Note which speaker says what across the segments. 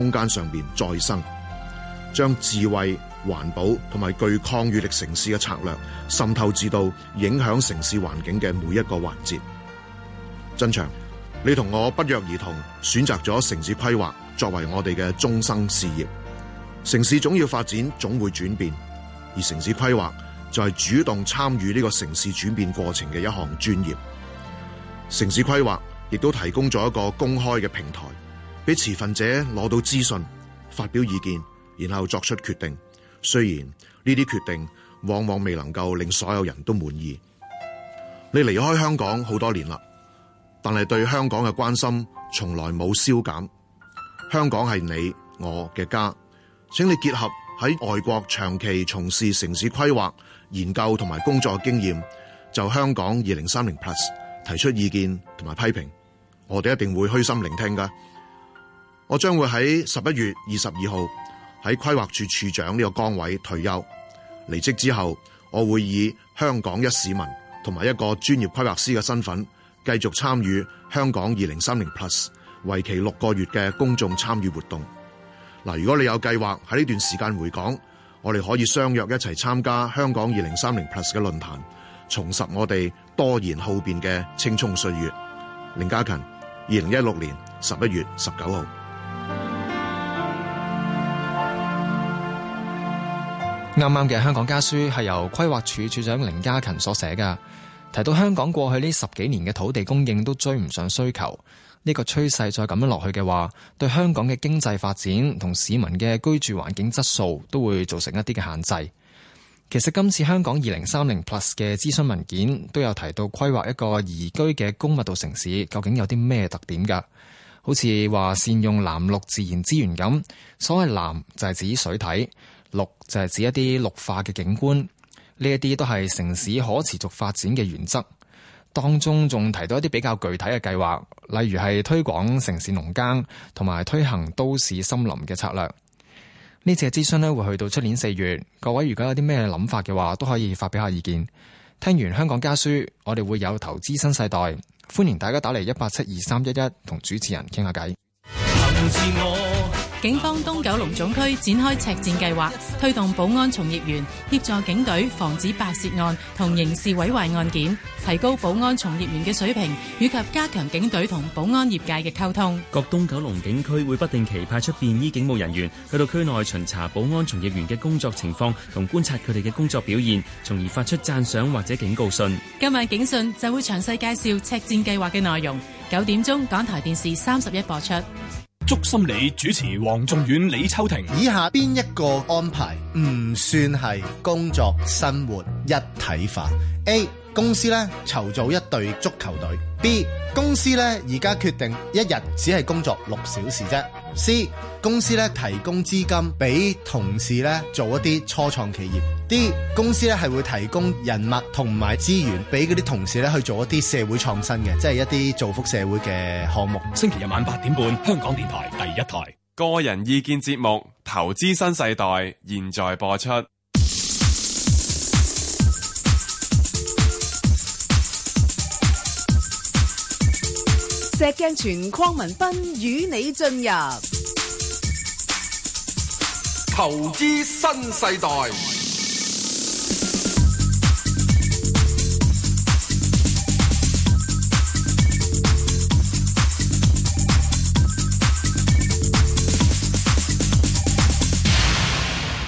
Speaker 1: 空間上邊再生，將智慧、環保同埋具抗禦力城市嘅策略滲透至到影響城市環境嘅每一個環節。真祥，你同我不約而同選擇咗城市規劃作為我哋嘅終生事業。城市總要發展，總會轉變，而城市規劃就係主動參與呢個城市轉變過程嘅一項專業。城市規劃亦都提供咗一個公開嘅平台，俾持份者攞到資訊、發表意見，然後作出決定。雖然呢啲決定往往未能夠令所有人都滿意。你離開香港好多年啦，但係對香港嘅關心從來冇消減。香港係你我嘅家。請你結合喺外國長期從事城市規劃研究同埋工作經驗，就香港二零三零 Plus 提出意見同埋批評，我哋一定會虛心聆聽㗎。我將會喺十一月二十二號喺規劃處處長呢個崗位退休，離職之後，我會以香港一市民同埋一個專業規劃師嘅身份，繼續參與香港二零三零 Plus 為期六個月嘅公眾參與活動。嗱，如果你有計劃喺呢段時間回港，我哋可以相約一齊參加香港二零三零 Plus 嘅論壇，重拾我哋多言好辯嘅青蔥歲月。凌嘉勤，二零一六年十一月十九號。
Speaker 2: 啱啱嘅香港家書係由規劃署署長凌嘉勤所寫㗎。提到香港過去呢十幾年嘅土地供應都追唔上需求，呢個趨勢再咁樣落去嘅話，對香港嘅經濟發展同市民嘅居住環境質素都會造成一啲嘅限制。其實今次香港二零三零 Plus 嘅諮詢文件都有提到規劃一個宜居嘅高密度城市，究竟有啲咩特點㗎？好似話善用藍綠自然資源咁，所謂藍就係指水體，綠就係指一啲綠化嘅景觀。呢一啲都係城市可持續發展嘅原則，當中仲提到一啲比較具體嘅計劃，例如係推廣城市農耕同埋推行都市森林嘅策略。呢次嘅諮詢呢，會去到出年四月，各位如果有啲咩諗法嘅話，都可以發表下意見。聽完香港家書，我哋會有投資新世代，歡迎大家打嚟一八七二三一一同主持人傾下偈。
Speaker 3: 警方東九龍總區展開赤戰計劃，推動保安從業員協助警隊防止白竊案同刑事毀壞案件，提高保安從業員嘅水平，以及加強警隊同保安業界嘅溝通。
Speaker 4: 各東九龍警區會不定期派出便衣警務人員去到區內巡查保安從業員嘅工作情況，同觀察佢哋嘅工作表現，從而發出讚賞或者警告信。
Speaker 3: 今晚警訊就會詳細介紹赤戰計劃嘅內容，九點鐘港台電視三十一播出。
Speaker 5: 祝心理主持黃仲遠、李秋婷，
Speaker 6: 以下邊一個安排唔算係工作生活一體化？A 公司呢籌組一隊足球隊；B 公司呢而家決定一日只係工作六小時啫；C 公司呢提供資金俾同事呢做一啲初創企業；D 公司呢係會提供人脈同埋資源俾嗰啲同事呢去做一啲社會創新嘅，即係一啲造福社會嘅項目。
Speaker 5: 星期日晚八點半，香港電台第一台。
Speaker 7: 個人意見節目《投資新世代》現在播出。
Speaker 8: 石鏡泉鄺民彬與你進入
Speaker 9: 投資新世代。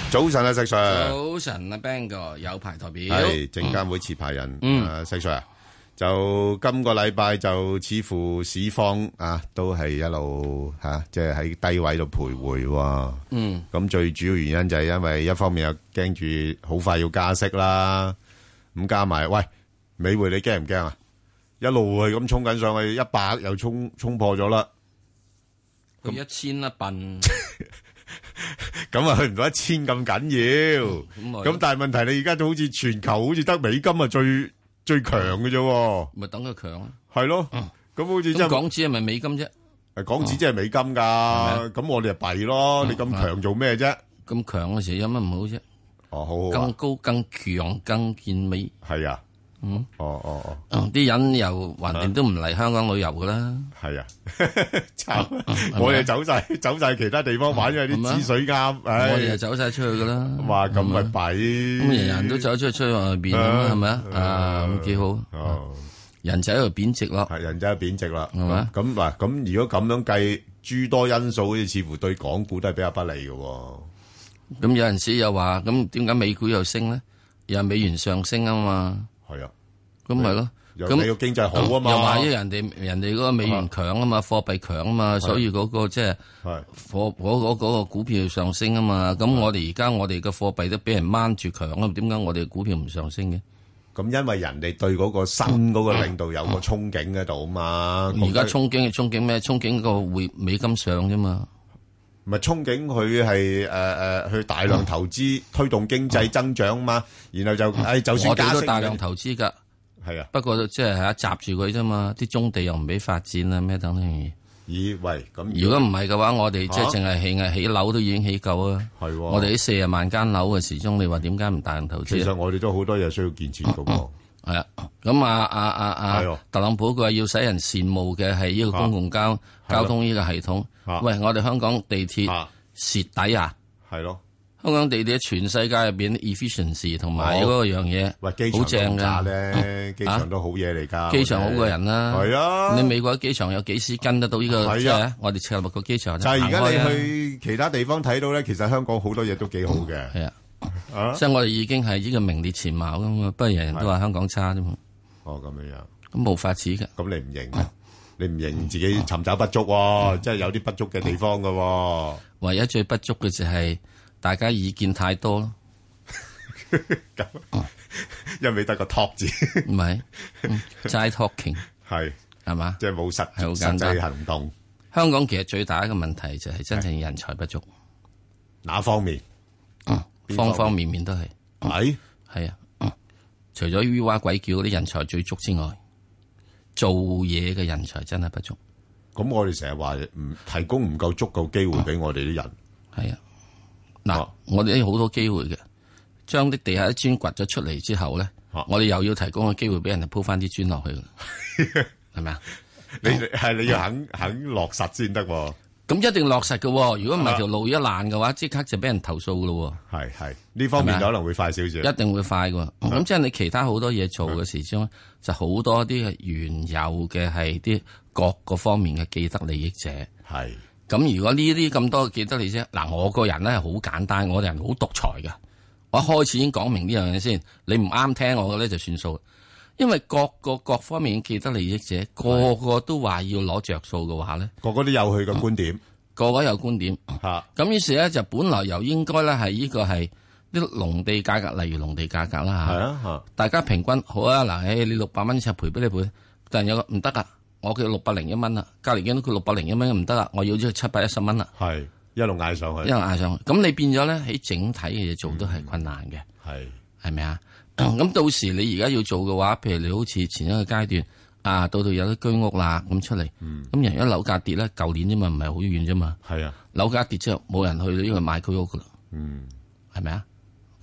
Speaker 10: 早晨啊，石 Sir。
Speaker 11: 早晨啊，Bang 哥有牌代表
Speaker 10: 係證監會持牌人。嗯，啊，石 Sir 就今個禮拜就似乎市況啊，都係一路吓，即係喺低位度徘徊。嗯，咁最主要原因就係因為一方面又驚住好快要加息啦，咁加埋喂美匯你驚唔驚啊？一路係咁衝緊上去，一百又衝衝破咗啦，
Speaker 11: 佢一千啦 笨。
Speaker 10: 咁啊，去唔到一千咁緊要，
Speaker 11: 啊
Speaker 10: 咁但係問題你而家就好似全球好似得美金啊最最強嘅啫，
Speaker 11: 咪等佢強咯，
Speaker 10: 係咯，咁好似即係
Speaker 11: 港紙係咪美金啫？啊
Speaker 10: 誒，港紙即係美金噶，咁我哋就弊咯，你咁強做咩啫？
Speaker 11: 嗯咁強嘅時有乜唔好啫？
Speaker 10: 哦，好，
Speaker 11: 更高、更強、更健美，
Speaker 10: 係啊，
Speaker 11: 嗯，
Speaker 10: 哦哦啊
Speaker 11: 哦，啲人又橫掂都唔嚟香港旅遊噶啦，嗯
Speaker 10: 係啊，
Speaker 11: 啊
Speaker 10: 我哋走晒走晒其他地方玩，因為啲止水啱。
Speaker 11: 我哋就走晒出去噶啦。
Speaker 10: 哇，咁咪弊！
Speaker 11: 咁人人都走出去出去外邊咁啊，係咪啊？啊，咁幾好。
Speaker 10: 哦，
Speaker 11: 人仔喺度貶值咯，
Speaker 10: 係人仔喺度貶值啦，
Speaker 11: 係咪？
Speaker 10: 咁嗱，咁如果咁樣計，諸多因素好似似乎對港股都係比較不利嘅喎。
Speaker 11: 咁有陣時又話，咁點解美股又升咧？又係美元上升啊嘛。
Speaker 10: 係啊，
Speaker 11: 咁咪咯。
Speaker 10: 又
Speaker 11: 咁哦
Speaker 10: 你個經濟好啊嘛
Speaker 11: 又話因為人哋人哋嗰個美元強啊嘛，貨幣強啊嘛，所以嗰個即係貨嗰嗰嗰個股票上升啊嘛。咁我哋而家我哋嘅貨幣都俾人掹住強啊，點解我哋股票唔上升嘅？
Speaker 10: 咁因為人哋對嗰個新嗰個領導有個憧憬喺度啊嘛，
Speaker 11: 而家憧憬係憧憬咩？憧憬個匯美金上啫嘛。
Speaker 10: 唔係憧憬佢係誒誒去大量投資推動經濟增長嘛，然後就誒就算
Speaker 11: 我
Speaker 10: 加
Speaker 11: 哋都
Speaker 10: 息，
Speaker 11: 大量投資噶，
Speaker 10: 係啊。
Speaker 11: 不過即係係閘住佢啫嘛，啲棕地又唔俾發展啊咩等等嘢。
Speaker 10: 咦喂，咁
Speaker 11: 如果唔係嘅話，我哋即係
Speaker 10: 嚇
Speaker 11: 淨係起啊起樓都已經起夠啊。
Speaker 10: 係喎
Speaker 11: 我哋啲四十萬間樓嘅時鐘，你話點解唔大量投資？啊
Speaker 10: 其實我哋都好多嘢需要建設嘅喎。
Speaker 11: 係啊，咁啊啊啊
Speaker 10: 係喎
Speaker 11: 啊，特朗普佢話要使人羨慕嘅係呢個公共交
Speaker 10: 係咯
Speaker 11: 交通呢個系統
Speaker 10: 啊。
Speaker 11: 喂，我哋香港地鐵蝕底啊！
Speaker 10: 係咯，
Speaker 11: 香港地鐵全世界入邊 efficiency 同埋
Speaker 10: 好
Speaker 11: 嗰個樣嘢，
Speaker 10: 哦喂，機
Speaker 11: 好
Speaker 10: 場
Speaker 11: 正
Speaker 10: 咁
Speaker 11: 㗎
Speaker 10: 渣咧，機
Speaker 11: 啊
Speaker 10: 場都好嘢嚟㗎。
Speaker 11: 機場好過人啦，
Speaker 10: 係啊，
Speaker 11: 你美國機場有幾時跟得到呢
Speaker 10: 係啊
Speaker 11: 個？即係我哋赤鱲角機場
Speaker 10: 就係而家你
Speaker 11: 去，
Speaker 10: 去其他地方睇到咧，其實香港好多嘢都幾好嘅。
Speaker 11: 係啊，
Speaker 10: 啊
Speaker 11: 即係我哋已經係呢個名列前茅噶嘛，不過人人都話香港差啫嘛，
Speaker 10: 哦咁樣樣，
Speaker 11: 咁冇法子嘅。啊
Speaker 10: 咁你唔認，啊你唔認自己尋找不足喎，即係有啲不足嘅地方㗎喎。
Speaker 11: 唯一最不足嘅就係大家意見太多咯，
Speaker 10: 因為得個 top 字，
Speaker 11: 唔係 嗯齋 talking
Speaker 10: 係
Speaker 11: 係嘛？
Speaker 10: 即係冇實
Speaker 11: 係好
Speaker 10: 實
Speaker 11: 簡
Speaker 10: 際
Speaker 11: 單
Speaker 10: 行動。
Speaker 11: 香港其實最大一個問題就係真正人才不足，
Speaker 10: 哪方面？邊
Speaker 11: 啊方方面面都係
Speaker 10: 係
Speaker 11: 係啊。嗯除咗 U 蛙鬼叫嗰啲人才最足之外，做嘢嘅人才真係不足。
Speaker 10: 咁我哋成日話唔提供唔夠足夠機會俾我哋啲人。啊
Speaker 11: 系啊，嗱，我哋有好多機會嘅，將啲地下啲磚掘咗出嚟之後咧，
Speaker 10: 啊
Speaker 11: 我哋又要提供個機會俾人哋鋪翻啲磚落去㗎，係咪啊？
Speaker 10: 你係你要肯肯落實先得喎。啊
Speaker 11: 咁一定落實嘅喎，如果唔係條路一爛嘅話，即刻就俾人投訴噶咯
Speaker 10: 喎。係係，呢方面可能會快少少。
Speaker 11: 啊
Speaker 10: 啊
Speaker 11: 一定會快嘅喎。咁即係你其他好多嘢做嘅時鐘，就好多啲係原有嘅係啲各個方面嘅既得利益者。
Speaker 10: 係。
Speaker 11: 咁如果呢啲咁多嘅既得利益者，嗱，我個人咧係好簡單，我個人好獨裁嘅。我一開始已經講明呢樣嘢先，你唔啱聽我嘅咧就算數。因為各個各方面嘅既得利益者，個個都話要攞着數嘅話咧，嗯
Speaker 10: 個個都有佢嘅觀點，
Speaker 11: 個個有觀點。
Speaker 10: 嚇，
Speaker 11: 咁於是咧就本來由應該咧係呢個係啲農地價格，例如農地價格啦嚇，
Speaker 10: 係啊嚇
Speaker 11: 大家平均好啊嗱，誒你六百蚊尺賠俾你賠，但係有個唔得啊，我叫六百零一蚊啦，隔離見到佢六百零一蚊唔得啦，我要咗七百一十蚊啦，
Speaker 10: 係一路嗌上去，嗯
Speaker 11: 一路嗌上去，咁你變咗咧喺整體嘅嘢做都係困難嘅，
Speaker 10: 係
Speaker 11: 係咪啊？ 咁到時你而家要做嘅話，譬如你好似前一個階段啊，到到有啲居屋啦咁出嚟，咁、人一樓價跌咧，舊年啫嘛，唔係好遠啫嘛，
Speaker 10: 嗯係啊，
Speaker 11: 樓價跌之後冇人去呢個買居屋噶啦。
Speaker 10: 嗯，
Speaker 11: 係咪啊？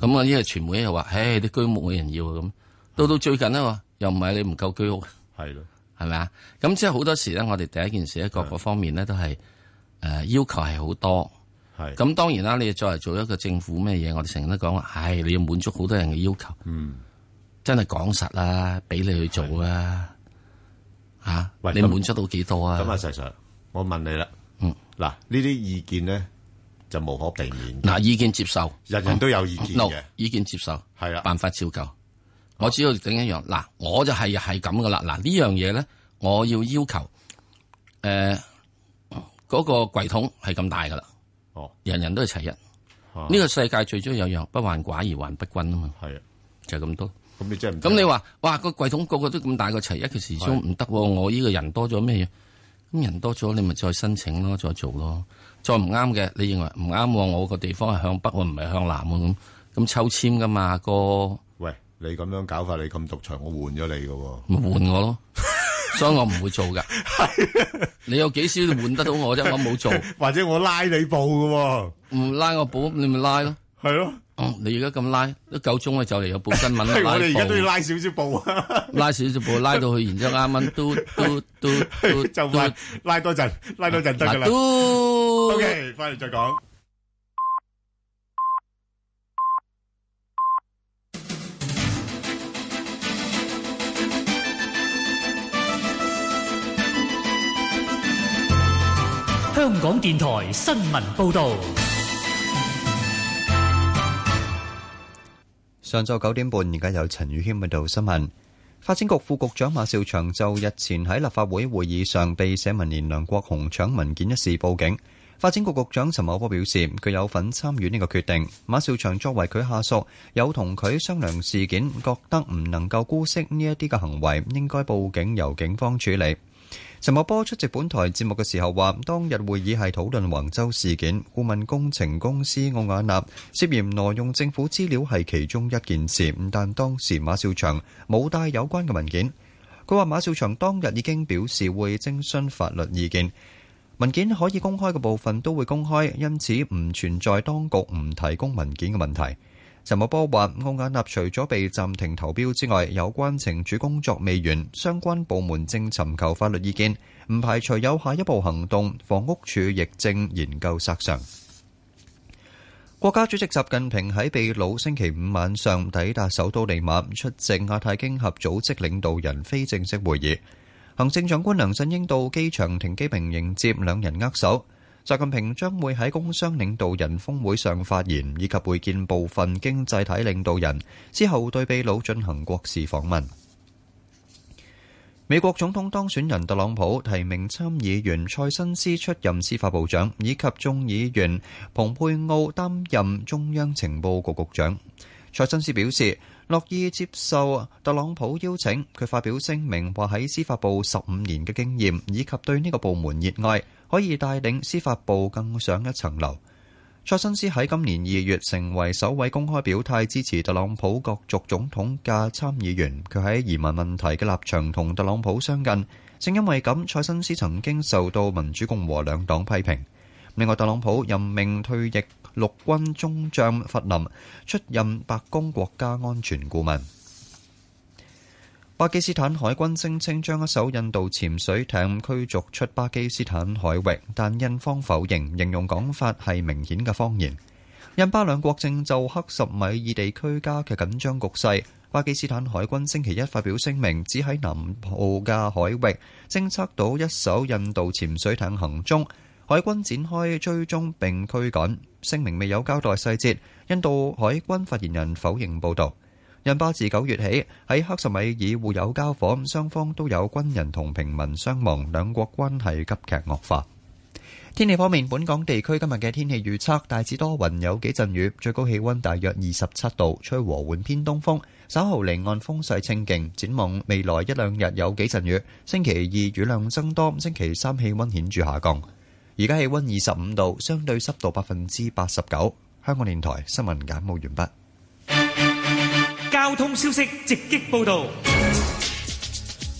Speaker 11: 咁啊，呢個傳媒又話，唉，啲居屋冇人要啊咁。到到最近咧，話又唔係你唔夠居屋，
Speaker 10: 係咯，
Speaker 11: 係咪啊？咁即係好多時咧，我哋第一件事喺各個方面咧都係誒、呃要求係好多。
Speaker 10: 係
Speaker 11: 咁當然啦，你作為做一個政府咩嘢，我哋成日都講話，唉，你要滿足好多人嘅要求，
Speaker 10: 嗯，
Speaker 11: 真係講實啦，俾你去做啊，嚇！
Speaker 10: 喂
Speaker 11: 你
Speaker 10: 咁
Speaker 11: 滿足到幾多啊？
Speaker 10: 咁啊，石 Sir，我問你啦，
Speaker 11: 嗯，
Speaker 10: 嗱，呢啲意見咧就無可避免，
Speaker 11: 嗱，意見接受，嗯
Speaker 10: 人人都有意見
Speaker 11: No，
Speaker 10: 嘅
Speaker 11: 意見接受
Speaker 10: 係啦，
Speaker 11: 辦法照舊。我只要整一樣，嗱，我就係係咁噶啦。嗱呢樣嘢咧，我要要求，誒、嗰、個櫃桶係咁大噶啦，
Speaker 10: 哦，
Speaker 11: 人人都係齊一。呢、
Speaker 10: 啊
Speaker 11: 個世界最主要有樣不患寡而患不均啊嘛，
Speaker 10: 係啊，
Speaker 11: 就係咁多。
Speaker 10: 咁你真係唔啊
Speaker 11: 咁你話，哇個櫃桶個個都咁大個齊一嘅時鐘
Speaker 10: 係
Speaker 11: 唔得喎，我呢個人多咗咩嘢？咁人多咗，你咪再申請咯，再做咯。再唔啱嘅，你認為唔啱喎，我個地方係向北喎，唔係向南喎，咁咁抽籤噶嘛個，
Speaker 10: 喂，你咁樣搞法，你咁獨裁，我換咗你嘅喎，
Speaker 11: 咪換我咯。所以我唔會做噶。你有幾少換得到 我啫？我冇做，
Speaker 10: 或者我拉你步嘅喎，
Speaker 11: 唔拉我保，你咪拉咯。
Speaker 10: 係咯，
Speaker 11: 哦，你而家咁拉都夠鐘啊，就嚟有報新聞啦。
Speaker 10: 我哋而家
Speaker 11: 布
Speaker 10: 都要拉少少步啊，
Speaker 11: 拉少少步，拉到去，然之後啱啱都都都都
Speaker 10: 就快拉多陣，拉多陣得㗎
Speaker 11: 嗱
Speaker 10: 啦。
Speaker 11: 都
Speaker 10: OK，翻嚟再講。
Speaker 12: 香港電台新聞報道。
Speaker 13: 上晝九點半，而家有陳宇軒報道新聞。發展局副局長馬兆祥就日前喺立法會會議上被社民連梁國雄搶文件一事報警。發展局局長陳茂波表示，佢有份參與呢個決定。馬兆祥作為佢下屬，有同佢商量事件，覺得唔能夠姑息呢一啲嘅行為，應該報警由警方處理。陳茂波出席本台節目嘅時候話，當日會議係討論橫州事件，顧問工程公司奧雅納涉嫌挪用政府資料係其中一件事，但當時馬兆祥冇帶有關嘅文件。佢話馬兆祥當日已經表示會徵詢法律意見，文件可以公開嘅部分都會公開，因此唔存在當局唔提供文件嘅問題。陳茂波話：奧雅納除咗被暫停投標之外，有關懲處工作未完，相關部門正尋求法律意見，唔排除有下一步行動。房屋署亦正研究索償。國家主席習近平喺秘魯星期五晚上抵達首都利馬，出席亞太經合組織領導人非正式會議。行政長官梁振英到機場停機坪迎接，兩人握手。習近平將會喺工商領導人峰會上發言，以及會見部分經濟體領導人，之後對秘魯進行國事訪問。美國總統當選人特朗普提名參議員塞申斯出任司法部長，以及眾議員蓬佩奧擔任中央情報局局長。塞申斯表示樂意接受特朗普邀請，佢發表聲明話喺司法部十五年嘅經驗，以及對呢個部門熱愛，可以帶領司法部更上一層樓。塞申斯喺今年二月成為首位公開表態支持特朗普角逐總統嘅參議員，佢喺移民問題嘅立場同特朗普相近，正因為咁，塞申斯曾經受到民主共和兩黨批評。另外，特朗普任命退役陸軍中將弗林出任白宮國家安全顧問。巴基斯坦海軍聲稱將一艘印度潛水艇驅逐出巴基斯坦海域，但印方否認，形容講法係明顯嘅謊言。印巴兩國正就克什米爾地區加劇緊張局勢。巴基斯坦海軍星期一發表聲明，指喺南部嘅海域偵測到一艘印度潛水艇行蹤。海軍展開追蹤並驅趕，聲明未有交代細節。印度海軍發言人否認報導。印巴自九月起喺克什米爾互有交火，雙方都有軍人同平民傷亡，兩國關係急劇惡化。天氣方面，本港地區今日嘅天氣預測大致多雲，有幾陣雨，最高氣温大約二十七度，吹和緩偏東風。稍後離岸風勢清勁，展望未來一兩日有幾陣雨。星期二雨量增多，星期三氣温顯著下降。而家氣温二十五度，相對濕度百分之八十九。香港電台新聞簡報完畢。
Speaker 14: 交通消息直擊報道。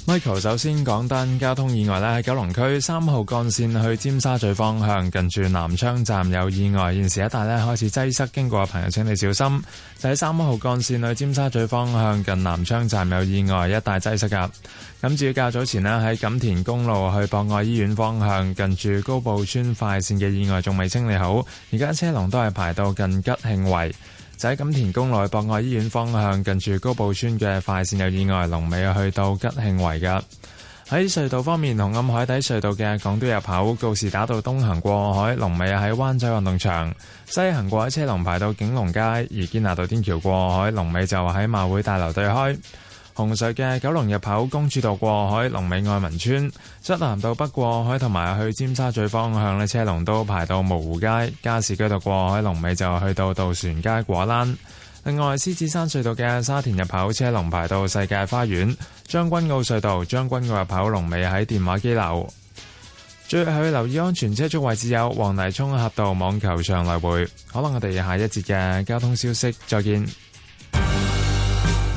Speaker 15: Michael 首先講單交通意外咧，喺九龍區三號幹線去尖沙咀方向，近住南昌站有意外，現時一帶咧開始擠塞，經過嘅朋友請你小心。就喺三號幹線去尖沙咀方向，近南昌站有意外，一帶擠塞噶。咁至於較早前咧喺錦田公路去博愛醫院方向，近住高埔村快線嘅意外仲未清理好，而家車龍都係排到近吉慶圍。就喺錦田公路博愛醫院方向，近住高埔村嘅快線有意外，龍尾去到吉慶圍㗎。喺隧道方面，紅磡海底隧道嘅港島入口告士打道東行過海，龍尾喺灣仔運動場；西行過海車龍排到景隆街，而堅拿道天橋過海，龍尾就喺馬會大樓對開。紅隧嘅九龍入口公主道過海，龍尾愛民村；漆咸道北過海同埋去尖沙咀方向咧，車龍都排到蕪湖街；加士居道過海龍尾就去到渡船街果欄。另外，獅子山隧道嘅沙田入口車龍排到世界花園；將軍澳隧道將軍澳入口龍尾喺電話機樓。最後要留意安全車速位置有黃泥涌峽道網球場來回。可能我哋下一節嘅交通消息再見。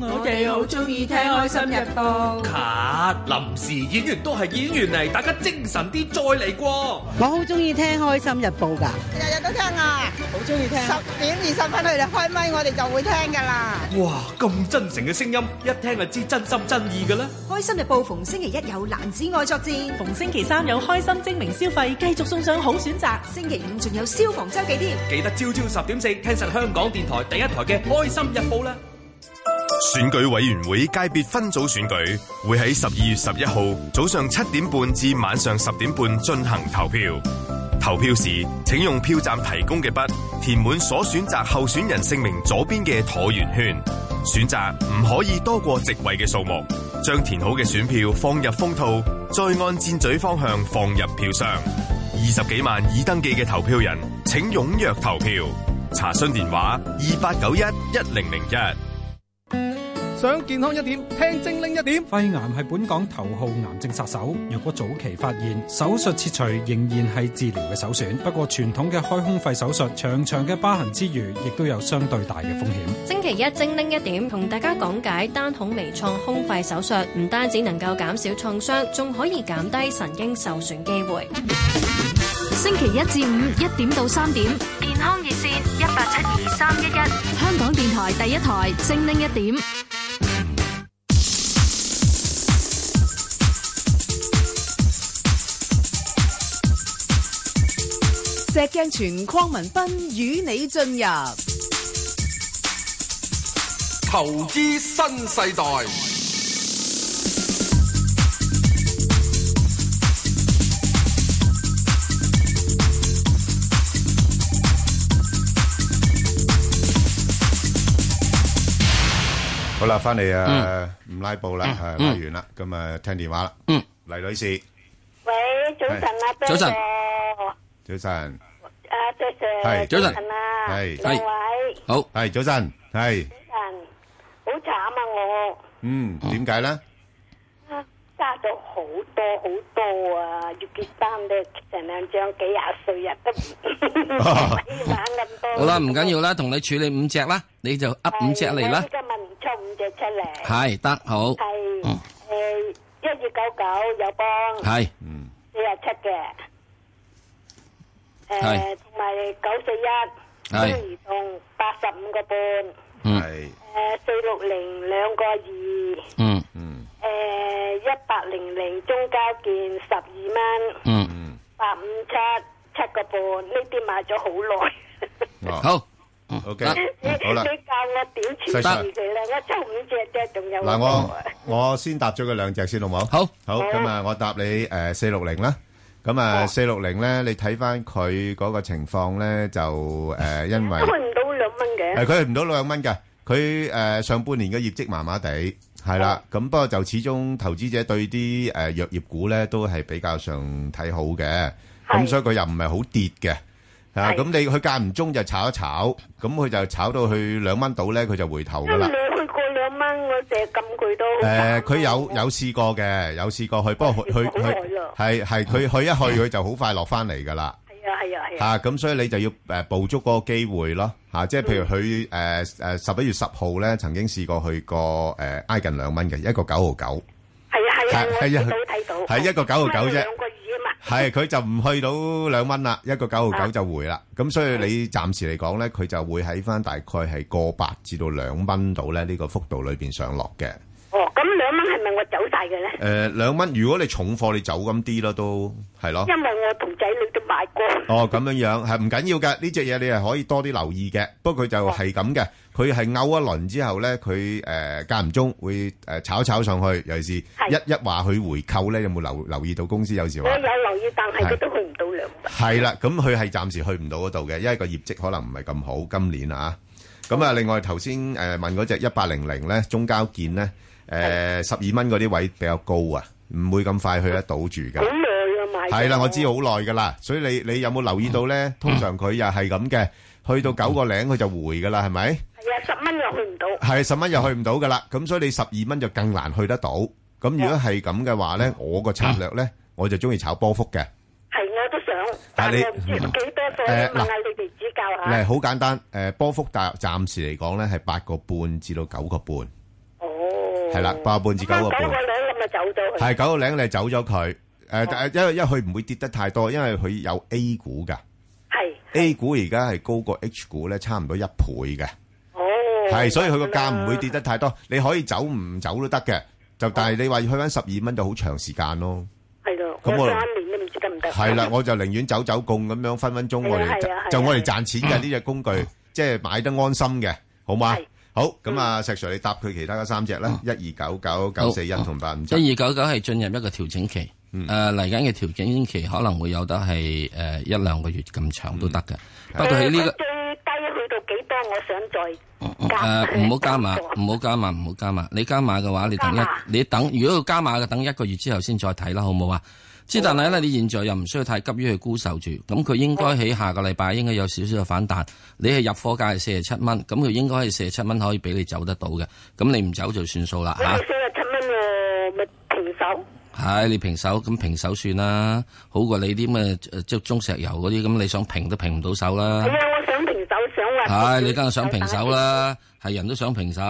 Speaker 16: 我哋好中意聽《開心日報》。
Speaker 14: 卡，臨時演員都係演員嚟，大家精神啲再嚟過。
Speaker 17: 我好中意聽《開心日報》㗎，
Speaker 18: 日日都聽啊，
Speaker 17: 好中意聽。
Speaker 18: 十點二十分佢哋開咪，我哋就會聽㗎啦。
Speaker 14: 哇，咁真誠嘅聲音，一聽就知真心真意㗎啦。
Speaker 19: 《開心日報》逢星期一有男子愛作戰，
Speaker 20: 逢星期三有開心精明消費，繼續送上好選擇。
Speaker 19: 星期五仲有消防周記添。
Speaker 14: 記得朝朝十點四聽實香港電台第一台嘅《開心日報》啦。
Speaker 21: 選舉委員會界別分組選舉會喺十二月十一號早上七點半至晚上十點半進行投票。投票時，請用票站提供嘅筆填滿所選擇候選人姓名左邊嘅橢圓圈，選擇唔可以多過席位嘅數目。將填好嘅選票放入封套，再按箭嘴方向放入票箱。二十幾萬已登記嘅投票人，請踴躍投票。查詢電話：二八九一一零零一。
Speaker 22: 想健康一點，聽精靈一點。
Speaker 23: 肺癌係本港頭號癌症殺手，若果早期發現，手術切除仍然係治療嘅首選。不過傳統嘅開胸肺手術，長長嘅疤痕之餘，亦都有相對大嘅風險。
Speaker 24: 星期一精靈一點，同大家講解單孔微創胸肺手術，唔單止能夠減少創傷，仲可以減低神經受損機會。
Speaker 25: 星期一至五一點到三點，健康熱線一八七二三一一，香港電台第一台精靈一點。
Speaker 8: 石鏡泉鄺民彬與你進入
Speaker 9: 投資新世代。
Speaker 10: 好啦，翻嚟啊，唔拉布啦，係拉完啦，咁啊聽電話啦。嗯，黎女士，
Speaker 26: 喂，早晨啊，
Speaker 10: 早晨。早晨，
Speaker 26: 阿 Sir，
Speaker 10: 係早晨
Speaker 26: 啊，
Speaker 10: 係
Speaker 26: 兩位
Speaker 10: 好，係早晨，係
Speaker 26: 早晨，好慘啊
Speaker 10: 嗯，點解咧？
Speaker 26: 我啊揸咗好多好多啊，要結單咧，成兩張幾廿歲啊，都唔 要玩咁多。
Speaker 11: 好啦，唔緊要啦，同你處理五隻啦，你就噏五隻嚟啦
Speaker 26: 我。今日唔抽五隻出嚟，
Speaker 11: 係得好，
Speaker 26: 係誒一二九九友邦，
Speaker 11: 係
Speaker 26: 四廿七嘅。誒，同埋九四一，
Speaker 11: 係
Speaker 26: 中移動八十五個
Speaker 10: 係
Speaker 26: 半，誒四六零兩個二，
Speaker 11: 嗯嗯
Speaker 26: Ờ, 誒一八零零中交建十二蚊，
Speaker 11: 嗯
Speaker 26: 八五七七個半，呢啲買咗好耐。
Speaker 10: 哦
Speaker 11: 好
Speaker 10: ，OK，
Speaker 26: 你
Speaker 10: 好啦。
Speaker 26: 你教我點處
Speaker 10: 細
Speaker 26: 置
Speaker 10: 細
Speaker 26: 佢啦，我抽五隻啫，仲有
Speaker 10: 嗱，我我先答咗佢兩隻先，好冇？好，好咁啊，我答你誒四六零啦。咁啊，四六零咧，你睇翻佢嗰個情況咧，就誒因為
Speaker 26: 都去唔到兩蚊
Speaker 10: 誒
Speaker 26: 嘅。
Speaker 10: 佢唔到兩蚊㗎，佢誒上半年嘅業績麻麻地係啦。咁不過就始終投資者對啲誒藥業股咧都係比較上睇好嘅，咁所以佢又唔係好跌嘅。啊，咁你佢間唔中就炒一炒，咁佢就炒到去兩蚊度咧，佢就回頭
Speaker 26: 因
Speaker 10: 㗎啦。
Speaker 26: 為你去過兩蚊，我成日撳佢都好 慘。
Speaker 10: 誒，佢有有試過嘅，有試過去，不過佢佢
Speaker 26: 好耐
Speaker 10: 佢
Speaker 26: 啦
Speaker 10: 係係佢去一去佢就好快落翻嚟㗎啦。
Speaker 26: 係啊係啊係啊，
Speaker 10: 啊，咁所以你就要誒捕捉嗰個機會咯，嚇、即係譬如佢誒誒十一月十號咧，曾經試過去過誒、呃挨近兩蚊嘅，一個九毫九，
Speaker 26: 係啊係啊，我
Speaker 10: 係
Speaker 26: 睇
Speaker 10: 啊
Speaker 26: 到睇到，
Speaker 10: 係一個九毫九啫
Speaker 26: 兩個二啊嘛。
Speaker 10: 係佢就唔去到兩蚊啦，一個九毫九就回啦。咁所以你暫時嚟講咧，佢就會喺翻大概係個八至到兩蚊度咧呢個幅度裏邊上落嘅。
Speaker 26: 哦，咁兩蚊係咪我走晒嘅咧？
Speaker 10: 誒兩蚊，如果你重貨你走咁啲咯，都係咯。
Speaker 26: 因為我同仔女都買過。
Speaker 10: 哦，咁樣樣係唔緊要嘅，呢只嘢你係可以多啲留意嘅。不過佢就係咁嘅，佢係勾一輪之後咧，佢誒間唔中會誒炒一炒上去，尤其是一一話佢回購咧，有冇留留意到公司有時
Speaker 26: 我
Speaker 10: 話
Speaker 26: 有留意，但係
Speaker 10: 係
Speaker 26: 佢都去唔到兩蚊。
Speaker 10: 係啦，咁佢係暫時去唔到嗰度嘅，因為個業績可能唔係咁好今年啊。咁啊，另外頭先誒問嗰只一八零零咧，中交建咧誒十二蚊嗰啲位比較高啊，唔會咁快去得到住㗎。
Speaker 26: 好耐啊買咗。
Speaker 10: 係啦，我知好耐噶啦，所以你你有冇留意到咧？通常佢又係咁嘅，去到九個零佢就回噶啦，係咪？
Speaker 26: 係啊，十蚊又去唔到。
Speaker 10: 係十蚊又去唔到噶啦，咁所以你十二蚊就更難去得到咁如果係咁嘅話咧，我個策略咧，我就中意炒波幅嘅。
Speaker 26: 係我都想，
Speaker 10: 但
Speaker 26: 但
Speaker 10: 係你
Speaker 26: 係唔知幾多個，
Speaker 10: 誒
Speaker 26: 問下你哋指教
Speaker 10: 嗱，
Speaker 26: 下。
Speaker 10: 好簡單，誒波幅大，暫時嚟講咧係八個半至到九個半，
Speaker 26: 哦，
Speaker 10: 係啦，八個半至九個
Speaker 26: 九個
Speaker 10: 半，
Speaker 26: 兩咁咪走咗去。
Speaker 10: 係九個零你走咗佢，誒，但係因為因為佢唔會跌得太多，因為佢有 A 股㗎
Speaker 26: 係
Speaker 10: ，A 股而家係高過 H 股咧，差唔多一倍嘅，
Speaker 26: 哦，
Speaker 10: 係，所以佢個價唔會跌得太多，你可以走唔走都得嘅，就但係你話要去翻十二蚊就好長時 間咯，
Speaker 26: 係咯，
Speaker 10: 咁我
Speaker 26: 我三年都唔知得唔得。
Speaker 10: 係啦，我就寧願走走共咁樣分分鐘我
Speaker 26: 係啊係啊係
Speaker 10: 哋
Speaker 26: 啊
Speaker 10: 就我哋賺錢 嘅呢只工具，即係買得安心嘅，好嘛？好，咁啊，石 Sir 你答佢其他嗰三隻啦，一二九九、九四一同八五七。
Speaker 11: 一二九九係進入一個調整期，誒嚟緊嘅調整期可能會有得係誒一兩個月咁長都得嘅。
Speaker 26: 嗯
Speaker 11: 不過喺呢
Speaker 26: 誒佢最低去到幾多？我想再。
Speaker 11: 個誒哦呃唔好加碼，唔好加碼，唔好加碼。你加碼嘅話，你等一
Speaker 26: 加碼
Speaker 11: 你等，如果要加碼嘅，等一個月之後先再睇啦，好唔好啊？之但係咧，你現在又唔需要太急於去沽售住，咁佢應該喺下個禮拜應該有少少嘅反彈。你係入貨價係四十七蚊，咁佢應該係四十七蚊可以俾你走得到嘅，咁你唔走就算數啦
Speaker 26: 我
Speaker 11: 嚇。
Speaker 26: 哋四十七蚊喎，咪平手。
Speaker 11: 係你平手咁平手算啦，好過你啲咩誒即係中石油嗰啲咁，你想平都平唔到手啦
Speaker 26: 係。啊，我想平手，想
Speaker 11: 係、
Speaker 26: 話。
Speaker 11: 你梗係想平手啦，係人都想平手，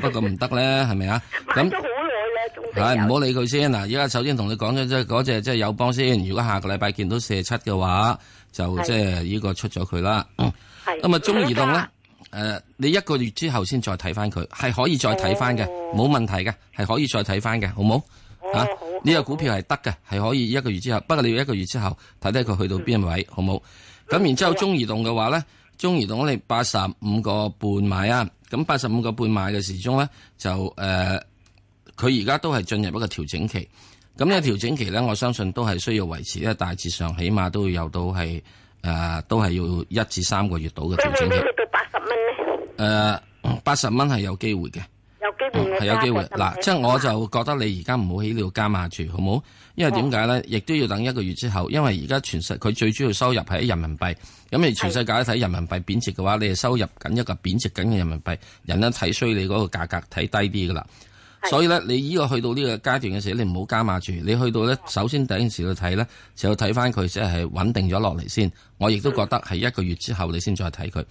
Speaker 11: 不過唔得咧，係咪啊？
Speaker 26: 買
Speaker 11: 咁
Speaker 26: 咗好耐啦，仲
Speaker 11: 唉，啊唔好理佢先嗱。而家首先同你講咗即係嗰只即係友邦先。如果下個禮拜見到四十七嘅話，就
Speaker 26: 係
Speaker 11: 即係呢個出咗佢啦。
Speaker 26: 係
Speaker 11: 咁啊，中移動咧，誒、你一個月之後先再睇翻佢，係可以再睇翻嘅，冇、問題嘅，係可以再睇翻哦嘅，好冇？啊，呢個股票係得嘅，係可以一個月之後，不過你要一個月之後睇睇佢去到邊位，好冇？咁然之後中移動嘅話咧，中移動你八十五個半買啊，咁八十五個半買嘅時鐘咧就誒。呃佢而家都係進入一個調整期。咁呢個調整期咧，我相信都係需要維持，因為大致上起碼都要有到係誒、呃都係要一至三個月到嘅
Speaker 26: 佢
Speaker 11: 調
Speaker 26: 會
Speaker 11: 整
Speaker 14: 唔
Speaker 11: 期
Speaker 14: 會。
Speaker 26: 去到八十蚊咧？
Speaker 11: 誒八十蚊係有機會嘅，
Speaker 26: 有機會我
Speaker 11: 係有機會。
Speaker 26: 加
Speaker 11: 嗱，
Speaker 26: 80
Speaker 11: 即係我就覺得你而家唔好喺呢度加碼住，好冇？因為點解
Speaker 26: 哦
Speaker 11: 咧？亦都要等一個月之後，因為而家全世佢最主要收入係喺人民幣。咁你全世界都睇人民幣貶值嘅話，你係收入緊一個貶值緊嘅人民幣，人咧睇衰你嗰個價格睇低啲噶啦。所以咧，你呢個去到呢個階段嘅時候，你唔好加碼住。你去到咧，首先第一件事要睇咧，就要睇翻佢即係穩定咗落嚟先。我亦都覺得係一個月之後你先再睇佢。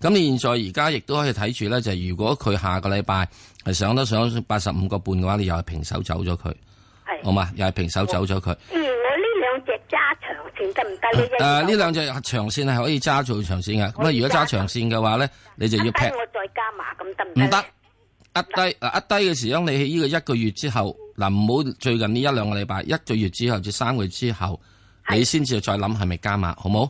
Speaker 11: 咁你現在而家亦都可以睇住咧，就係如果佢下個禮拜係上得上八十五個半嘅話，你又係平手走咗佢，
Speaker 26: 係
Speaker 11: 好嘛？又係平手走咗佢。
Speaker 26: 咦，我呢兩隻揸長線得唔得呢？
Speaker 11: 誒、呢兩隻長線係可以揸做長線嘅。咁啊，如果揸長線嘅話咧，你就要
Speaker 26: 一
Speaker 11: 劈
Speaker 26: 低。我再加碼咁得
Speaker 11: 唔
Speaker 26: 唔得？
Speaker 11: 得，一低嗱一低嘅時候，你喺呢個一個月之後，嗱唔好最近呢一兩個禮拜，一個月之後至三個月之後，你先至再諗係咪加碼，好冇？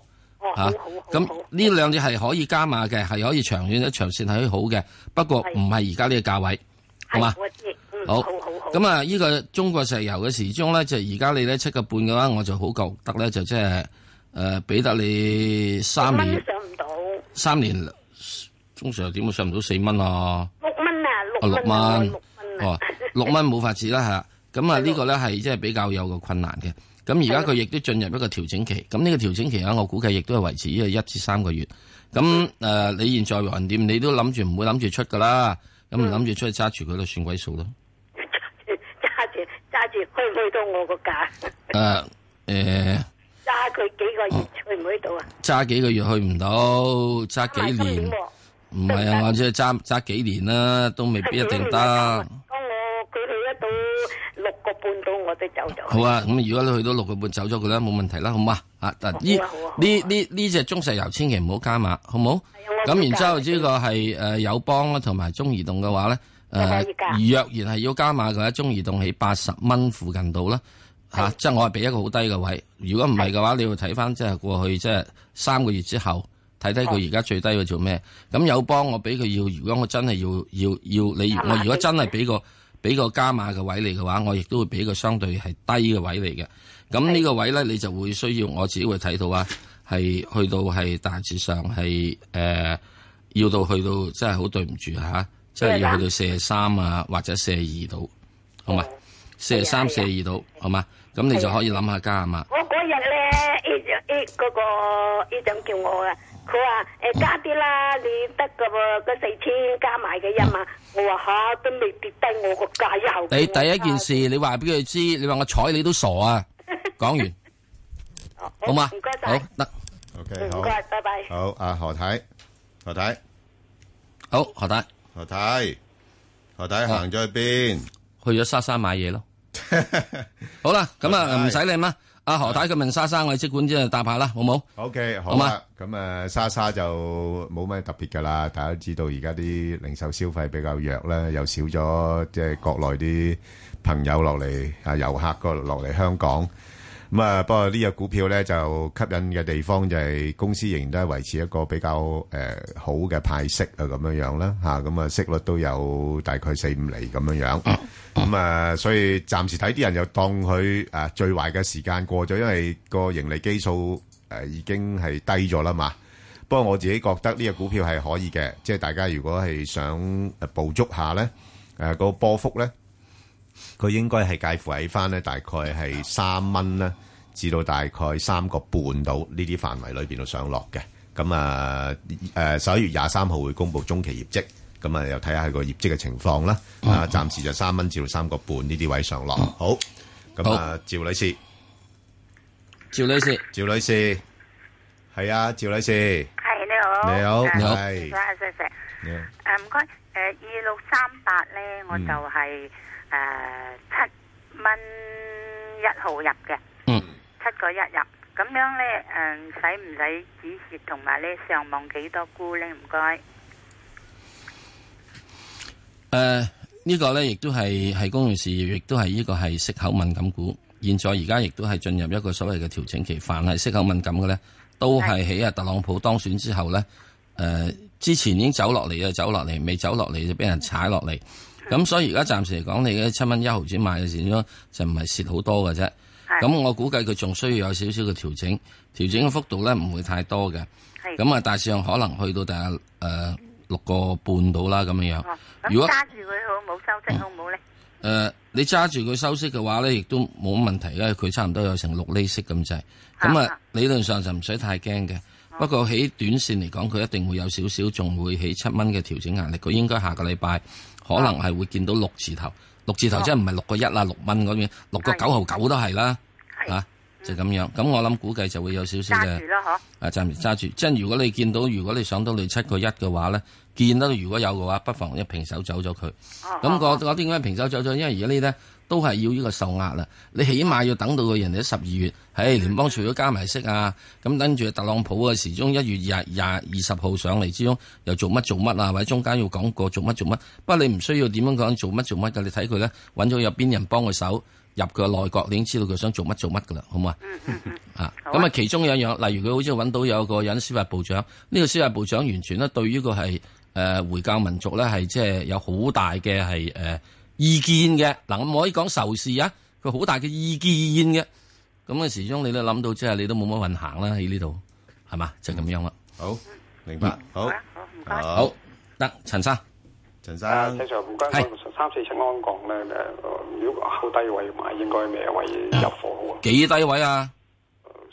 Speaker 11: 吓，咁呢兩隻係可以加碼嘅，係可以長遠一長線係好嘅，不過唔係而家呢個價位，好嘛？
Speaker 26: 我知，嗯，
Speaker 11: 好
Speaker 26: 好好好。
Speaker 11: 咁啊，呢個中國石油嘅時鐘咧，就而家你咧七個半嘅話，我就好覺得咧，就即係誒俾得你三年
Speaker 26: 蚊上唔到六
Speaker 11: 三年，中石油點會上唔到四蚊啊？
Speaker 26: 蚊啊，
Speaker 11: 哦
Speaker 26: 六
Speaker 11: 六
Speaker 26: 蚊啊，
Speaker 11: 蚊
Speaker 26: 六蚊，啊
Speaker 11: 哦，六 蚊冇法子啦吓，咁啊呢個咧係即係比較有個困難嘅。咁而家佢亦都進入一個調整期，咁呢個調整期啊咧，我估計亦都係維持呢個一至三個月。咁誒、呃你現在橫掂，你都諗住唔會諗住出噶啦，咁唔諗住出去揸住佢都算鬼數咯。
Speaker 26: 揸住揸住，去唔去到我個價？
Speaker 11: 誒誒，
Speaker 26: 揸佢幾個月去唔去到啊？
Speaker 11: 揸、幾個月去唔到，揸幾年唔係 啊，我即係揸揸幾年啦，都未必一定得。
Speaker 26: 當我佢去得到六個半到，我都走咗。
Speaker 11: 好啊，咁如果你去到六個半走咗佢啦，冇問題啦，好嘛？啊，但呢
Speaker 26: 好啊好啊啊好啊
Speaker 11: 呢呢呢只中石油千祈唔好加碼，好冇？咁然之後呢個係誒友邦呃啦，同埋中移動嘅話咧，誒若然係要加碼嘅話，中移動喺八十蚊附近度啦，嚇，即係我係俾一個好低嘅位。如果唔係嘅話，你要睇翻即係過去即係三個月之後。睇睇佢而家最低佢做咩？咁友邦我俾佢要，如果我真係要要要你，
Speaker 1: 加碼
Speaker 11: 我如果真係俾個俾個加碼嘅位你嘅話，我亦都會俾個相對係低嘅位嚟嘅。咁呢個位咧，你就會需要我自己會睇到啊，係去到係大致上係誒、呃要到去到真係好對唔住嚇，即係要去到四十三啊或者四十二度，好
Speaker 26: 哦
Speaker 11: 嘛？四十
Speaker 26: 啊
Speaker 11: 三、四十二度，好嘛？咁你就可以諗下加碼。
Speaker 26: 我嗰日咧，呢張呢嗰個呢張叫我啊，佢話誒加啲啦，你得㗎喎，嗰四千加埋嘅一萬。我話吓，都未跌低我個價又。
Speaker 11: 你第一件事，
Speaker 26: 哦
Speaker 11: 你話俾佢知，你話我睬你都傻啊！ 講完，好嘛？
Speaker 26: 唔該
Speaker 11: 好
Speaker 26: 晒，嗯
Speaker 11: 得，
Speaker 10: OK，好
Speaker 26: 唔該，拜拜。
Speaker 10: 好啊，何太，何太，
Speaker 11: 好何太，
Speaker 10: 何太，何太行咗去邊？
Speaker 11: 去咗沙沙買嘢咯。好啦，咁啊唔使你啦。阿何太佢問莎莎，我哋即管即係答下啦，好冇？
Speaker 10: 啊 OK，好
Speaker 11: 好嘛
Speaker 10: 啊。咁啊，莎莎就冇咩特別㗎啦。大家都知道而家啲零售消費比較弱啦，又少咗即係國內啲朋友落嚟啊，遊客過落嚟香港。咁啊，不過呢只股票咧就吸引嘅地方就係公司仍然都係維持一個比較誒、呃好嘅派息啊咁樣樣啦嚇，咁啊息率都有大概四五厘咁樣樣，咁啊所以暫時睇啲人又當佢啊最壞嘅時間過咗，因為個盈利基數誒、呃已經係低咗啦嘛。不過我自己覺得呢只股票係可以嘅，即係大家如果係想呃捕捉下咧，誒、個波幅咧。佢應該係介乎喺翻咧，大概係三蚊啦，至到大概三個半到呢啲範圍裏邊度上落嘅。咁啊誒十一月廿三號會公布中期業績，咁啊又睇下佢個業績嘅情況啦。啊，暫時就三蚊至到三個半呢啲位上落。好，咁啊，趙女士，
Speaker 11: 趙女士，
Speaker 10: 趙女士，係啊，趙女士，
Speaker 1: 系你好，
Speaker 10: 你好
Speaker 1: 誒
Speaker 10: 你
Speaker 1: 唔
Speaker 10: 好
Speaker 1: 該阿 Sir Sir，诶唔該，诶二六三八咧，我就係诶七蚊一號入嘅，
Speaker 11: 嗯，
Speaker 1: 七個一入，咁樣咧诶使唔使止蝕同埋咧上網幾多沽咧？唔該，
Speaker 11: 誒呃呢個咧，亦都係係公用事業，亦都係呢個係息口敏感股。現在而家亦都係進入一個所謂嘅調整期，凡係息口敏感嘅咧，都係喺啊特朗普當選之後咧，誒、呃之前已經走落嚟就走落嚟，未走落嚟就俾人踩落嚟。咁所以而家暫時嚟講，你嘅七蚊一毫子買嘅時鐘就唔係蝕好多嘅啫。咁我估計佢仲需要有少少嘅調整，調整嘅幅度咧唔會太多嘅。咁啊，大致上可能去到大概誒六個半到啦咁樣樣。如
Speaker 1: 咁
Speaker 11: 果
Speaker 1: 揸住佢好冇收息好唔好咧？
Speaker 11: 誒、呃你揸住佢收息嘅話咧，亦都冇乜問題，因為佢差唔多有成六厘息咁滯。咁啊，理論上就唔使太驚嘅。
Speaker 1: 哦
Speaker 11: 不過喺短線嚟講，佢一定會有少少，仲會起七蚊嘅調整壓力。佢應該下個禮拜可能係會見到六字頭，六字
Speaker 1: 哦
Speaker 11: 頭即係唔係六個一啦，六蚊嗰邊，六個九毫九都係啦，嚇、就咁樣。咁我諗估計就會有少少
Speaker 1: 揸
Speaker 11: 嘅
Speaker 1: 住。咯，嗬。
Speaker 11: 啊，暫時揸住。即係如果你見到，如果你上到你七個一嘅話咧，見到如果有嘅話，不妨一平手走咗佢。咁我我點解平手走咗？因為而家呢啲咧都係要呢個受壓啦。你起碼要等到個人哋十二月，唉，聯邦除咗加埋息啊，咁跟住特朗普嘅時鐘一月廿廿二十號上嚟之中，又做乜做乜啊？或者中間要講過做乜做乜。不過你唔需要點樣講做乜做乜㗎，你睇佢咧揾咗有邊人幫佢手。入佢個內閣，你已經知道佢想做乜做乜噶啦，好唔好啊？ 啊，咁啊，其中有一樣，例如佢好似揾到有個人司法部長，呢、個司法部長完全咧對於個係呃誒回教民族咧係即係有好大嘅係誒意見嘅。嗱、我唔可以講仇視啊，佢好大嘅意見嘅。咁嘅時鐘你都諗到，即係你都冇乜運行啦喺呢度，係嘛？就咁樣啦。
Speaker 10: 好，明白。好，
Speaker 11: 好，得陳生，
Speaker 10: 陳
Speaker 27: 啊，
Speaker 10: 生
Speaker 27: 石 Sir，唔該，三四七安港咧，誒、如果後低位買，應該咩位入貨好啊？
Speaker 11: 幾低位啊？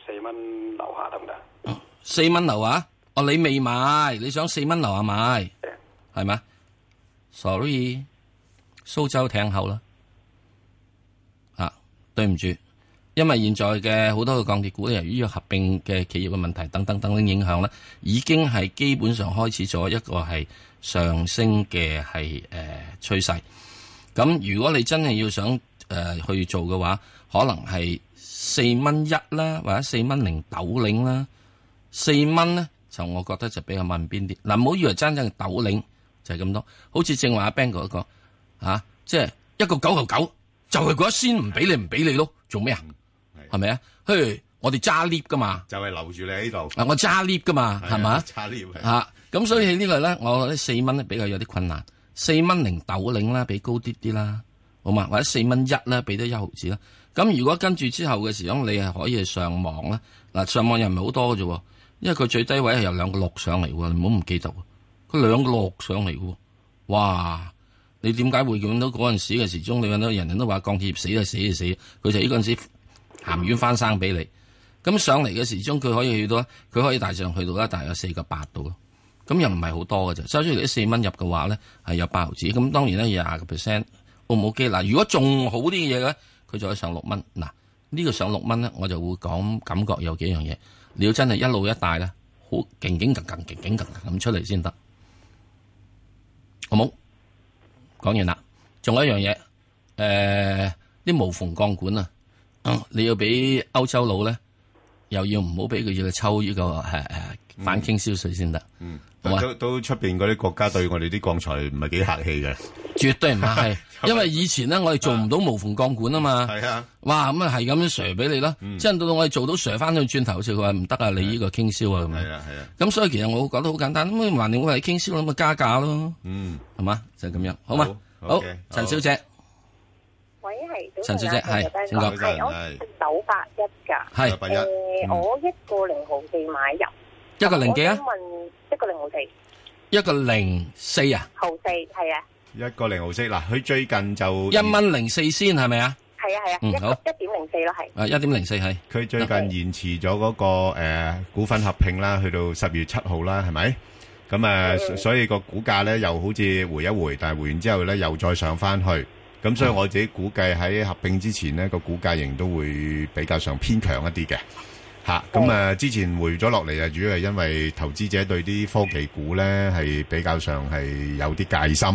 Speaker 27: 四蚊樓下得唔得？
Speaker 11: 四蚊樓啊？哦，你未買，你想四蚊樓啊買，係咪？Sorry，蘇州艇口啦。啊，對唔住，因為現在嘅好多嘅鋼鐵股，由於要合併嘅企業嘅問題等等等等影響咧，已經係基本上開始咗一個係上升嘅係誒趨勢。咁如果你真係要想誒、呃去做嘅話，可能係四蚊一啦，或者四蚊零豆領啦。四蚊咧，就我覺得就比較問邊啲。嗱，唔好以為真正豆領就係咁多，好似正話阿 Bang 哥講啊，即係一個九毫九，就係嗰一仙唔俾你唔俾你咯，做咩啊？係咪啊？嘿，我哋揸 lift 噶嘛，
Speaker 10: 就係留住你喺度。
Speaker 11: 啊，我揸 lift 噶嘛，係嘛？
Speaker 10: 差呢位。
Speaker 11: 啊，咁所以呢個咧，我覺得四蚊咧比較有啲困難，四蚊零豆領啦，俾高啲啲啦，好嘛？或者四蚊一啦，俾多一毫子啦。咁如果跟住之後嘅時候，你係可以係上網啦。嗱，上網又唔係好多嘅啫喎，因為佢最低位係由兩個六上嚟喎，你唔好唔記得喎。佢兩個六上嚟嘅喎，哇！你點解會見到嗰陣時嘅時鐘？你揾到人人都話鋼鐵業死就死就死，佢就呢嗰陣時鹹魚翻生俾你。咁上嚟嘅時鐘佢可以去到，佢可以大致上去到啦，大約四個八度咯。咁又唔係好多嘅啫，收出嚟四蚊入嘅話咧，係有八毫子。咁當然咧，廿個 percent O 唔 O K？嗱，如果仲好啲嘢咧，佢就可以上六蚊。嗱，呢個上六蚊咧，我就會講感覺有幾樣嘢。你要真係一路一帶咧，好勁勁勁勁勁勁勁咁出嚟先得，好冇？講完啦，仲有一樣嘢，誒、啲無縫鋼管啊，你要俾歐洲佬咧，又要唔好俾佢要抽呢、個誒、呃反傾銷税先得。
Speaker 10: 嗯，
Speaker 11: 好啊
Speaker 10: 都都出边嗰啲國家對我哋啲鋼材唔係幾客氣嘅，
Speaker 11: 絕對唔 係，因為以前咧我哋做唔到無縫鋼管啊嘛。係嗯
Speaker 10: 啊，
Speaker 11: 哇咁啊係咁樣 s 俾你啦，即係到到我哋做到 s 翻去轉頭，好似佢話唔得啊，你呢個傾銷啊咁樣。係
Speaker 10: 啊係啊。
Speaker 11: 咁所以其實我覺得好簡單，咁啊橫掂我係傾銷，咁咪加價咯。
Speaker 10: 嗯，
Speaker 11: 係嘛，就係咁樣，好嘛？好，陳小姐，
Speaker 3: 喂，係
Speaker 11: 陳小姐係請講
Speaker 3: 係我九八一㗎，
Speaker 11: 係九八一
Speaker 3: 誒
Speaker 11: 嗯
Speaker 3: 我一個零毫四買入，
Speaker 11: 一個零幾啊
Speaker 3: 我想問一個零毫四
Speaker 11: 一個零四啊，
Speaker 3: 後四係啊，
Speaker 10: 一個零毫四嗱，佢最近就
Speaker 11: 一蚊零四先係咪啊？
Speaker 3: 係啊係啊，
Speaker 10: 嗯
Speaker 3: 一
Speaker 10: 好
Speaker 3: 一點零四咯係，
Speaker 11: 啊，一點零四係。
Speaker 10: 佢最近延遲咗嗰個誒股份合併啦，去到十月七號啦，係咪？咁啊，所所以個股價咧又好似回一回，但係回完之後咧又再上翻去。咁所以我自己估計喺合併之前呢個股價仍都會比較上偏強一啲嘅
Speaker 3: 哦
Speaker 10: 嚇。咁啊，之前回咗落嚟啊，主要係因為投資者對啲科技股咧係比較上係有啲戒心。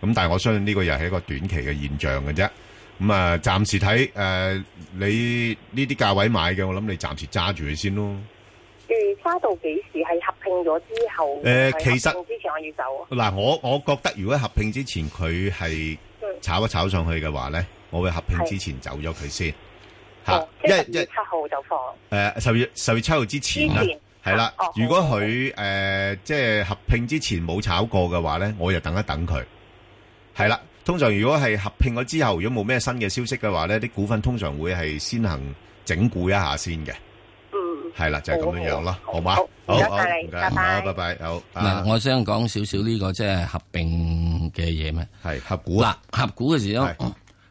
Speaker 10: 咁但係我相信呢個又係一個短期嘅現象嘅啫。咁啊，暫時睇誒、呃你呢啲價位買嘅，我諗你暫時揸住佢先咯。
Speaker 3: 誒揸到幾時係合併咗之後？
Speaker 10: 誒
Speaker 3: 係
Speaker 10: 其實
Speaker 3: 合併之前我要走啊，
Speaker 10: 嗱，我我覺得如果合併之前
Speaker 3: 嗯
Speaker 10: 佢係炒一炒上去嘅話咧，我會合併之前走咗佢先嚇，
Speaker 3: 哦即係十月七號就放，
Speaker 10: 誒呃十月十月七號之前啦
Speaker 3: 之前，
Speaker 10: 係啦。如果佢誒即係合併之前冇炒過嘅話咧，我就等一等佢。係啦，通常如果係合併咗之後，如果冇咩新嘅消息嘅話咧，啲股份通常會係先行整固一下先嘅。
Speaker 3: 嗯，
Speaker 10: 係啦，就係咁樣樣咯，好嘛？
Speaker 3: 好
Speaker 10: 好，
Speaker 3: 唔該
Speaker 10: 好
Speaker 3: 晒你
Speaker 10: 唔該，
Speaker 3: 拜拜
Speaker 10: 好，拜拜，好。啊
Speaker 11: 嗱，我想講少少呢個即係合併嘅嘢咩？
Speaker 10: 係合股啊
Speaker 11: 嗱，合股嘅時候，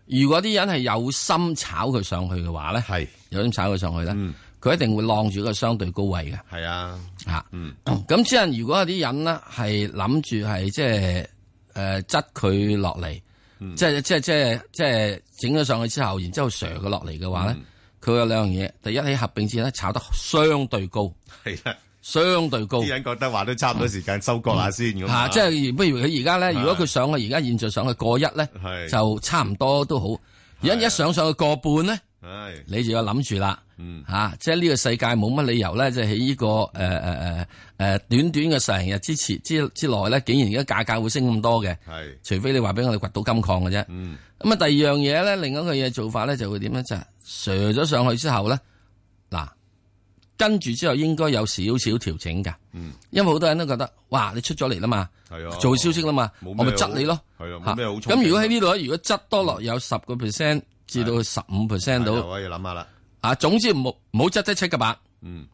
Speaker 11: 如果啲人係有心炒佢上去嘅話咧，
Speaker 10: 係嗯
Speaker 11: 有心炒佢上去咧，佢一定會晾住一個相對高位嘅。
Speaker 10: 係啊，
Speaker 11: 嚇，
Speaker 10: 嗯，
Speaker 11: 咁之後如果有啲人咧係諗住係即係誒執佢落嚟，
Speaker 10: 嗯
Speaker 11: 即係即係即係即係整咗上去之後，然之後削佢落嚟嘅話
Speaker 10: 嗯
Speaker 11: 咧，佢有兩樣嘢，第一喺合併之前咧炒得相對高，
Speaker 10: 係啦，
Speaker 11: 相對高。
Speaker 10: 啲人覺得話都差唔多時間收割下先咁
Speaker 11: 吓，
Speaker 10: 啊。
Speaker 11: 即係不如佢而家咧，如
Speaker 10: 係
Speaker 11: 果佢上去而家現在上去過一咧，
Speaker 10: 係啊
Speaker 11: 就差唔多都好。而家一上上去過半咧，
Speaker 10: 係
Speaker 11: 你就要諗住啦。
Speaker 10: 嗯
Speaker 11: 吓，即係呢個世界冇乜理由咧，就喺呢個呃誒誒誒誒呃短短嘅十零日之前之之內咧，竟然而家價格會升咁多嘅。
Speaker 10: 係
Speaker 11: 除非你話俾我哋掘到金礦嘅啫。
Speaker 10: 嗯
Speaker 11: 咁啊，第二樣嘢咧，另一個嘢做法咧就會點咧，就係瀡咗上去之後咧，嗱，跟住之後應該有少少調整㗎。
Speaker 10: 嗯，
Speaker 11: 因為好多人都覺得，哇！你出咗嚟啦嘛，
Speaker 10: 係啊
Speaker 11: 做消息啦嘛，
Speaker 10: 冇咩
Speaker 11: 我咪執你咯。
Speaker 10: 好係啊
Speaker 11: 嚇
Speaker 10: 冇咩好憧憬
Speaker 11: 咁如果喺呢度啊咧，如果執多落有十個 percent 至到十五 percent
Speaker 10: 嗯係
Speaker 11: 到，
Speaker 10: 就可以諗下啦。
Speaker 11: 啊，總之唔好唔好執得七個八
Speaker 10: 嗯，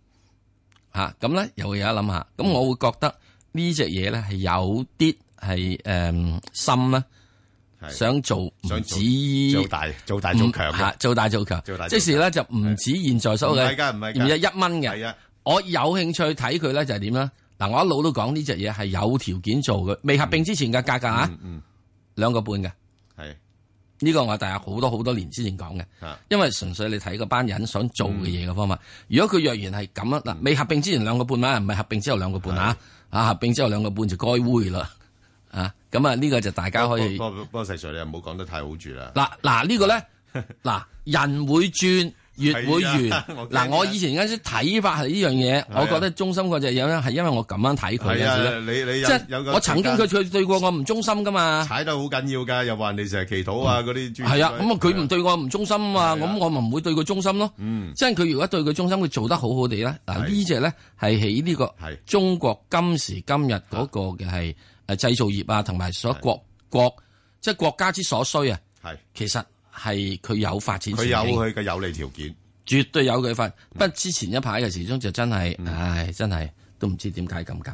Speaker 11: 嚇，咁咧又有得諗下。咁我會覺得呢隻嘢咧係有啲係誒心啦，想做唔止
Speaker 10: 做大做大做強
Speaker 11: 唔
Speaker 10: 嘅
Speaker 11: 嚇做大做強
Speaker 10: 做大，做
Speaker 11: 即是咧就唔止現在收嘅，
Speaker 10: 唔係㗎唔係啊㗎
Speaker 11: 而係一蚊嘅。我有興趣睇佢咧就係點啦？嗱，我一路都講呢只嘢係有條件做嘅，未合並之前嘅價格啊，兩個半嘅。
Speaker 10: 嗯係
Speaker 11: 呢個我大係好多好多年之前講嘅，因為純粹你睇嗰班人想做
Speaker 10: 嗯
Speaker 11: 嘅嘢嘅方法。如果佢若然係咁啊，嗱，未合並之前兩個半啦，唔係合並之後兩個半啊，啊合並之後兩個半就該會啦，啊咁啊呢個就大家可以
Speaker 10: 不過不過不過，細 Sir 你又唔好講得太好 住啦。
Speaker 11: 嗱嗱呢個 咧嗱人會轉。越會圓
Speaker 10: 係啊我驚
Speaker 11: 嗱，我以前嗰陣時睇法係呢樣嘢，
Speaker 10: 啊
Speaker 11: 我覺得中心嗰隻嘢咧係因為我咁樣睇佢
Speaker 10: 係
Speaker 11: 嗰陣時
Speaker 10: 啊，
Speaker 11: 咧
Speaker 10: 你你有
Speaker 11: 即
Speaker 10: 有
Speaker 11: 係
Speaker 10: 個
Speaker 11: 我曾經
Speaker 10: 時
Speaker 11: 佢
Speaker 10: 間
Speaker 11: 佢對過我唔忠心噶嘛，
Speaker 10: 踩得好緊要㗎，又話人哋成日祈禱啊嗰啲諸如
Speaker 11: 係啊，
Speaker 10: 此類
Speaker 11: 咁啊佢唔對我唔忠心啊嘛，咁我咪唔會對佢忠心咯。
Speaker 10: 嗯
Speaker 11: 即係佢如果對佢忠心，佢做得好好地咧，嗱
Speaker 10: 係
Speaker 11: 呢只咧係喺呢個中國今時今日嗰個嘅係誒製造業啊，同埋所國國即係國家之所需啊。
Speaker 10: 係
Speaker 11: 其實係佢有發展
Speaker 10: 佢
Speaker 11: 前景，
Speaker 10: 有佢嘅有利條件。嗯
Speaker 11: 絕對有佢發。不過之前一排嘅時鐘就真係，唉，真係都唔知點解咁搞。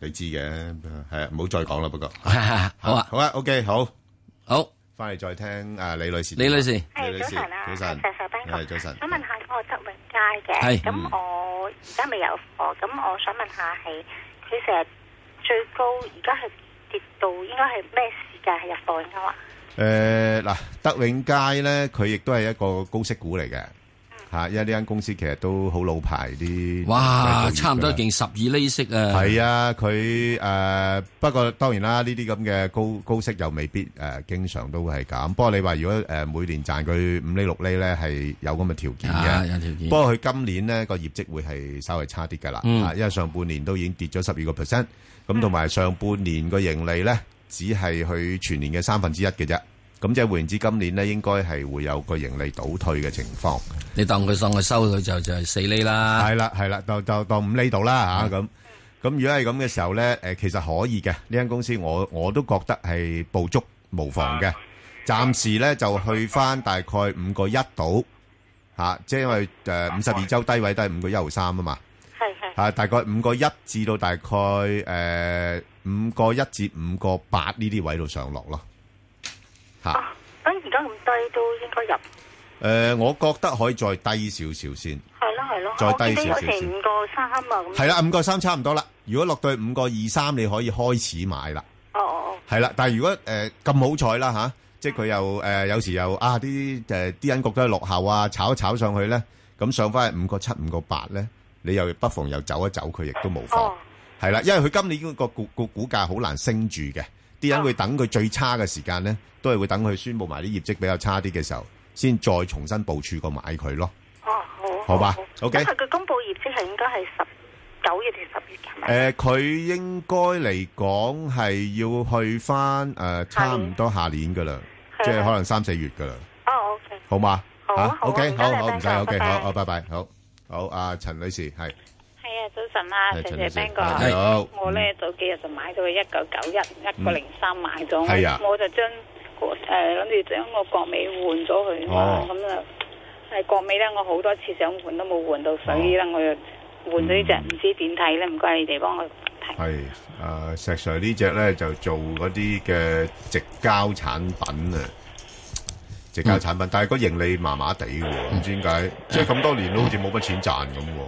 Speaker 10: 你知嘅，係啊，唔好再講啦。不過
Speaker 11: 好啊，
Speaker 10: 好啊，OK，好，
Speaker 11: 好，
Speaker 10: 翻嚟再聽啊，李女士。
Speaker 11: 李女士
Speaker 10: 李女
Speaker 28: 係
Speaker 10: 士，
Speaker 28: 早晨啊
Speaker 10: 早晨，
Speaker 28: 石 Sir，Ben 哥
Speaker 10: 係早晨。
Speaker 28: 想問下嗰個質域
Speaker 1: 街嘅，
Speaker 11: 係
Speaker 1: 咁我而家未有貨，咁我想問下係佢成日最高而家係跌到應該係咩市價係入貨應該話？
Speaker 10: 诶，嗱、德永佳咧，佢亦都系一個高息股嚟嘅，吓、因為呢間公司其實都好老牌啲。
Speaker 11: 哇，差唔多一件十二厘息啊！
Speaker 10: 系啊，佢诶、呃不過當然啦，呢啲咁嘅高高息又未必诶、呃，经常都係咁。不過你話如果诶、呃每年賺佢五厘六厘咧，係有咁嘅條件嘅、
Speaker 11: 啊有條件
Speaker 10: 不過佢今年呢個業績會係稍微差啲㗎啦，
Speaker 11: 嗯
Speaker 10: 啊因為上半年都已經跌咗十二個 percent，咁同埋上半年個盈利咧只係佢全年嘅三分之一嘅啫。咁即係換言之，今年咧應該係會有個盈利倒退嘅情況。
Speaker 11: 你當佢當佢收佢就就系四厘啦。
Speaker 10: 係啦，係啦，就就當五厘度啦啊嚇咁。咁如果係咁嘅時候咧，誒其實可以嘅呢間公司我，我都覺得係捕捉無妨嘅。暫時咧就去翻大概五個一度嚇，即係因為誒五十二周低位都係五個一毫三啊嘛。
Speaker 1: 係係
Speaker 10: 啊，大概五個一至到大概誒五個一至五個八呢啲位度上落咯。嚇、
Speaker 1: 咁而家咁低都應該入，
Speaker 10: 誒、我覺得可以再低少少先。
Speaker 1: 係咯係咯，
Speaker 10: 再低
Speaker 1: 我見到
Speaker 10: 少少
Speaker 1: 有成
Speaker 10: 先
Speaker 1: 五個三啊咁。
Speaker 10: 係啦，五個三差唔多啦。如果落到五個二三，你可以開始買啦。
Speaker 1: 哦哦
Speaker 10: 係啦，但係如果誒咁好彩啦吓，即係佢又誒有時又啊啲誒啲銀局都係落後啊，炒一炒上去咧，咁上翻去五個七、五個八咧，你又不妨又走一走佢，亦都冇
Speaker 1: 哦
Speaker 10: 妨。係啦，因為佢今年個股股股價好難升住嘅，啲
Speaker 1: 哦
Speaker 10: 人會等佢最差嘅時間咧，都係會等佢宣布埋啲業績比較差啲嘅時候，先再重新部署個買佢咯。
Speaker 1: 哦哦，好
Speaker 10: 好吧，OK
Speaker 1: 因為佢公佈業績係應該係十九月定十月係咪？
Speaker 10: 诶，呃佢、應該嚟講係要去翻诶、誒差唔多下年噶啦，即係可能三四月噶啦，
Speaker 1: 哦，OK，
Speaker 10: 好嘛？
Speaker 1: 啊好啊好啊
Speaker 10: o k
Speaker 1: 唔該
Speaker 10: 好
Speaker 1: 你
Speaker 10: 好唔使
Speaker 1: Ben 哥拜
Speaker 10: ，OK，
Speaker 1: 拜
Speaker 10: 好，好，拜拜，好，好，阿陳女士係
Speaker 28: 系啊，早晨啊，
Speaker 10: 係
Speaker 28: 謝
Speaker 10: 陳女
Speaker 28: 謝
Speaker 10: 士
Speaker 28: Ben 哥
Speaker 10: 係好。
Speaker 28: 我咧早幾日就買咗一九九一一個零三買咗，
Speaker 10: 係啊
Speaker 28: 我就將個誒諗住將個國美換咗佢嘛
Speaker 13: 哦，
Speaker 28: 咁啊係國美咧，我好多次想換都冇換到，所以
Speaker 10: 哦
Speaker 28: 咧我又換咗呢只，唔知點睇咧？唔該你哋幫我。
Speaker 10: 係诶、誒石 Sir 呢只咧就做嗰啲嘅直交產品啊，直交產品，但係個盈利麻麻地嘅喎，唔知點解，即係咁多年都好似冇乜錢賺咁喎。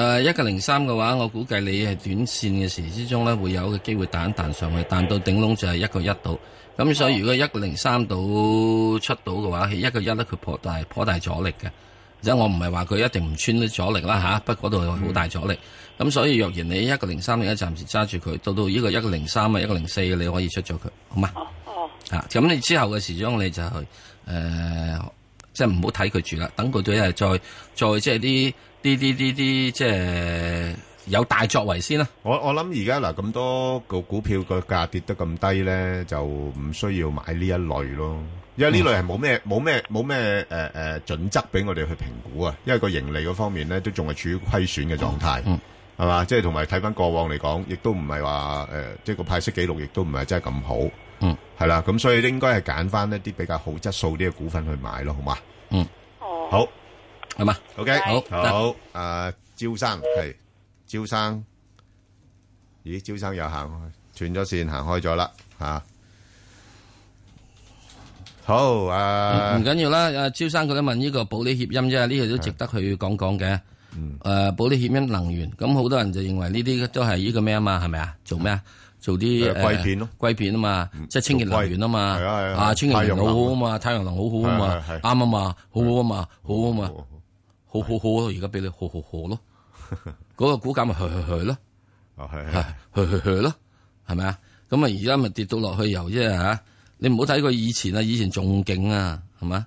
Speaker 11: 诶，一个零三嘅話，我估計你係短線嘅時之中咧，會有嘅機會彈一彈上去，彈到頂籠就係一個一度。咁
Speaker 10: 哦
Speaker 11: 所以如果一個零三度出到嘅話，係一個一咧，佢頗大頗大阻力嘅。即係我唔係話佢一定唔穿啲阻力啦吓，不過嗰度有好大阻力。咁、所以若然你一個零三，你而家暫時揸住佢，到到呢個一個零三啊，一個零四，你可以出咗佢，好嘛？
Speaker 28: 哦，
Speaker 11: 啊，咁你之後嘅時鐘你就去誒、即係唔好睇佢住啦，等佢都係再再即係啲啲啲啲啲即係有大作為先啦。
Speaker 10: 我我諗而家嗱咁多個股票個價跌得咁低咧，就唔需要買呢一類咯。因為呢類係冇咩冇咩冇咩誒誒準則俾我哋去評估啊，因為個盈利嗰方面咧都仲係處於虧損嘅狀態，係嘛、即係同埋睇翻過往嚟講，亦都唔係話誒，即係個派息記錄亦都唔係真係咁好，
Speaker 11: 嗯，
Speaker 10: 係啦，咁所以應該係揀翻一啲比較好質素啲嘅股份去買咯，好嘛？
Speaker 11: 嗯，
Speaker 28: 哦，
Speaker 10: 好，
Speaker 11: 係嘛
Speaker 10: ？OK，
Speaker 11: 好
Speaker 10: 好，誒，招生係招生。咦，招生又行開斷咗線，行開咗啦吓。好啊，
Speaker 11: 嗯唔緊要啦，阿招生佢都問呢個保利協鑫啫，呢個都值得去講講嘅。
Speaker 10: 嗯
Speaker 11: 誒、保利協鑫能源，咁好多人就認為呢啲都係呢個咩啊嘛，係咪啊？做咩啊？做啲
Speaker 10: 嗯誒硅片咯，
Speaker 11: 硅片啊嘛，即係清潔能源啊嘛，
Speaker 10: 做硅係啊係啊
Speaker 11: 啊清潔能源
Speaker 10: 太陽能
Speaker 11: 好好啊嘛，太陽能好好啊嘛，
Speaker 10: 係係係
Speaker 11: 啱啊嘛，好好啊嘛，好好啊嘛，好好好咯，而家俾你好好好 咯，嗰個股價咪去去去咯，
Speaker 10: 哦
Speaker 11: 係去去去咯，係咪啊？咁啊而家咪跌到落去油啫嚇，啊你唔好睇佢以前啊，以前仲勁啊，係咪啊？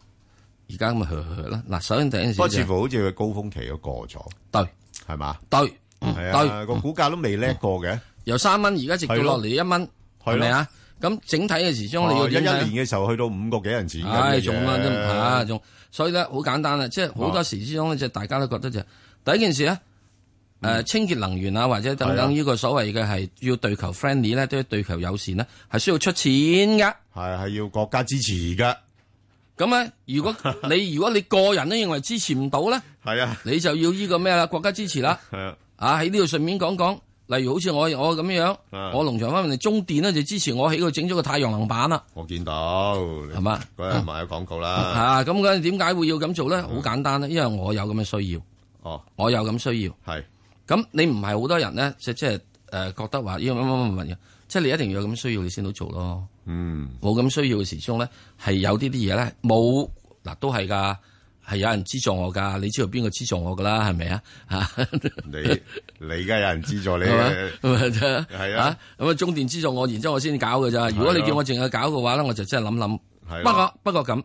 Speaker 11: 而家咁咪去去去啦。嗱，首先第一件事
Speaker 10: 不過
Speaker 11: 就
Speaker 10: 似
Speaker 11: 係
Speaker 10: 乎好似佢高峰期都過咗，
Speaker 11: 對，
Speaker 10: 係嘛？
Speaker 11: 對，
Speaker 10: 係啊，
Speaker 11: 對
Speaker 10: 個股價都未叻過嘅，
Speaker 11: 由三蚊而家直到落嚟一蚊，
Speaker 10: 係咯
Speaker 11: 係咪啊？咁整體嘅時鐘你
Speaker 10: 哦
Speaker 11: 要
Speaker 10: 一
Speaker 11: 點睇啊
Speaker 10: 一年嘅時候去到五個幾人錢嘅
Speaker 11: 唉，
Speaker 10: 啫
Speaker 11: 仲啦都唔怕，仲所以咧好簡單啦，即係好
Speaker 10: 啊
Speaker 11: 多時之中咧，就大家都覺得就係第一件事咧，誒清潔能源啊，或者等
Speaker 10: 嗯係啊
Speaker 11: 等呢個所謂嘅係要對球 friendly 咧，都要對球友善咧，係需要出錢噶，
Speaker 10: 係係要國家支持噶。
Speaker 11: 咁咧，如 果你如果你個人都認為支持唔到咧，
Speaker 10: 係啊，
Speaker 11: 你就要呢個咩啦，國家支持啦，
Speaker 10: 係啊。
Speaker 11: 啊喺呢度順便講講，例如好似我我咁樣，
Speaker 10: 啊
Speaker 11: 我農場方面中電咧就支持我喺度整咗個太陽能板啦。啊
Speaker 10: 我見到係
Speaker 11: 嘛？
Speaker 10: 嗰日賣咗廣告啦，嗯
Speaker 11: 啊，咁嗰陣點解會要咁做咧？好簡單咧，因為我有咁嘅需要。
Speaker 10: 哦，
Speaker 11: 我有咁需要。
Speaker 10: 係
Speaker 11: 咁，你唔係好多人咧，即即係誒覺得話要乜乜乜乜嘢，即係你一定要有咁需要你先到做咯。
Speaker 10: 嗯，
Speaker 11: 冇咁需要嘅時鐘咧，係有啲啲嘢咧冇嗱，都係㗎，係有人資助我㗎，你知道邊個資助我㗎啦，係咪啊？嚇
Speaker 10: 你你梗係有人資助你
Speaker 11: 係嘛
Speaker 10: 嘅
Speaker 11: 係咪啫
Speaker 10: 係
Speaker 11: 嚇
Speaker 10: 啊，
Speaker 11: 咁啊中電資助我，然之後我先搞嘅咋。如果你
Speaker 13: 係啊
Speaker 11: 叫我淨係搞嘅話咧，我就真係諗
Speaker 10: 啊
Speaker 11: 諗。不過不過咁。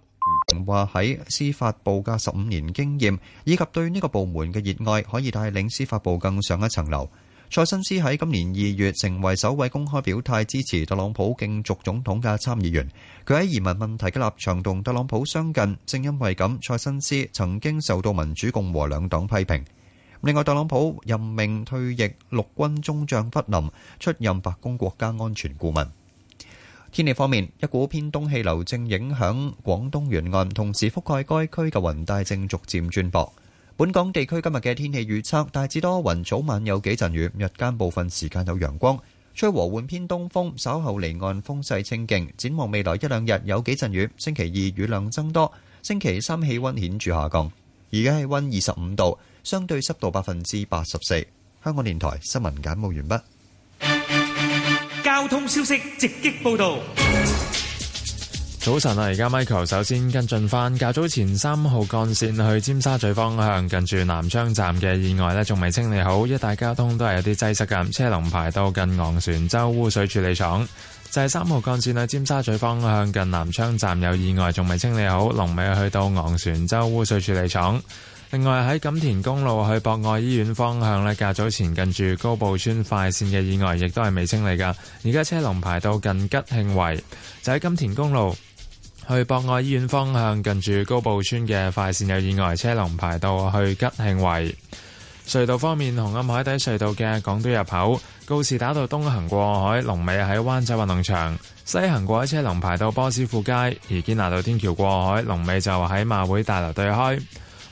Speaker 13: 話喺司法部嘅十五年經驗，以及對呢個部門嘅熱愛，可以帶領司法部更上一層樓。塞申斯喺今年二月成為首位公開表態支持特朗普競逐總統嘅參議員。佢喺移民問題嘅立場同特朗普相近，正因為咁，塞申斯曾經受到民主共和兩黨批評。另外，特朗普任命退役陸軍中將弗林出任白宮國家安全顧問。天氣方面，一股偏東氣流正影響廣東沿岸，同時覆蓋該區嘅雲帶正逐漸轉薄。本港地區今日嘅天氣預測大致多雲，早晚有幾陣雨，日間部分時間有陽光，吹和緩偏東風，稍後離岸風勢清勁。展望未來一兩日有幾陣雨，星期二雨量增多，星期三氣温顯著下降。而家氣温二十五度，相對濕度百分之八十四。香港電台新聞簡報完畢。
Speaker 14: 交通消息直擊報道。
Speaker 15: 早晨啊，而家 Michael 首先跟進翻較早前三號幹線去尖沙咀方向，近住南昌站嘅意外呢，仲未清理好，一帶交通都係有啲擠塞㗎，車龍排到近昂船洲污水處理廠。就係三號幹線去尖沙咀方向，近南昌站有意外，仲未清理好，龍尾去到昂船洲污水處理廠。另外喺錦田公路去博愛醫院方向呢，較早前近住高埔村快線嘅意外，亦都係未清理㗎。而家車龍排到近吉慶圍，就喺錦田公路。去博愛醫院方向，近住高埔村嘅快線有意外，車龍排到去吉慶圍。隧道方面，紅磡海底隧道嘅港島入口，告士打道東行過海，龍尾喺灣仔運動場；西行過海車龍排到波斯富街，而堅拿道天橋過海，龍尾就喺馬會大樓對開。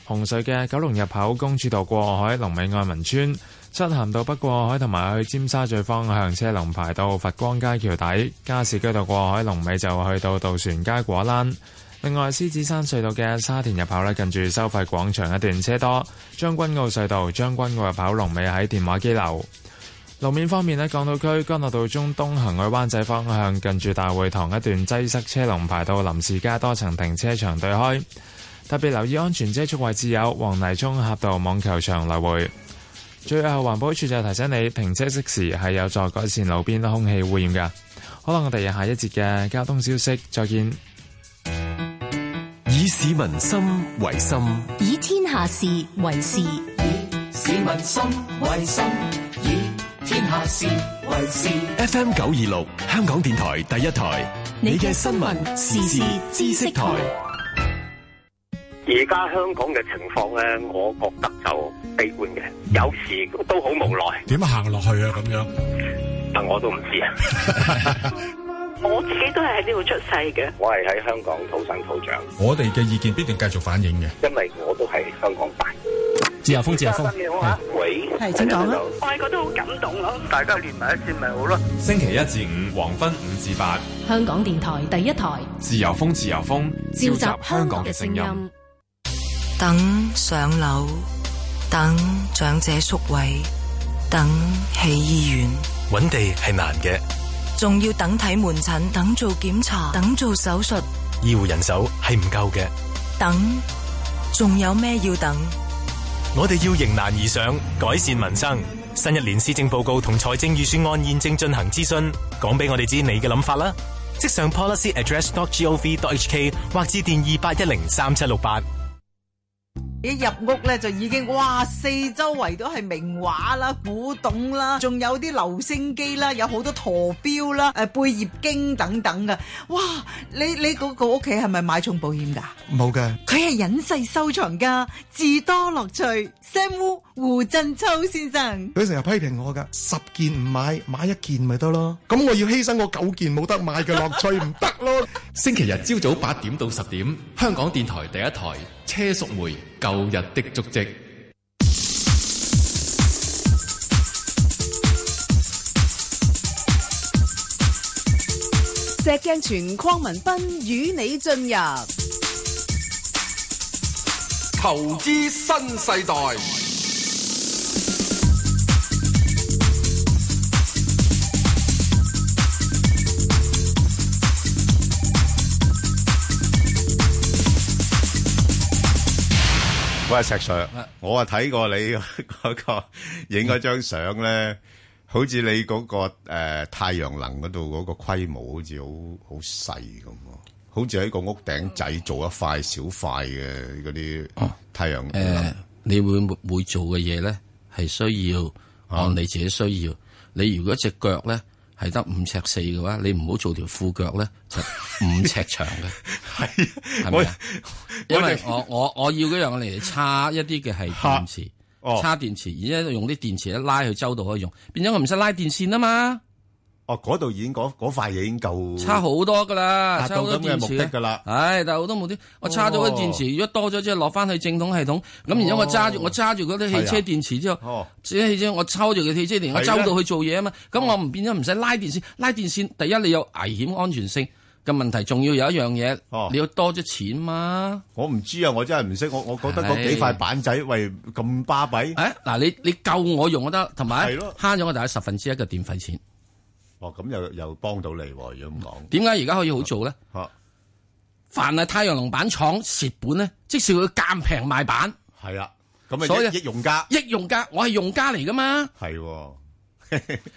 Speaker 15: 紅隧嘅九龍入口公主道過海，龍尾愛民村；漆咸道北過海同埋去尖沙咀方向車龍排到佛光街橋底，加士居道過海龍尾就去到渡船街果欄。另外，獅子山隧道嘅沙田入口呢，近住收費廣場一段車多；將軍澳隧道將軍澳入口龍尾喺電話機樓。路面方面呢，港島區干諾道中東行去灣仔方向，近住大會堂一段擠塞車龍排到林士街多層停車場對開。特別留意安全車速位置有黃泥涌峽道網球場來回。最後，環保署就提醒你停車熄匙係有助改善路邊空氣污染㗎。好啦，我哋下一節嘅交通消息再見。
Speaker 7: 以市民心為心，
Speaker 12: 以天下事為事，
Speaker 29: 市民心為心，以天下事為事。
Speaker 7: FM 九二六，香港電台第一台，你嘅新聞時事知識台。
Speaker 30: 而家香港嘅情況咧，我覺得就悲觀嘅，有時都好無奈，
Speaker 31: 點行落去啊？咁樣
Speaker 30: 但我都唔知 啊。
Speaker 32: 我自己都係喺呢度出世嘅。
Speaker 30: 我係喺香港土生土長，
Speaker 31: 我哋嘅意見必定繼續反映嘅。
Speaker 30: 因為我都係香港大。
Speaker 31: 自由風，自由風。
Speaker 30: 喂，
Speaker 31: 係請講啦啊
Speaker 32: 我
Speaker 18: 啊
Speaker 32: 係覺得好感動咯。
Speaker 6: 大家連埋一線咪好咯。
Speaker 2: 星期一至五黃昏五至八，
Speaker 12: 香港電台第一台
Speaker 2: 自由風自由風，
Speaker 12: 召集香港嘅聲音。
Speaker 33: 等上樓，等長者宿位，等喺醫院，
Speaker 7: 揾地係難嘅，
Speaker 33: 仲要等睇門診，等做檢查，等做手術，
Speaker 7: 醫護人手係唔夠嘅，
Speaker 33: 等仲有咩要等？
Speaker 7: 我哋要迎難而上，改善民生。新一年施政報告同財政預算案現正進行諮詢，講俾我哋知你嘅諗法啦。即上 policyaddress.gov.hk 或致電二八一零三七六八。
Speaker 34: 一入屋咧就已經哇，四周圍都係名畫啦、古董啦，仲有啲留聲機啦，有好多陀錶啦、誒貝葉經等等嘅。哇！你你嗰個屋企係咪買重保險㗎？
Speaker 33: 冇嘅，
Speaker 34: 佢係隱世收藏家，至多樂趣 Sam 胡振秋先生。
Speaker 35: 佢成日批評我噶，十件唔買，買一件咪得咯。咁我要犧牲我九件冇得買嘅樂趣，唔得咯。
Speaker 2: 星期日朝早八點到十點，香港電台第一台車淑梅《舊日的足跡》。
Speaker 8: 石鏡泉邝文斌與你進入
Speaker 9: 投資新世代。
Speaker 10: 喂，石 Sir，我啊睇過你嗰個影嗰張相咧，好似你嗰個诶太陽能嗰度嗰個規模好似好好細咁喎，好似喺個屋頂仔做一塊小塊嘅嗰啲
Speaker 11: 哦
Speaker 10: 太陽
Speaker 11: 誒、呃你會唔會做嘅嘢咧，係需要
Speaker 10: 啊
Speaker 11: 按你自己需要。你如果只腳咧係得五尺四嘅話，你唔好做條褲腳咧 就五尺長嘅。係咪啊？
Speaker 10: 我
Speaker 11: 因為
Speaker 10: 就
Speaker 11: 我我我要嗰樣嚟插一啲嘅係電池，
Speaker 10: 哦
Speaker 11: 插電池，而家用啲電池一拉去周度可以用，變咗我唔使拉電線啊嘛。
Speaker 10: 哦，嗰度已經嗰嗰塊嘢已經夠
Speaker 11: 差好多噶啦，
Speaker 10: 達
Speaker 11: 差
Speaker 10: 啊到
Speaker 11: 好多
Speaker 10: 咁嘅
Speaker 11: 電
Speaker 10: 目
Speaker 11: 池啊
Speaker 10: 的㗎啦。
Speaker 11: 唉，但係好多目的，我差咗個
Speaker 10: 哦
Speaker 11: 電池，如果多咗之後落翻去正統系統，咁然之後我揸住我揸住嗰啲汽車
Speaker 10: 係啊
Speaker 11: 電池之後
Speaker 10: 哦，
Speaker 11: 即係汽車我抽住個汽車電池，我
Speaker 10: 係哦
Speaker 11: 周
Speaker 10: 咧
Speaker 11: 到去做嘢啊嘛，咁我唔變咗唔使拉電線，拉電線第一你有危險安全性嘅問題，仲要有一樣嘢，你要多咗錢嘛。
Speaker 10: 哦我唔知啊，我真係唔識，我我覺得嗰幾塊板仔喂咁巴閉。
Speaker 11: 誒嗱，你你夠我用就得，同埋慳咗我大概十分之一嘅電費錢。
Speaker 10: 哦，咁又又幫到你喎，如果咁講。
Speaker 11: 點解而家可以好做咧？
Speaker 10: 啊
Speaker 11: 凡係太陽能板廠蝕本咧，即使佢鑑平賣板。
Speaker 10: 係啊，咁啊
Speaker 11: 所以
Speaker 10: 益益用家
Speaker 11: 益用家，我係用家嚟噶 嘛，
Speaker 10: 係喎。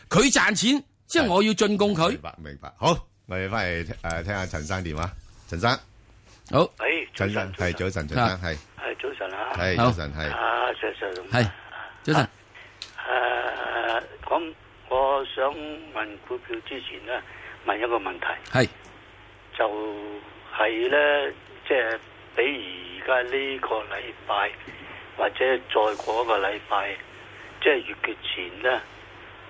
Speaker 11: 佢賺錢，即係我要進攻佢。
Speaker 10: 明白。好，我哋翻嚟诶听下陳生電話。陳生，
Speaker 11: 好。
Speaker 10: 诶，陳生係早晨，陳
Speaker 11: 啊
Speaker 10: 生係
Speaker 27: 系早晨啊，
Speaker 10: 係早晨係
Speaker 27: 啊石 Sir，
Speaker 11: 係早晨，
Speaker 27: 诶，咁我想問股票之前咧，問一個問題，
Speaker 11: 係
Speaker 27: 就係咧，即係比而家呢個禮拜或者再過一個禮拜，即係月結前咧，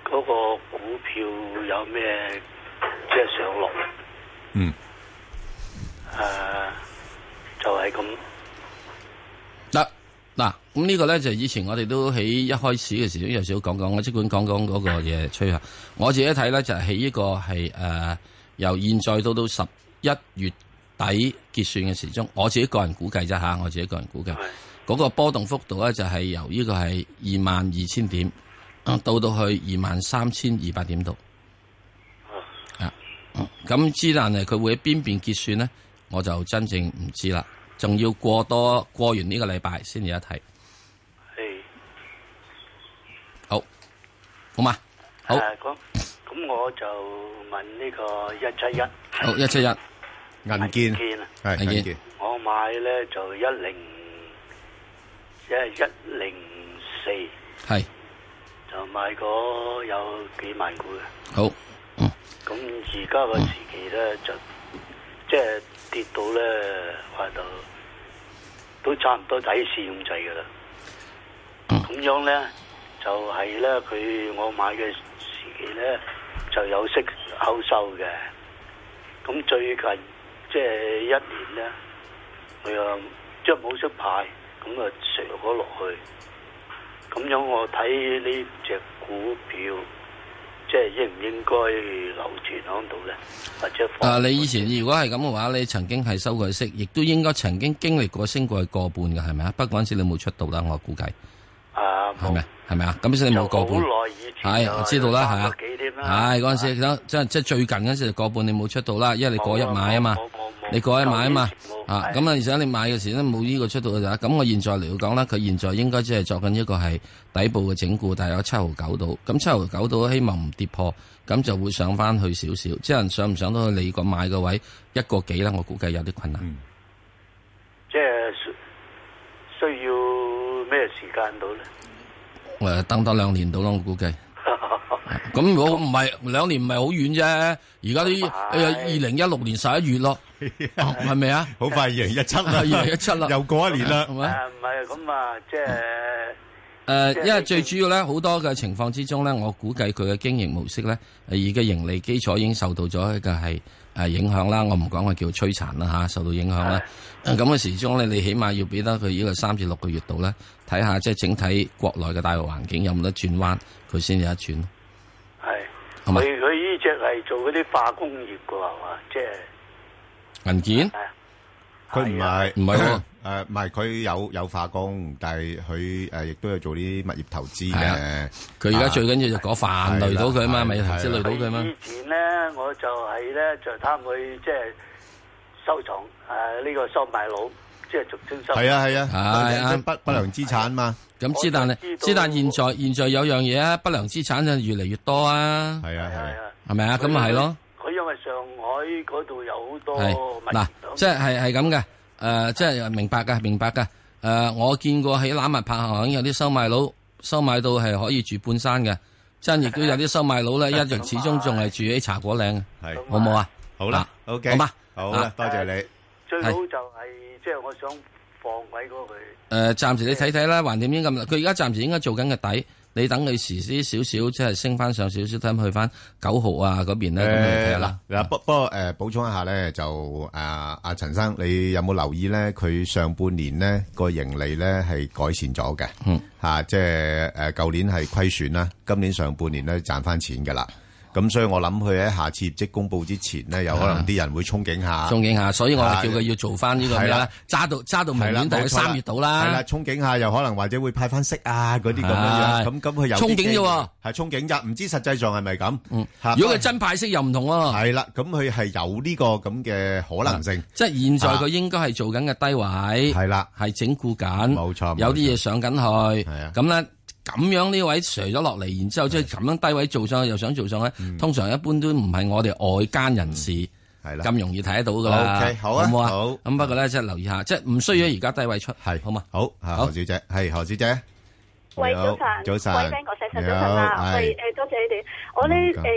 Speaker 27: 嗰、個股票有咩即係上落咧？
Speaker 10: 嗯，
Speaker 27: 诶、就係咁。
Speaker 11: 嗱嗱，咁呢個咧就係以前我哋都喺一開始嘅時都有少少講講，我即管講講嗰個嘢吹下。我自己睇咧就係喺呢個係誒、呃由現在到到十一月底結算嘅時鐘，我自己個人估計啫嚇，我自己個人估計嗰個波動幅度咧就係由呢個係二萬二千點呃到到去二萬三千二百點度。啊，咁之但係佢會喺邊邊結算呢？我就真正唔知啦，仲要過多過完呢個禮拜先至一睇。好，好嘛，好
Speaker 27: 誒，咁啊咁我就問呢個一七一
Speaker 11: 好一七一
Speaker 10: 銀建
Speaker 27: 建啊，
Speaker 10: 係銀建，
Speaker 27: 我買咧就一零即係一零四，
Speaker 11: 係
Speaker 27: 就買咗有幾萬股嘅。
Speaker 11: 好，
Speaker 27: 咁而家個時期咧就即係跌到咧話到都差唔多底線咁滯噶啦。咁樣咧就係咧佢我買嘅時期咧就有息口收嘅。咁最近即係一年咧，佢又即係冇息派，咁啊削咗落去。咁樣我睇呢只股票。即係應唔應該留存喺度咧，或者放？
Speaker 11: 啊，你以前如果係咁嘅話，你曾經係收過息，亦都應該曾經經歷過升過去個半嘅，係咪啊？不過嗰陣時你冇出到啦，我估計
Speaker 27: 啊，
Speaker 11: 係咪？係咪啊？咁先你冇個半，
Speaker 27: 好耐以前
Speaker 11: 係
Speaker 27: 啊
Speaker 11: 我知道啦，係
Speaker 27: 三
Speaker 11: 啊
Speaker 27: 個幾添，啦啊
Speaker 11: 係嗰陣時等即係即係最近嗰陣時個半你冇出到啦，因為你過一買啊嘛，你過一買啊嘛，啊咁啊，而且你買嘅時咧冇呢個出到嘅咋，咁我現在嚟講啦，佢現在應該只係作緊一個係底部嘅整固，大約七毫九度，咁七毫九度希望唔跌破，咁就會上翻去少少，即係上唔上到去你個買嘅位一個幾啦，我估計有啲困難。
Speaker 27: 即係需需要咩時間到咧？
Speaker 11: 誒、等多兩年到咯，我 估計。咁如果唔係兩年唔係好遠啫，而家都二零一六年十一月 咯，係咪啊？
Speaker 10: 好快2017啦
Speaker 11: 二零一七啦，
Speaker 10: 又過一年啦
Speaker 11: 係咪？
Speaker 27: 啊唔係咁啊，即係
Speaker 11: 誒、呃因為最主要咧，好多嘅情況之中咧，我估計佢嘅經營模式咧，誒而嘅盈利基礎已經受到咗一個係誒影響啦。我唔講佢叫摧殘啦嚇，受到影響啦。咁嘅時鐘咧，你起碼要俾得佢呢個三至六個月度咧，睇下即係整體國內嘅大環境有冇得轉彎，佢先有得轉。
Speaker 27: 係
Speaker 11: 係咪
Speaker 27: 佢佢呢只係做嗰啲化工業嘅係嘛？即係
Speaker 11: 銀件
Speaker 10: 佢唔係
Speaker 11: 唔係 喎
Speaker 10: 誒，唔係佢有有化工，但係佢誒亦都有做啲物業投資
Speaker 11: 係
Speaker 10: 嘅
Speaker 11: 啊。佢而家最緊要就嗰飯累到佢啊嘛，咪
Speaker 10: 係啦
Speaker 11: 投資累到佢啊嘛
Speaker 27: 以。前咧，我就係咧就貪佢即係收藏誒呢個收買佬，即即係俗稱收。
Speaker 10: 係啊係啊
Speaker 11: 係
Speaker 10: 即係不不良資產嘛。
Speaker 11: 咁之但係，之但現在現在有樣嘢啊，不良資產就越嚟越多啊。
Speaker 10: 係啊係啊，
Speaker 11: 係咪啊？咁咪係咯。
Speaker 27: 佢因為上海嗰度有
Speaker 26: 哦
Speaker 27: 好多
Speaker 11: 係
Speaker 27: 物
Speaker 11: 嗱，即係係係咁嘅，誒、即係明白嘅，明白嘅。誒、我見過喺攬物拍行有啲收買佬收買到係可以住半山嘅，真亦都有啲收買佬咧，一直始終仲係住喺茶果嶺嘅，
Speaker 10: 係
Speaker 11: 好唔好啊？
Speaker 10: 好啦，OK，
Speaker 11: 好嘛，
Speaker 10: 好啦
Speaker 11: 啊，
Speaker 10: 多謝你。
Speaker 27: 最好
Speaker 11: 係
Speaker 27: 就係即係我想放位嗰佢。
Speaker 11: 誒、暫時你睇睇啦，橫掂已經咁啦，佢而家暫時應該做緊嘅底，你等佢遲啲少少，即係升翻上少少，睇下去翻九號啊嗰邊咧，咁你睇
Speaker 10: 誒
Speaker 11: 下啦
Speaker 10: 嗱。嗱，不不過誒補充一下咧，就啊阿陳生，你有冇留意咧？佢上半年咧個盈利咧係改善咗嘅，
Speaker 11: 嗯
Speaker 10: 嚇，即係誒舊年係虧損啦，今年上半年咧賺翻錢㗎啦。咁所以我諗佢喺下次業績公佈之前咧，有可能啲人會憧憬下，
Speaker 11: 憧憬下，所以我
Speaker 10: 啊
Speaker 11: 哋叫佢要做翻呢個咩
Speaker 10: 係
Speaker 11: 啦
Speaker 10: 啦，
Speaker 11: 揸到揸到明
Speaker 10: 係啦，
Speaker 11: 年大概
Speaker 10: 冇錯啦。
Speaker 11: 三月度啦。
Speaker 10: 係啦，憧憬下又可能或者會派返息啊，嗰啲咁樣樣。
Speaker 11: 係。
Speaker 10: 咁，咁佢有啲
Speaker 11: 憧憬啫喎。
Speaker 10: 機會。係憧憬啫，唔知實際上係咪咁。嚇，
Speaker 11: 如果佢真派息又唔同喎。
Speaker 10: 係啦，咁佢係有呢個咁嘅可能性。
Speaker 11: 即係現在佢應該係做緊嘅低位，
Speaker 10: 啊係啦，
Speaker 11: 係整固緊，
Speaker 10: 冇錯
Speaker 11: 有啲嘢上緊去，
Speaker 10: 係啊
Speaker 11: 咁咧。咁樣呢位除咗落嚟，然之後即係咁樣低位做上去，又想做上去，通常一般都唔係我哋外間人士
Speaker 10: 嗯係啦
Speaker 11: 咁容易睇得到噶啦。
Speaker 10: OK，好啊
Speaker 11: 好唔好
Speaker 10: 好
Speaker 11: 咁不過咧，即係留意下，即係唔需要而家低位出，
Speaker 10: 係
Speaker 11: 好嘛？
Speaker 10: 好，啊，何小姐，係，何小姐。
Speaker 3: 喂，
Speaker 10: 你好，
Speaker 3: 早晨，
Speaker 10: 早晨。
Speaker 3: 喂 b a n 哥，石 Sir，
Speaker 10: 你
Speaker 3: 早晨
Speaker 10: 好，
Speaker 3: 啊，
Speaker 10: 係。
Speaker 3: 喂，誒，多謝你哋，我咧
Speaker 10: 唔該嗯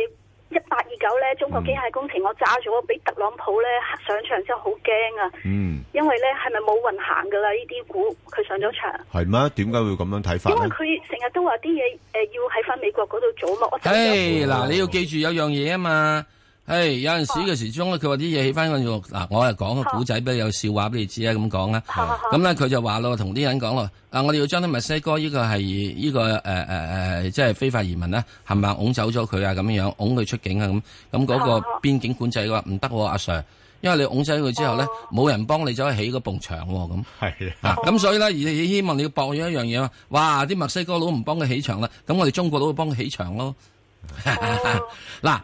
Speaker 3: 誒一八二九咧，中國機械工程，我揸咗，俾特朗普咧上場之後好驚啊，
Speaker 10: 嗯
Speaker 3: 因為咧係咪冇運行噶啦？呢啲股佢上咗場，
Speaker 10: 嗯，係咩？點解會咁樣睇法呢？
Speaker 3: 因為佢成日都話啲嘢誒要喺翻美國嗰度做嘛，我就
Speaker 11: 誒嗱，你要記住有樣嘢啊嘛。誒有陣時嘅時鐘咧，佢話啲嘢起翻個肉嗱，我係講個古仔俾你有笑話俾你知啊，咁講啦。咁咧佢就話咯，同啲人講咯，啊我哋要將啲墨西哥呢個係呢個誒誒誒，即係非法移民咧，係咪拱走咗佢啊？咁樣樣拱佢出境啊咁，咁嗰個邊境管制嘅話唔得喎，阿 Sir，因為你拱走佢之後咧，冇人幫你走去起嗰埲牆喎咁。
Speaker 10: 係啊。
Speaker 11: 啊，咁所以咧，而你希望你要博咗一樣嘢嘛，哇！啲墨西哥佬唔幫佢起牆啦，咁我哋中國佬會幫佢起牆咯。 嗱，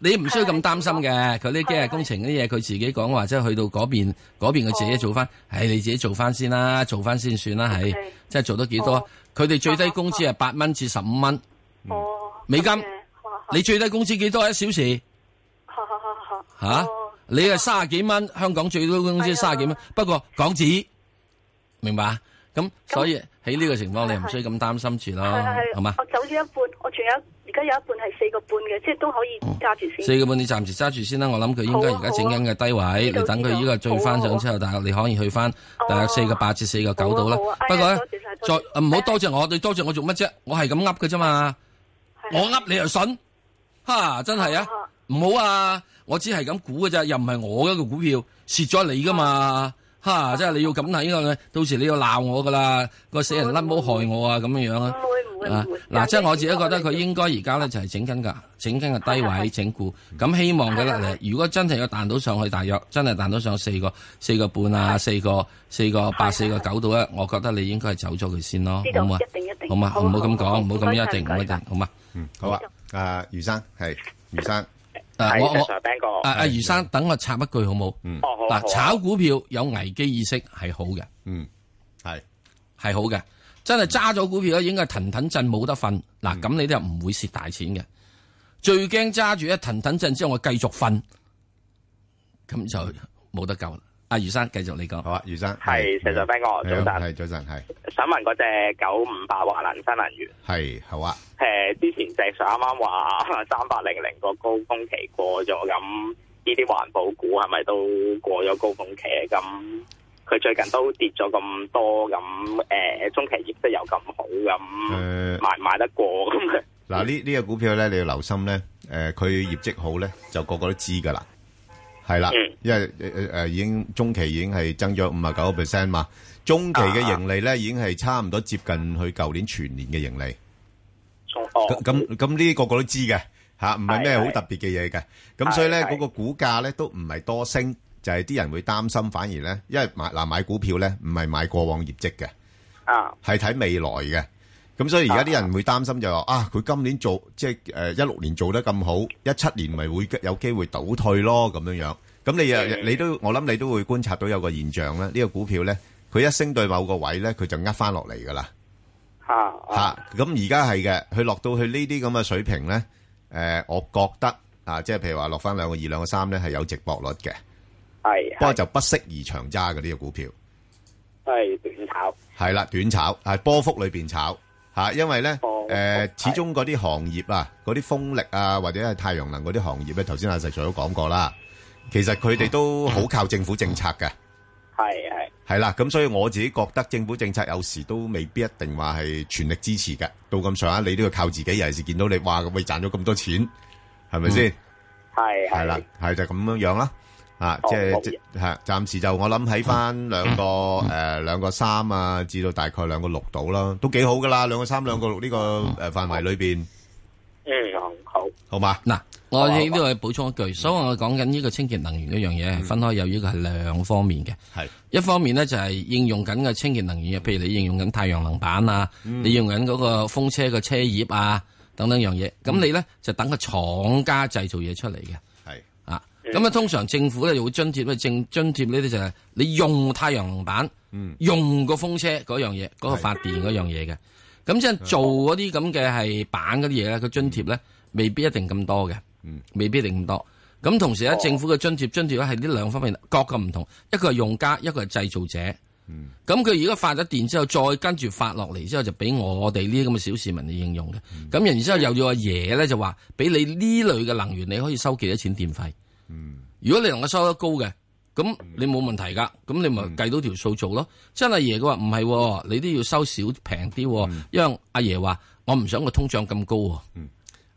Speaker 11: 你唔需要咁擔心嘅，佢呢機械工程啲嘢，佢自己講話，即係去到嗰邊，嗰邊佢自己做
Speaker 3: 哦
Speaker 11: 翻，唉，你自己做翻先啦，做翻先算啦，係，即係做得幾多？佢哋最低工資係八蚊至十五蚊嗯
Speaker 3: 哦，哦
Speaker 11: 美金，你最低工資幾多一小時？吓，你係三十幾蚊，香港最高
Speaker 3: 啊
Speaker 11: 工資三十幾蚊，不過港紙，明白啊？咁所以喺呢個情況，你唔需要咁擔心住
Speaker 3: 係
Speaker 11: 咯，
Speaker 10: 哦
Speaker 3: 係
Speaker 11: 好嘛？
Speaker 3: 我走咗一半，我仲有而家有一半係四個半嘅，即係都可以
Speaker 10: 哦
Speaker 3: 揸住先。
Speaker 11: 四個半你暫時揸住先啦，我諗佢應該而家整緊嘅低位，你等佢啊呢個最翻上之後，大概你可以去翻大概四個八至四個九度啦。不過咧，再啊唔好多謝我，你多謝我做乜啫？我係咁噏嘅啫嘛，我噏你又信，哈真係啊，唔好啊，我只係咁估嘅咋，又唔係我嘅個股票蝕咗你噶
Speaker 3: 啊
Speaker 11: 嘛。哈！即係你要咁睇呢個，到時你要鬧我噶啦，個死人甩毛害我啊咁樣樣啊！啊嗱，即係我自己覺得佢應該而家咧就係整緊㗎，整緊個低位整 固。咁希望佢
Speaker 3: 啊
Speaker 11: 咧，如果真係要彈到上去，大約真係彈到上四個四個半啊，四個四個八四個九度咧，我覺得你應該係走咗佢先咯，
Speaker 3: 啊知道
Speaker 11: 好嘛？
Speaker 3: 一定一定
Speaker 11: 好嘛？
Speaker 3: 好
Speaker 11: 唔好咁講，
Speaker 3: 好
Speaker 11: 唔好
Speaker 3: 唔該
Speaker 11: 咁
Speaker 3: 晒
Speaker 11: 一定，
Speaker 3: 唔該
Speaker 11: 唔一定，好嘛？
Speaker 10: 好啊，啊，余生，係，余生。
Speaker 11: 啊，我我
Speaker 10: 係，Sir，邊個
Speaker 11: 啊啊，余生，等我插一句好冇？
Speaker 10: 好啊好
Speaker 11: 嗯嗱，
Speaker 10: 啊
Speaker 11: 炒股票有危機意識係好嘅，
Speaker 10: 嗯，係
Speaker 11: 係好嘅，真係揸咗股票咧，應該騰騰震冇得瞓。
Speaker 10: 嗯
Speaker 11: 嗱，咁你都唔會蝕大錢嘅。最驚揸住一騰騰震之後，我繼續瞓，咁就冇得救啦。阿余生繼續你講，好
Speaker 10: 啊，余生
Speaker 6: 係石 Sir 斌哥，早晨。
Speaker 10: 係，早晨，係，係，好啊。
Speaker 6: 想問嗰只九五八華能新能源，
Speaker 10: 啊
Speaker 6: 誒呃之前石 Sir 啱啱話 三八零零個高峰期過咗，咁呢啲環保股係咪都過咗高峰期咧？咁佢最近都跌咗咁多，咁誒、中期業績又咁好，咁買唔買得過咁？
Speaker 10: 嗱，呢呢只股票咧，你要留心咧，誒、佢業績好咧，就個個都知噶啦，係啦，因為誒誒已經中期已經係增咗五啊九個 percent 嘛，中期嘅盈利咧已經係差唔多接近佢舊年全年嘅盈利。咁咁咁呢啲個個都知嘅吓，唔係咩好特別嘅嘢嘅。咁所以咧，嗰個股價咧都唔係多升，就係啲人會擔心，反而咧，因為買嗱買股票咧唔係買過往業績嘅，
Speaker 6: 啊，
Speaker 10: 係睇未來嘅。咁所以而家啲人會擔心就話啊，佢今年做即係誒一六年做得咁好，一七年咪會有機會倒退咯咁樣樣。咁你又你都我諗你都會觀察到有個現象咧，呢個股票咧佢一升到某個位咧，佢就呃翻落嚟噶啦。
Speaker 6: 吓
Speaker 10: 吓，咁而家係嘅，佢落到去呢啲咁嘅水平咧，诶、我覺得啊，即係譬如話落翻兩個二、兩個三咧，係有值博率嘅，
Speaker 6: 系
Speaker 10: 不過就不適宜長揸嘅呢個股票。
Speaker 6: 系短炒，
Speaker 10: 係啦，短炒係波幅裏边炒吓、啊因為咧诶、始終嗰啲行業啊，嗰啲風力啊，或者係太陽能嗰啲行業咧，頭先阿石 Sir 都講過啦，其實佢哋都好靠政府政策嘅。
Speaker 6: 系系
Speaker 10: 係啦，咁所以我自己覺得政府政策有時都未必一定話係全力支持嘅，到咁上下你都要靠自己，尤其是見到你哇咁你賺咗咁多錢，係咪先？
Speaker 6: 系
Speaker 10: 係啦，係就咁樣樣啦。啊，即係即係暫時就我諗喺 翻兩個誒兩個三啊，至到大概兩個六度啦，都幾好噶啦，兩個三兩個六呢個誒範圍裏邊，
Speaker 6: 嗯好，
Speaker 10: 好啊嗯嘛？
Speaker 11: 嗱，我喺呢度去補充一句，所以我講緊呢個清潔能源嗰樣嘢係分開有呢個係兩方面嘅。
Speaker 10: 係
Speaker 11: 一方面呢，就係應用緊嘅清潔能源，譬如你應用緊太陽能板啊，
Speaker 6: 嗯
Speaker 11: 你用緊嗰個風車嘅車葉啊等等樣嘢，
Speaker 10: 嗯
Speaker 11: 咁你呢，就等個廠家製造嘢出嚟嘅。
Speaker 10: 係
Speaker 11: 啊，咁啊通常政府咧就會津貼咧，政津貼呢啲就係你用太陽能板，
Speaker 10: 嗯
Speaker 11: 用個風車嗰樣嘢，嗰、個發電嗰樣嘢嘅。咁即係做嗰啲咁嘅係板嗰啲嘢咧，佢津貼咧未必一定咁多嘅，
Speaker 10: 嗯
Speaker 11: 未必一定咁多。咁同時
Speaker 10: 哦
Speaker 11: 咧，政府嘅津貼津貼咧係呢兩方面各個唔同，一個係用家，一個係製造者。
Speaker 10: 嗯
Speaker 11: 咁佢而家發咗電之後，再跟住發落嚟之後，就俾我哋呢啲咁嘅小市民去應用嘅。
Speaker 10: 嗯
Speaker 11: 咁然之後又要阿爺咧就話，俾你呢類嘅能源，你可以收幾多錢電費？
Speaker 10: 嗯
Speaker 11: 如果你能夠收得高嘅，咁你冇問題㗎，咁你咪
Speaker 10: 嗯
Speaker 11: 計到條數做咯。真係阿爺佢話唔係喎，你都要收少平啲喎，
Speaker 10: 嗯
Speaker 11: 因為阿爺話我唔想個通脹咁高喎。啊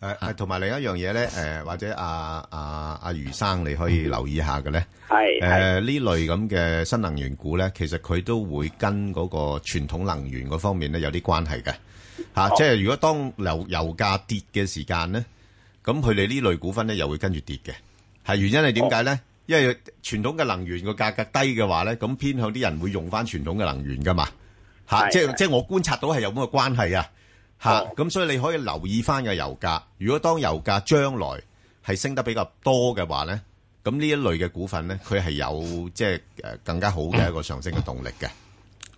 Speaker 10: 誒誒，同埋另一樣嘢咧，
Speaker 6: 嗯
Speaker 10: 誒或者阿阿阿余生你可以留意下嘅咧，
Speaker 6: 係
Speaker 10: 誒呢類咁嘅新能源股咧，其實佢都會跟嗰個傳統能源嗰方面咧有啲關係嘅嚇，
Speaker 6: 哦
Speaker 10: 即係如果當油油價跌嘅時間咧，咁佢哋呢類股份咧又會跟住跌嘅，係原因係點解咧？
Speaker 6: 哦
Speaker 10: 因為傳統嘅能源個價格低嘅話咧，咁偏向啲人會用翻傳統嘅能源噶嘛嚇，
Speaker 6: 係
Speaker 10: 即
Speaker 6: 係
Speaker 10: 係即係我觀察到係有咁嘅關係啊。吓，
Speaker 11: 哦
Speaker 10: 咁、所以你可以留意翻個油價。如果當油價將來係升得比較多嘅話咧，咁呢一類嘅股份咧，佢係有即係誒更加好嘅
Speaker 11: 嗯
Speaker 10: 一個上升嘅動力嘅。
Speaker 11: 誒，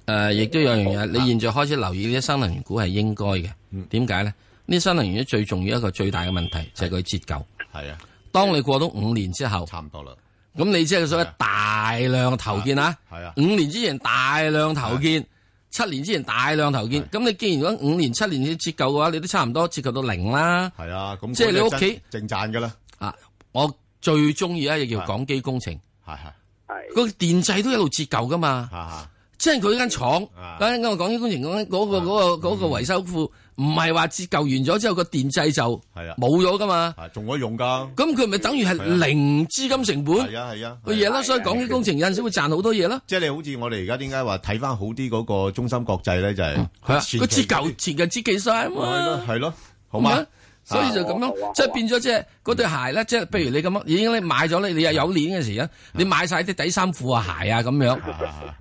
Speaker 11: 呃亦都有樣嘢，你現在開始留意呢啲新能源股係應該嘅。
Speaker 10: 嗯
Speaker 11: 點解呢？呢啲新能源最重要一個最大嘅問題就係佢折舊。
Speaker 10: 係啊，
Speaker 11: 當你過到五年之後，差
Speaker 10: 唔多啦。啊
Speaker 11: 咁你即係所謂大量投建啊！
Speaker 10: 係啊
Speaker 11: 五年之前大量投建，七年之前大量投建。咁你既然講五年、七年要折舊嘅話，你都差唔多折舊到零啦。
Speaker 10: 係啊，咁
Speaker 11: 即係你屋
Speaker 10: 嗰啲
Speaker 11: 企
Speaker 10: 淨賺㗎啦。
Speaker 11: 啊，我最中意一嘢叫港機工程。
Speaker 10: 係係。
Speaker 11: 個電掣都一路折舊噶
Speaker 10: 啊
Speaker 11: 嘛，即係佢間廠，嗰間我講啲工程講緊
Speaker 10: 啊
Speaker 11: 嗰個嗰個嗰
Speaker 10: 嗯
Speaker 11: 個維修庫，唔係話折舊完咗之後個電掣就冇咗噶嘛，
Speaker 10: 啊仲可以用噶，
Speaker 11: 咁佢咪等於係零資金成本，
Speaker 10: 係啊係啊，
Speaker 11: 個嘢啦，所以港機工程有陣時會賺好多嘢啦。
Speaker 10: 即係你好似我哋而家點解話睇翻好啲嗰個中心國際咧，就係
Speaker 11: 係啊，
Speaker 10: 前期
Speaker 11: 個折舊前嘅折幾晒啊
Speaker 10: 係
Speaker 11: 嘛
Speaker 10: 咯，係咯，好
Speaker 11: 係
Speaker 10: 嘛啊
Speaker 11: 咪？所以就咁樣，即係變咗即係嗰對鞋咧，即係譬如你咁樣，已經你買咗咧，你又有鏈嘅時咧，
Speaker 10: 啊
Speaker 11: 你買晒啲底衫褲啊、鞋啊咁樣，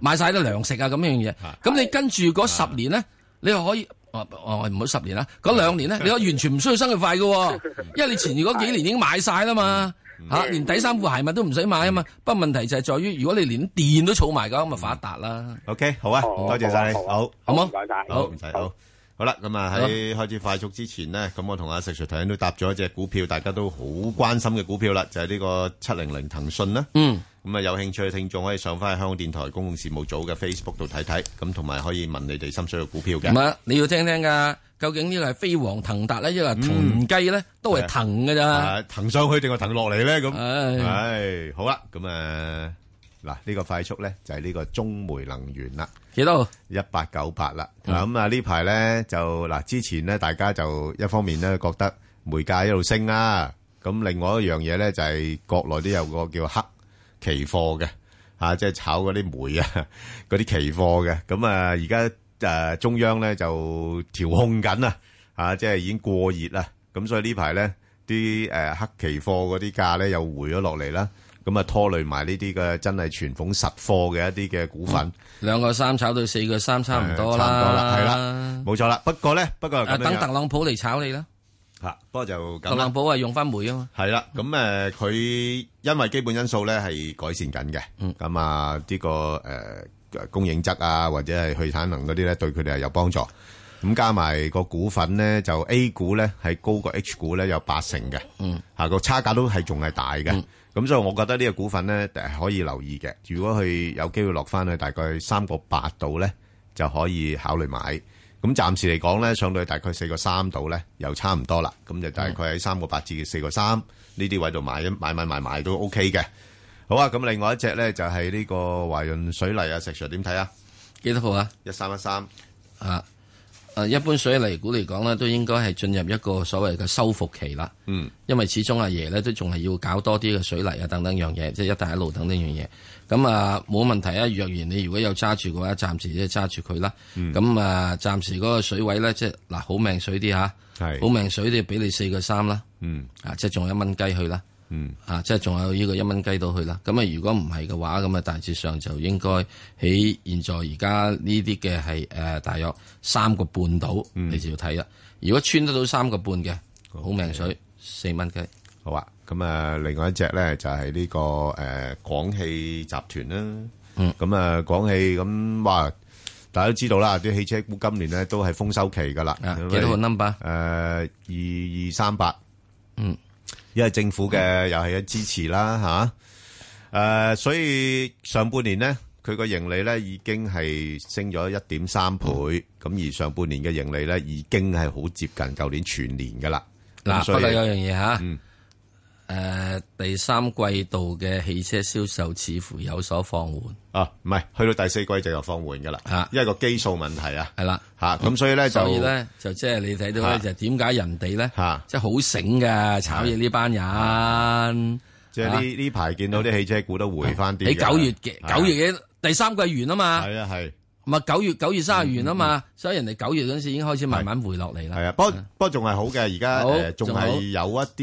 Speaker 11: 買晒啲糧食啊咁樣嘢，咁你跟住
Speaker 10: 啊
Speaker 11: 嗰十年咧，你又可以。哦哦，唔好十年啦，
Speaker 10: 啊
Speaker 11: 嗰兩年咧，你可以完全唔需要生活費嘅喎，因為你前面嗰幾年已經買晒啦嘛，
Speaker 10: 嗯
Speaker 11: 嚇連底衫褲鞋襪都唔使買啊嘛。不過問題就係在於，如果你連電都儲埋嘅，咁咪發達啦。
Speaker 10: OK，好啊，多謝晒你，好，啊
Speaker 11: 好冇？
Speaker 10: 嗯好，唔使好。好啦，咁啊喺開始快速之前呢，咁我同阿石 Sir 頭先都搭咗一隻股票，大家都好關心嘅股票啦，就係呢個七零零騰訊啦。
Speaker 11: 嗯。
Speaker 10: 咁啊，有興趣嘅聽眾可以上翻去香港電台公共事務組嘅 Facebook 度睇睇，咁同埋可以問你哋心水嘅股票嘅。
Speaker 11: 唔係，你要聽聽噶，究竟呢個係飛黃騰達咧，一個係騰雞咧，都係騰嘅咋
Speaker 10: 啊？騰上去定嗯係騰落嚟咧？咁，
Speaker 11: 唉
Speaker 10: 唉，好啦，咁啊，嗱，呢個快速咧就係呢個中煤能源啦，
Speaker 11: 幾多？
Speaker 10: 一八九八啦。
Speaker 11: 嗯
Speaker 10: 嗱咁啊，呢排咧就嗱，之前咧大家就一方面咧覺得煤價一路升啦，咁另外一樣嘢咧就係國內都有個叫黑期貨嘅。啊，即係炒嗰啲煤啊， 嗰啲期貨嘅。咁啊，而家誒呃中央咧就調控緊啊，啊，即係已經過熱啦。咁所以呢排咧啲誒黑期貨嗰啲價咧又回咗落嚟啦。咁啊，拖累埋呢啲嘅真係傳統實貨嘅一啲嘅股份，呃
Speaker 11: 兩個三炒到四個三嗯差唔多
Speaker 10: 差唔多
Speaker 11: 啦
Speaker 10: 啦，，係啦，冇錯啦。不過咧，不過
Speaker 11: 啊。
Speaker 10: 咁樣
Speaker 11: 等
Speaker 10: 樣
Speaker 11: 特朗普嚟炒你啦，
Speaker 10: 嚇，不過就
Speaker 11: 特
Speaker 10: 咁啦
Speaker 11: 朗。普係用翻煤啊嘛。
Speaker 10: 系啦，咁呃诶，
Speaker 11: 嗯
Speaker 10: 誒佢因為基本因素咧係改善緊嘅，咁啊呢個誒供應側啊，或者係去產能嗰啲咧，對佢哋係有幫助。咁加埋個股份咧，就 A 股咧係高過 H 股咧有八成嘅，
Speaker 11: 嗯，
Speaker 10: 嚇個啊差價都係仲係大嘅。咁、所以我覺得呢個股份咧誒可以留意嘅。如果佢有機會落翻去大概三個八度咧，就可以考慮買。咁暫時嚟講咧，上到去大概四個三度咧，又差唔多啦。咁就大概
Speaker 11: 嗯
Speaker 10: 喺三個八至四個三呢啲位度買，買買買買都 OK 嘅。好啊，咁另外一隻咧就係呢個華潤水泥啊，石 Sir 點睇啊？
Speaker 11: 幾多號啊？
Speaker 10: 一三一三
Speaker 11: 啊！誒，一般水泥股嚟講咧，都應該係進入一個所謂嘅修復期啦。
Speaker 10: 嗯，
Speaker 11: 因為始終阿爺咧都仲係要搞多啲嘅水泥啊等等樣嘢，即係一帶一路等等樣嘢。咁啊冇問題啊，若然你如果有揸住嘅話，暫時即係揸住佢啦。
Speaker 10: 嗯
Speaker 11: 咁啊，暫時嗰個水位咧，即係嗱好命水啲嚇，
Speaker 10: 係
Speaker 11: 好命水啲俾你四個三啦。
Speaker 10: 嗯
Speaker 11: 啊，即係仲有一蚊雞去啦。
Speaker 10: 嗯
Speaker 11: 啊，即係仲有呢個一蚊雞到去啦。咁啊，如果唔係嘅話，咁啊大致上就應該喺現在而家呢啲嘅係誒大約三個半到，
Speaker 10: 嗯
Speaker 11: 你就要睇啦。如果穿得到三個半嘅，好命水四蚊雞。
Speaker 10: 好啊，咁啊，另外一隻咧就係呢、個誒廣汽集團啦。
Speaker 11: 嗯，
Speaker 10: 咁啊廣汽咁哇，大家都知道啦，啲汽車股今年咧都係豐收期噶啦。
Speaker 11: 幾多個 number？
Speaker 10: 誒二二三八。
Speaker 11: 嗯，
Speaker 10: 因為政府嘅又係一支持啦吓。誒、所以上半年呢，佢個盈利呢已經係升咗一點三倍，咁、而上半年嘅盈利呢已經係好接近舊年全年噶啦。
Speaker 11: 嗱，
Speaker 10: 咁
Speaker 11: 不
Speaker 10: 所以嗯
Speaker 11: 過有樣嘢嚇，誒、第三季度嘅汽車銷售似乎有所放緩。啊
Speaker 10: 啊，唔係去到第四季就又放緩噶啦，因為個基數問題啊，
Speaker 11: 係啦，
Speaker 10: 嚇咁所以咧就
Speaker 11: 所以咧就即係你睇到咧
Speaker 10: 啊
Speaker 11: 就點解人哋咧
Speaker 10: 嚇，
Speaker 11: 即係好醒嘅炒嘢呢班人，
Speaker 10: 即係
Speaker 11: 啊
Speaker 10: 呢呢排見到啲汽車股都回翻啲㗎。
Speaker 11: 你九月
Speaker 10: 係啊
Speaker 11: 嘅九月嘅第三季完啊嘛，
Speaker 10: 係啊係，嗯
Speaker 11: 咪九月九月三十完啊嘛，所以人哋九月嗰陣時已經開始慢慢回落嚟啦。
Speaker 10: 係啊，不過不過仲係好嘅，而家
Speaker 11: 好
Speaker 10: 誒仲
Speaker 11: 仲好啊
Speaker 10: 係有一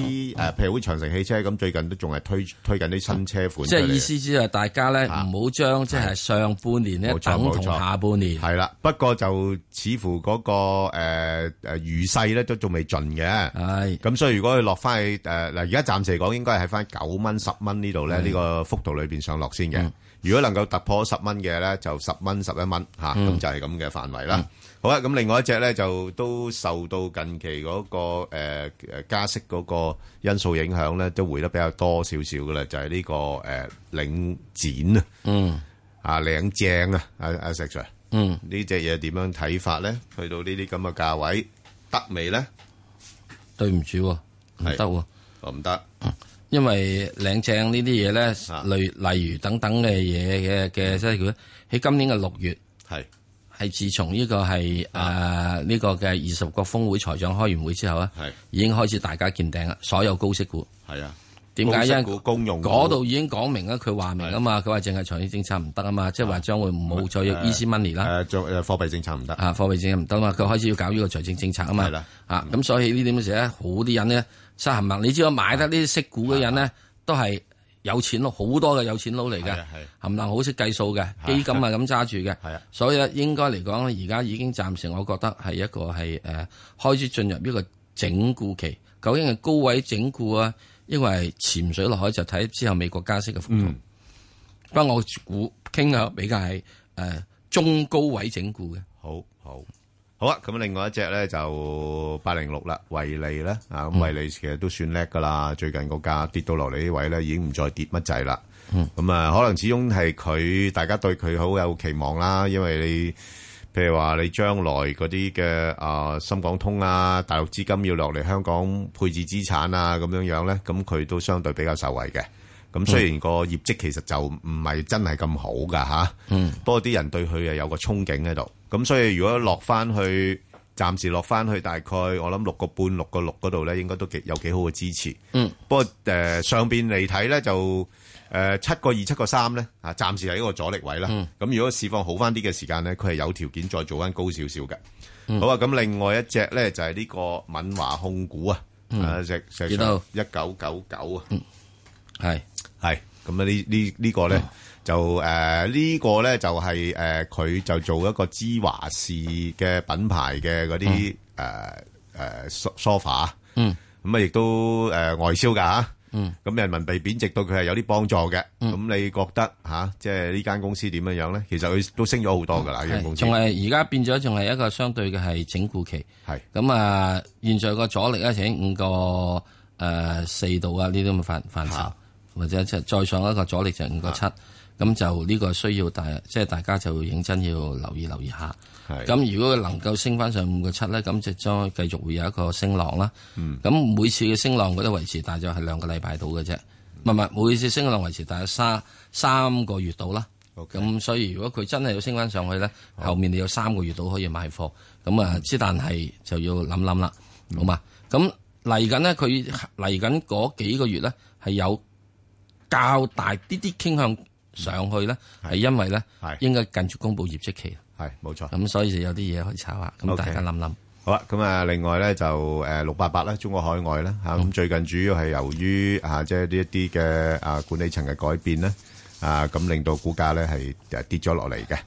Speaker 10: 啲誒，譬如好似長城汽車咁，最近都仲係推推緊啲新車款出
Speaker 11: 即
Speaker 10: 嚟。
Speaker 11: 係意思即係大家咧唔好將即係上半年咧
Speaker 10: 冇錯
Speaker 11: 等
Speaker 10: 冇
Speaker 11: 同
Speaker 10: 錯
Speaker 11: 下半年。
Speaker 10: 係啦，不過就似乎嗰、個誒誒餘勢咧都仲未盡嘅。
Speaker 11: 係
Speaker 10: 咁，所以如果佢落翻去誒嗱，而家暫時嚟講應該係喺翻九蚊十蚊呢度咧，
Speaker 11: 嗯
Speaker 10: 呢個幅度裏邊上落先嘅
Speaker 11: 嗯。
Speaker 10: 如果能夠突破十蚊嘅咧，就十蚊十一蚊嚇，咁
Speaker 11: 嗯
Speaker 10: 就係咁嘅範圍啦。好啊，咁另外一隻咧就都受到近期嗰個誒誒加息嗰個因素影響咧，都回得比較多少少嘅啦，就係呢個誒領展啊。
Speaker 11: 嗯。
Speaker 10: 啊領正啊，阿阿石 Sir，
Speaker 11: 嗯，
Speaker 10: 呢只嘢點樣睇法咧？去到呢啲咁嘅價位得未咧？
Speaker 11: 對唔住喎，唔
Speaker 10: 係
Speaker 11: 得喎，嗯
Speaker 10: 哦唔得，啊
Speaker 11: 因為領正呢啲嘢咧，例例如等等嘅嘢嘅嘅，即係佢喺今年嘅六月，
Speaker 10: 嗯係啊
Speaker 11: 係自從呢個係誒呢個嘅二十國峰會財長開完會之後咧，啊
Speaker 10: 係
Speaker 11: 已經開始大家見頂啦，所有高息股。
Speaker 10: 係啊，
Speaker 11: 點解？因為
Speaker 10: 公司股公用股
Speaker 11: 嗰度已經講明啦，佢話明啊嘛，佢話淨係財政政策唔得啊嘛，即係話將會冇再有
Speaker 10: 誒
Speaker 11: easy money 啦。
Speaker 10: 誒做誒貨幣政策唔得
Speaker 11: 啊，貨幣政策唔得嘛，佢開始要搞呢個財政政策啊嘛。
Speaker 10: 係啦
Speaker 11: 啊，咁所以呢點嘅時咧，好啲人咧，失行物，你知道買得呢啲息股嘅人咧，
Speaker 10: 啊
Speaker 11: 都係有錢佬，好多嘅有錢佬嚟嘅
Speaker 10: 係啊係啊，
Speaker 11: 冚唪唥好識計數嘅，基金啊咁揸住嘅。
Speaker 10: 係啊，
Speaker 11: 所以咧應該嚟講咧，而家已經暫時我覺得係一個係誒、呃、開始進入一個整固期。究竟係高位整固啊，因為潛水落海就睇之後美國加息嘅幅
Speaker 10: 嗯
Speaker 11: 度。不過我估傾向比較係誒、呃中高位整固嘅。
Speaker 10: 好好好啊！咁另外一隻咧就八零六啦，惠利咧啊，咁
Speaker 11: 嗯
Speaker 10: 惠利其實都算叻噶啦，最近個價跌到落嚟呢位咧，已經唔再跌乜滯啦。
Speaker 11: 嗯
Speaker 10: 咁啊，可能始終係佢大家對佢好有期望啦，因為你譬如話你將來嗰啲嘅啊深港通啊，大陸資金要落嚟香港配置資產啊咁樣樣咧，咁佢都相對比較受惠嘅。咁雖然個業績其實就唔係真係咁好噶吓，
Speaker 11: 嗯
Speaker 10: 不過啲人對佢啊有個憧憬喺度。咁所以如果落翻去，暫時落翻去大概我諗六個半、六個六嗰度咧，應該都幾有幾好嘅支持。
Speaker 11: 嗯，
Speaker 10: 不過誒、呃上邊嚟睇咧就誒七個二、七個三咧啊，暫時係一個阻力位啦。
Speaker 11: 嗯
Speaker 10: 咁、如果市況好翻啲嘅時間咧，佢係有條件再做翻高少少嘅。
Speaker 11: 嗯
Speaker 10: 好啊，咁另外一隻咧就係、呢個敏華控股啊，
Speaker 11: 嗯
Speaker 10: 啊隻石
Speaker 11: 幾多嗯
Speaker 10: 一九九九啊，
Speaker 11: 係嗯
Speaker 10: 係咁啊呢呢呢個咧就誒呢個咧就係誒佢就做一個芝華士嘅品牌嘅嗰呃啲誒誒梳 sofa。
Speaker 11: 嗯
Speaker 10: 啊咁啊，亦都誒、呃外銷㗎嚇，
Speaker 11: 嗯
Speaker 10: 咁人民幣貶值對佢係有啲幫助嘅。
Speaker 11: 嗯
Speaker 10: 咁你覺得吓，即係呢間公司點樣樣咧？其實佢都升咗好多噶啦，呢間公
Speaker 11: 係
Speaker 10: 司
Speaker 11: 仲。係而家變咗，仲係一個相對嘅係整固期。
Speaker 10: 係
Speaker 11: 咁啊，現在個阻力咧就喺五個誒四度啊，呢啲咁嘅範範疇，或者即係再上一個阻力就五個七。咁就呢個需要大，即係大家就認真要留意留意下。
Speaker 10: 係
Speaker 11: 咁如果佢能夠升翻上五個七咧，咁就將繼續會有一個升浪啦。
Speaker 10: 嗯
Speaker 11: 咁每次嘅升浪佢都維持大約係兩個禮拜到嘅啫，唔係唔係每次升浪維持大約三三個月到啦。咁所以如果佢真係要升翻上去咧，後面你有三個月到可以買貨，咁
Speaker 10: 嗯
Speaker 11: 啊之但係就要諗諗啦，好嘛？咁嚟緊咧，佢嚟緊嗰幾個月咧係有較大啲啲傾向上去咧，係因為咧應該近住公佈業績期，
Speaker 10: 係冇錯。
Speaker 11: 咁所以就有啲嘢可以炒下，咁大家
Speaker 10: OK
Speaker 11: 諗諗。
Speaker 10: 好啦，咁啊，另外咧就誒六八八啦，中國海外啦嚇，咁、最近主要係由於啊，即係呢一啲嘅啊管理層嘅改變咧，啊咁令到股價咧係誒跌咗落嚟嘅。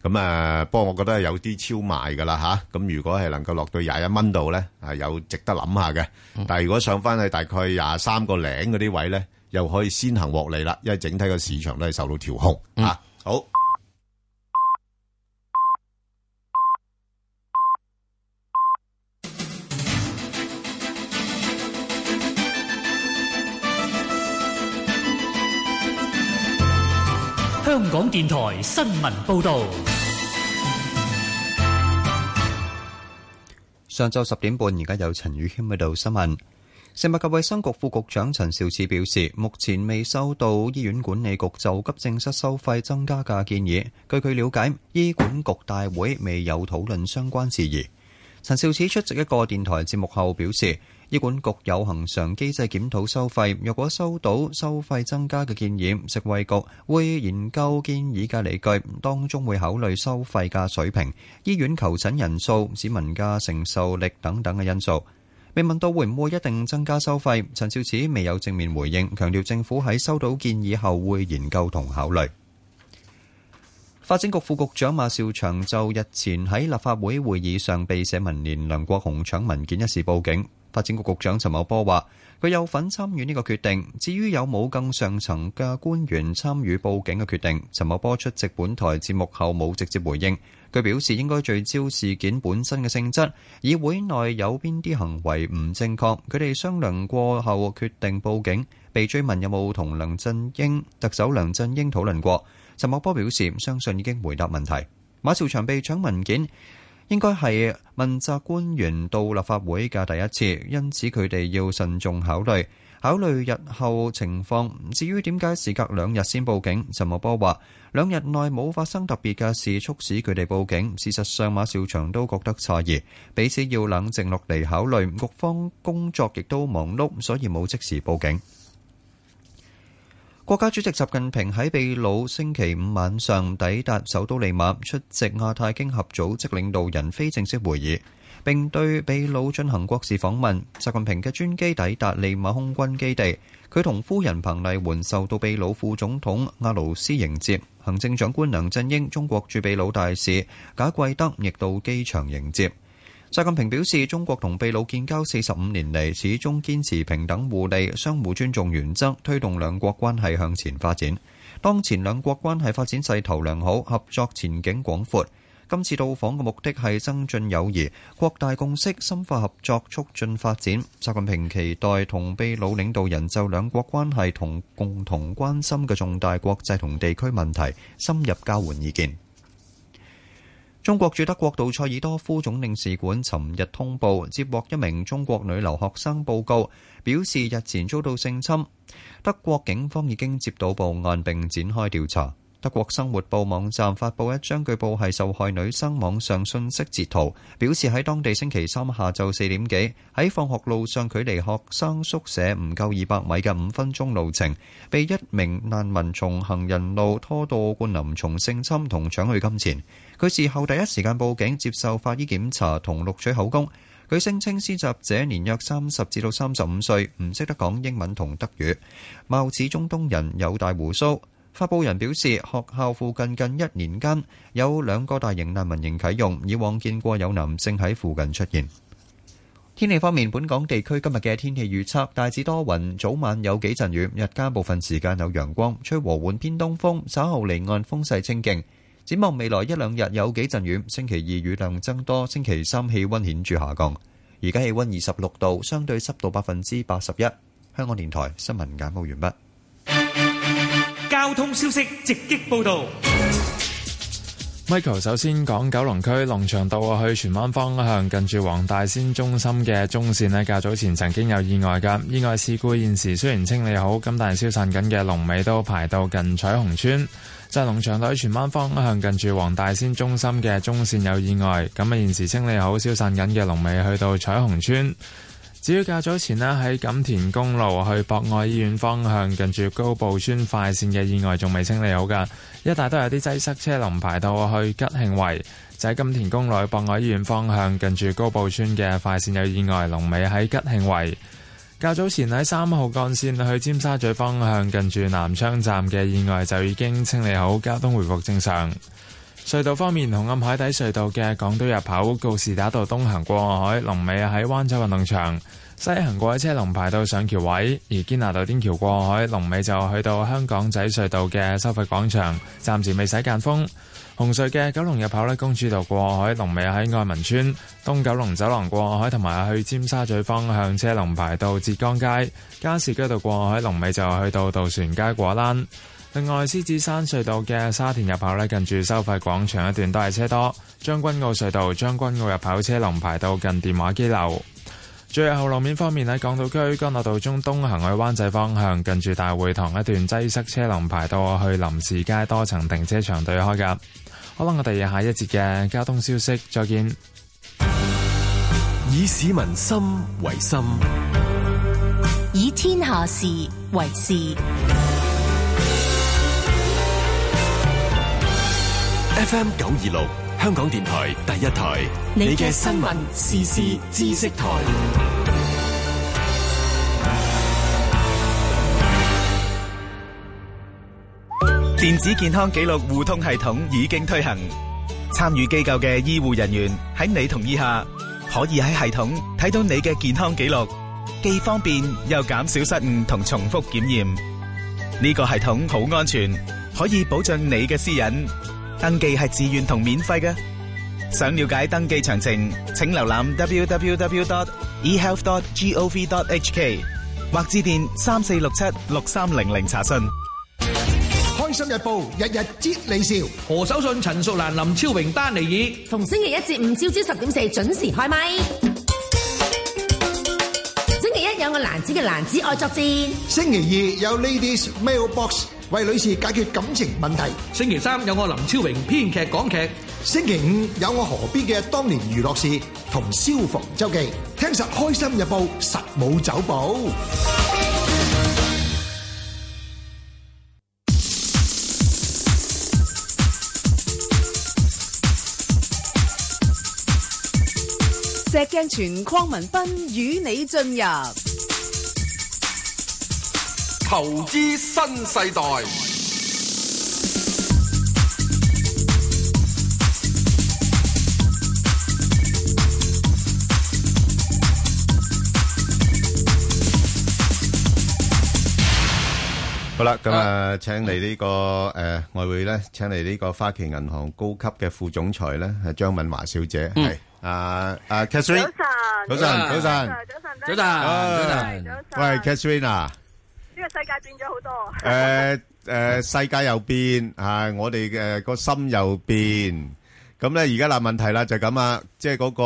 Speaker 10: 咁啊，不過我覺得係有啲超賣噶啦吓，咁、如果係能夠落到廿一蚊度咧，啊有值得諗下嘅。但係如果上翻去大概廿三個零嗰啲位咧，又可以先行獲利啦，因為整體個市場都係受到調控、啊。好。
Speaker 1: 香港电台新闻报道，
Speaker 13: 上晝十點半，而家有陳宇軒報道新聞。食物及衛生局副局長陳肇始表示，目前未收到醫院管理局就急症室收費增加嘅建議。據佢了解，醫管局大會未有討論相關事宜。陳肇始出席一個電台節目後表示，醫管局有恒常機制檢討收費，若果收到收費增加嘅建議，食衛局會研究建議嘅理據，當中會考慮收費嘅水平、醫院求診人數、市民嘅承受力等等嘅因素。被問到會唔會一定增加收費，陳肇始未有正面回應，強調政府喺收到建議後會研究同考慮。發展局副局長馬兆祥就日前喺立法會會議上被社民連梁國雄搶文件一事報警。發展局局長陳茂波話：佢有份參與呢個決定，至於有冇更上層嘅官員參與報警嘅決定，陳茂波出席本台節目後冇直接回應。佢表示應該聚焦事件本身嘅性質，議會內有邊啲行為唔正確，佢哋商量過後決定報警。被追問有冇同梁振英特首梁振英討論過，陳茂波表示相信已經回答問題。馬兆祥被搶文件。應該係問責官員到立法會嘅第一次，因此佢哋要慎重考慮，考慮日後情況。至於點解時隔兩日先報警，陳茂波話兩日內冇發生特別嘅事，促使佢哋報警。事實上，馬兆祥都覺得詫異，彼此要冷靜落嚟考慮。局方工作亦都忙碌，所以冇即時報警。國家主席習近平喺秘魯星期五晚上抵達首都利馬，出席亞太經合組織領導人非正式會議，並對秘魯進行國事訪問。習近平嘅專機抵達利馬空軍基地，佢同夫人彭麗媛受到秘魯副總統阿勞斯迎接，行政長官梁振英、中國駐秘魯大使賈貴德亦到機場迎接。習近平表示，中國同秘魯建交四十五年嚟，始終堅持平等互利、相互尊重原則，推動兩國關係向前發展。當前兩國關係發展勢頭良好，合作前景廣闊。今次到訪嘅目的係增進友誼、擴大共識、深化合作、促進發展。習近平期待同秘魯領導人就兩國關係同共同關心嘅重大國際同地區問題深入交換意見。中國駐德國杜塞爾多夫總領事館尋日通報，接獲一名中國女留學生報告，表示日前遭到性侵。德國警方已經接到報案並展開調查。德國生活報網站發布一張據報係受害女生網上信息截圖，表示喺當地星期三下晝四點幾，喺放學路上距離學生宿舍唔夠二百米嘅五分鐘路程，被一名難民從行人路拖到灌林松性侵同搶去金錢。佢事後第一時間報警，接受法醫檢查同錄取口供。佢聲稱施襲者年約三十至到三十五歲，唔識得講英文同德語，貌似中東人，有大胡鬚。發佈人表示，學校附近近一年間有兩個大型難民營啟用，以往見過有男性喺附近出現。天氣方面，天氣方面，本港地區今日嘅天氣預測大致多雲，早晚有幾陣雨，日間部分時間有陽光，吹和緩偏東風，稍後離岸風勢清勁。展望未來一兩日有幾陣雨，星期二雨量增多，星期三氣温顯著下降。而家氣温二十六度，相對濕度百分之八十一。香港電台新聞簡報完畢。
Speaker 1: 交通消息直擊報道。
Speaker 15: Michael 首先講九龍區龍翔道去荃灣方向，近住黃大仙中心嘅中線呢，較早前曾經有意外㗎。意外事故現時雖然清理好，咁但係消散緊嘅龍尾都排到近彩虹村。就係龍翔道去荃灣方向，近住黃大仙中心嘅中線有意外，咁啊現時清理好，消散緊嘅龍尾去到彩虹村。至於較早前呢，喺錦田公路去博愛醫院方向，近住高步村快線嘅意外仲未清理好㗎，一帶都有啲擠塞車龍排到去吉慶圍。就喺錦田公路去博愛醫院方向，近住高步村嘅快線有意外，龍尾喺吉慶圍。較早前喺三號幹線去尖沙咀方向，近住南昌站嘅意外就已經清理好，交通回復正常。隧道方面，紅磡海底隧道嘅港島入口告士打道東行過海，龍尾喺灣仔運動場；西行過海車龍排到上橋位，而堅拿道天橋過海龍尾就去到香港仔隧道嘅收費廣場，暫時未使間風。紅隧嘅九龍入口咧，公主道過海龍尾喺愛民村；東九龍走廊過海同埋去尖沙咀方向車龍排到浙江街，加士居道過海龍尾就去到渡船街果欄。另外，獅子山隧道嘅沙田入口咧，近住收費廣場一段都係車多；將軍澳隧道將軍澳入口車龍排到近電話機樓。最後路面方面喺港島區干諾道中東行去灣仔方向，近住大會堂一段擠塞車龍排到去林士街多層停車場對開㗎。好啦，我哋下一節嘅交通消息再見。
Speaker 2: 以市民心為心，
Speaker 12: 以天下事為事。
Speaker 2: FM 九二六，香港電台第一台，你嘅新聞、時事、知識台。
Speaker 28: 電子健康記錄互通系統已經推行，參與機構嘅醫護人員喺你同意下，可以喺系統睇到你嘅健康記錄，既方便又減少失誤同重複檢驗。呢個系統好安全，可以保障你嘅私隱。登記係自願同免費嘅。想了解登記詳情，請瀏覽 e www.ehealth.gov.hk 或致電三四六七六三零零查詢。
Speaker 16: 開心日報日日接你笑，
Speaker 14: 何守信、陳淑蘭、林超榮、丹尼爾，
Speaker 17: 逢星期一至五朝朝十點四準時開咪。星期一有我蘭子嘅蘭子愛作戰，
Speaker 16: 星期二有 Ladies Mailbox。為女士解決感情問題。
Speaker 14: 星期三有我林超榮編劇講劇。
Speaker 16: 星期五有我何必嘅當年娛樂事同消防周記。聽實開心日報實冇走寶。
Speaker 8: 石鏡泉鄺民彬與你進入。
Speaker 9: 投資新世代，
Speaker 10: 好啦，咁啊，請嚟呢個誒外匯咧，請嚟呢個花旗銀行高級嘅副總裁咧，係張敏華小姐，係啊啊，Catherine，早晨，早晨，
Speaker 11: 早晨，早晨，
Speaker 10: 喂，Catherine 啊！
Speaker 18: 呢個世界變咗好多。
Speaker 10: 誒誒，世界又變啊！我哋嘅個心又變。咁咧，而家嗱問題啦就係咁啊，即係嗰個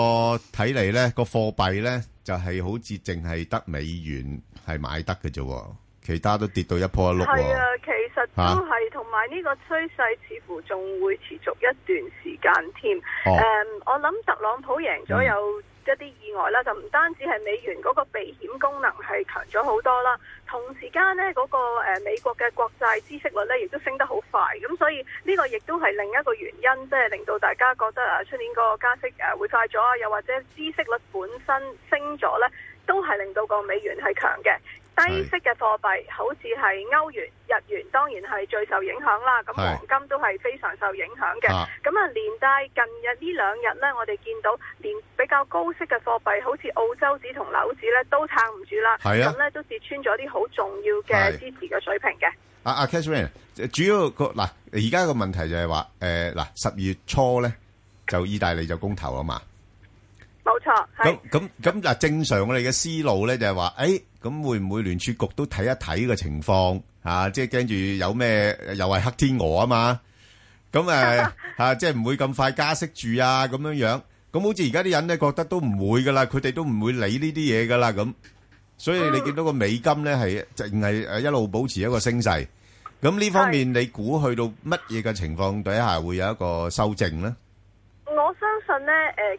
Speaker 10: 睇嚟咧，個貨幣咧就係好似淨係得美元係買得嘅啫，其他都跌到一坡一碌。
Speaker 18: 係啊，其實都係，同埋呢個趨勢似乎仲會持續一段時間添。
Speaker 10: 哦
Speaker 18: 誒，嗯我諗特朗普贏咗有一啲意外啦，就唔單止係美元嗰個避險功能係強咗好多啦，同時間呢嗰、個、呃、美國嘅國債孳息率呢亦都升得好快，咁所以呢個亦都係另一個原因，即係令到大家覺得啊出年個加息誒會快咗啊，又或者孳息率本身升咗呢，都係令到個美元係強嘅。低息嘅貨幣好似係歐元、日元，當然係最受影響啦。咁係黃金都係非常受影響嘅。啊咁啊，連帶近日呢兩日呢，我哋見到連比較高息嘅貨幣，好似澳洲紙同紐紙呢，都撐唔住啦。
Speaker 10: 係啊
Speaker 18: 咁呢都跌穿咗啲好重要嘅
Speaker 10: 係
Speaker 18: 支持嘅水平嘅。
Speaker 10: 啊啊 Catherine，主要個嗱，而家個問題就係話誒嗱，十二月初咧就意大利就公投啊嘛。
Speaker 18: 冇錯， 係
Speaker 10: 咁咁咁嗱，正常我哋嘅思路咧就係話，誒咁會唔會聯儲局都睇一睇個情況啊？即係驚住有咩又係黑天鵝啊嘛？咁誒啊，即係唔會咁快加息住啊咁樣樣。咁好似而家啲人咧覺得都唔會噶啦，佢哋都唔會理呢啲嘢噶啦咁。所以你見到個美金咧係淨係誒一路保持一個升勢。咁呢方面你估去到乜嘢嘅情況底下會有一個修正咧？
Speaker 18: 我相信呢，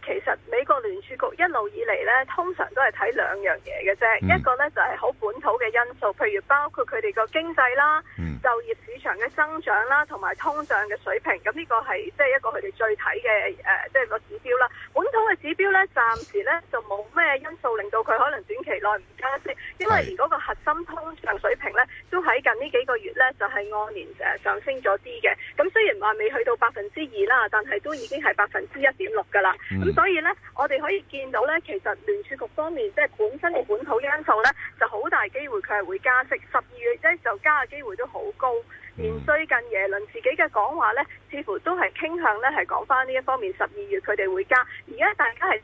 Speaker 18: 誒、其實美國聯儲局一路以嚟呢，通常都係睇兩樣嘢嘅啫。
Speaker 7: 嗯
Speaker 18: 一個呢，就係、好本土嘅因素，譬如包括佢哋個經濟啦、就業市場嘅增長啦，同埋通脹嘅水平。咁呢個係即係一個佢哋最睇嘅誒，呃即係個指標啦。本土嘅指標呢，暫時呢就冇咩因素令到佢可能短期內唔加息，因為連嗰個核心通脹水平呢，都喺近呢幾個月呢，就係、按年誒上升咗啲嘅。咁雖然話未去到百分之二啦，但係都已經係百分之一點六㗎啦。
Speaker 29: 嗯
Speaker 18: 咁、所以呢，我哋可以見到呢，其實聯儲局方面即係本身嘅本土因素呢，就好大機會佢係會加息。十二月呢，就加嘅機會都好高。連最近耶倫自己嘅講話呢，似乎都係傾向呢，係講翻呢一方面。十二月佢哋會加，而家大家係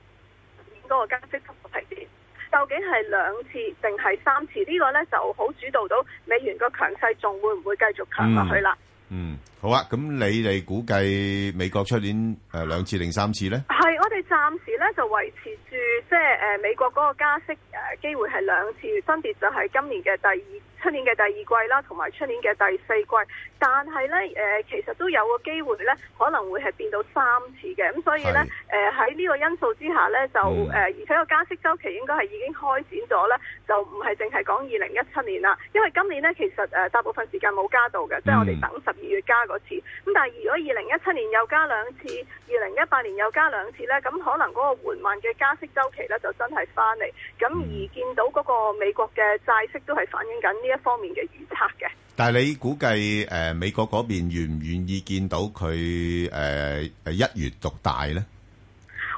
Speaker 18: 嗰個加息幅度係點？究竟係兩次定係三次？呢、個呢就好主導到美元個強勢，仲會唔會繼續強落去啦？
Speaker 10: 嗯，好啊，咁你哋估計美國出年诶两次定三次咧？
Speaker 18: 係，我哋暫時咧就維持住即係誒、呃美國嗰個加息誒、呃、機會係兩次，分別就係今年嘅第二、出年嘅第二季啦，同埋出年嘅第四季。但係咧誒，其實都有個機會咧，可能會係變到三次嘅。咁所以咧誒喺呢個因素之下咧，就誒、呃而且個加息周期應該係已經開展咗咧，就唔係淨係講二零一七年啦，因為今年咧其實誒、呃大部分時間冇加到嘅，即係我哋
Speaker 7: 嗯
Speaker 18: 等十二月加嗰次。咁但係如果二零一七年又加兩次，二零一八年又加兩次呢，咁可能嗰個緩慢嘅加息周期呢，就真係翻嚟。咁而見到嗰個美國嘅債息都係反映緊呢一方面嘅預測嘅。
Speaker 10: 但係你估計诶、呃美國嗰邊願唔願意見到佢诶诶一月獨大咧？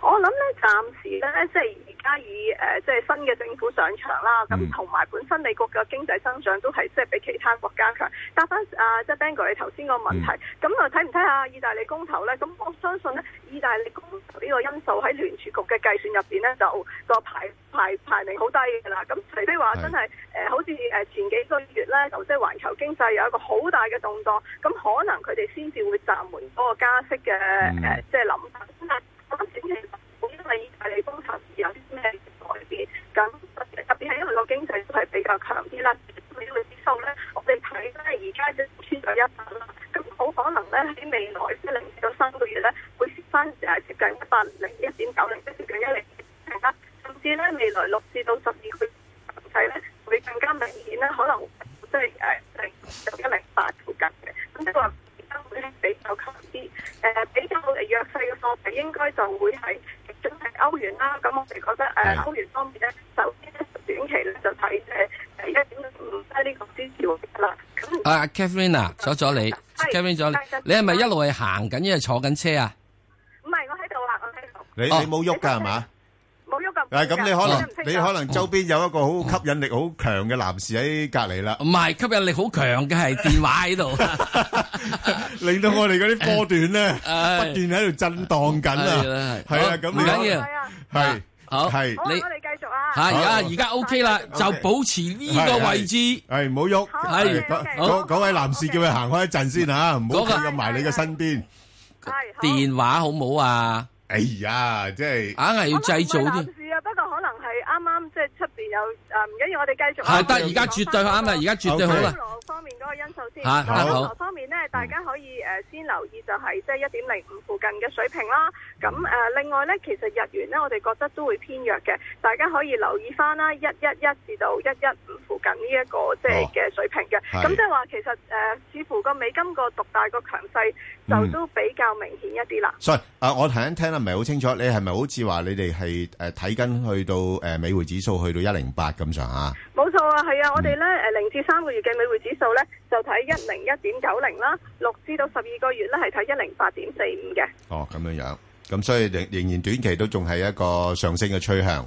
Speaker 18: 我諗咧，暫時咧，即係而家以誒、呃即係新嘅政府上場啦，咁同埋本身美國嘅經濟增長都係即係比其他國家強。答翻啊，即係 Bang 哥你頭先個問題，咁啊睇唔睇下意大利公投咧？咁我相信咧，意大利公投呢個因素喺聯儲局嘅計算入邊咧，就個排排排名好低㗎啦。咁除非話真係誒、呃好似誒前幾個月咧，就即係環球經濟有一個好大嘅動盪，咁可能佢哋先至會暫緩嗰個加息嘅誒、呃即係諗法。咁但係我諗短期因為意大利公投有啲咩改變，咁特別係因為個經濟都係比較強啲啦，美匯指數咧，我哋睇咧而家就穿咗一百啦，咁好可能咧喺未來即係零至到三個月咧，會跌翻誒接近一百零一點九零，即接近一零零啦，甚至咧未來六至到十二個月睇咧，會更加明顯咧，可能即係誒零到一零八附近嘅，咁即係話。會比較強啲。誒、比較呃弱勢嘅貨幣應該就會係真係歐元啦。咁我哋覺得誒、呃歐元方面咧，首先咧短期咧就睇誒誒一點五呢個支持啦。
Speaker 11: 啊
Speaker 7: ，Catherine
Speaker 11: 啊，阻咗你
Speaker 7: 係
Speaker 11: ，Catherine 阻
Speaker 7: 係
Speaker 11: 你，你係咪一路係行緊，因係坐緊車啊？
Speaker 18: 唔係，我喺度
Speaker 3: 啊
Speaker 18: 啦，我喺度
Speaker 10: 你你冇喐㗎係嘛？
Speaker 18: 冇喐咁。
Speaker 10: 诶，咁你可
Speaker 11: 哦
Speaker 10: 能你可能周邊有一個好吸引力好強嘅男士喺隔離啦。
Speaker 11: 唔係吸引力好強嘅係電話喺度。
Speaker 10: 令到我哋嗰啲 波段咧，不斷喺度震盪緊
Speaker 11: 係
Speaker 10: 啊
Speaker 11: 啦！係
Speaker 10: 係
Speaker 11: 好
Speaker 10: 啊，咁
Speaker 11: 唔緊要
Speaker 10: 係
Speaker 11: 好
Speaker 10: 係
Speaker 11: 好你
Speaker 10: 我
Speaker 18: 哋繼續啊
Speaker 11: 係而家而家 OK 啦， 就保持呢個位置。
Speaker 10: 置，係唔好喐。係嗰嗰嗰位男士叫佢行開一陣先吓，唔好
Speaker 11: 嗰個
Speaker 10: 佢入埋你嘅身邊。
Speaker 11: 電話好唔好啊？
Speaker 10: 哎呀，即係硬
Speaker 11: 係要製造
Speaker 18: 男
Speaker 11: 啲。
Speaker 18: 士啊，不過可能係啱啱即係出邊有誒唔緊要，我哋繼續啊。
Speaker 11: 係得，而家絕對啱啦，而家絕對好啦。
Speaker 18: 歐羅啊方面嗰個因素先。
Speaker 11: 啊
Speaker 18: 嗱歐
Speaker 11: 好
Speaker 18: 羅方面咧，大家可以誒先留意就係即係一點零五附近嘅水平啦。咁誒另外咧，其實日元咧，我哋覺得都會偏弱嘅，大家可以留意翻啦，一一一至到一一五附近呢一個即
Speaker 11: 哦
Speaker 18: 係嘅水平嘅。
Speaker 7: 係
Speaker 18: 咁即係話其實誒，似乎個美金個獨大個強勢
Speaker 11: 嗯
Speaker 18: 就都比較明顯一啲啦。
Speaker 10: sorry，啊，我頭先聽得唔係好清楚，你係咪好似話你哋係诶睇緊去到诶美匯指數去到一零八咁上下？
Speaker 18: 冇錯啊，係啊，我哋咧誒零至三個月嘅美匯指數咧就睇一零一點九零啦，六至到十二個月咧係睇一零八點四五嘅。
Speaker 10: 哦，咁樣樣。咁所以仍-仍然短期都仲係一個上升嘅趨向。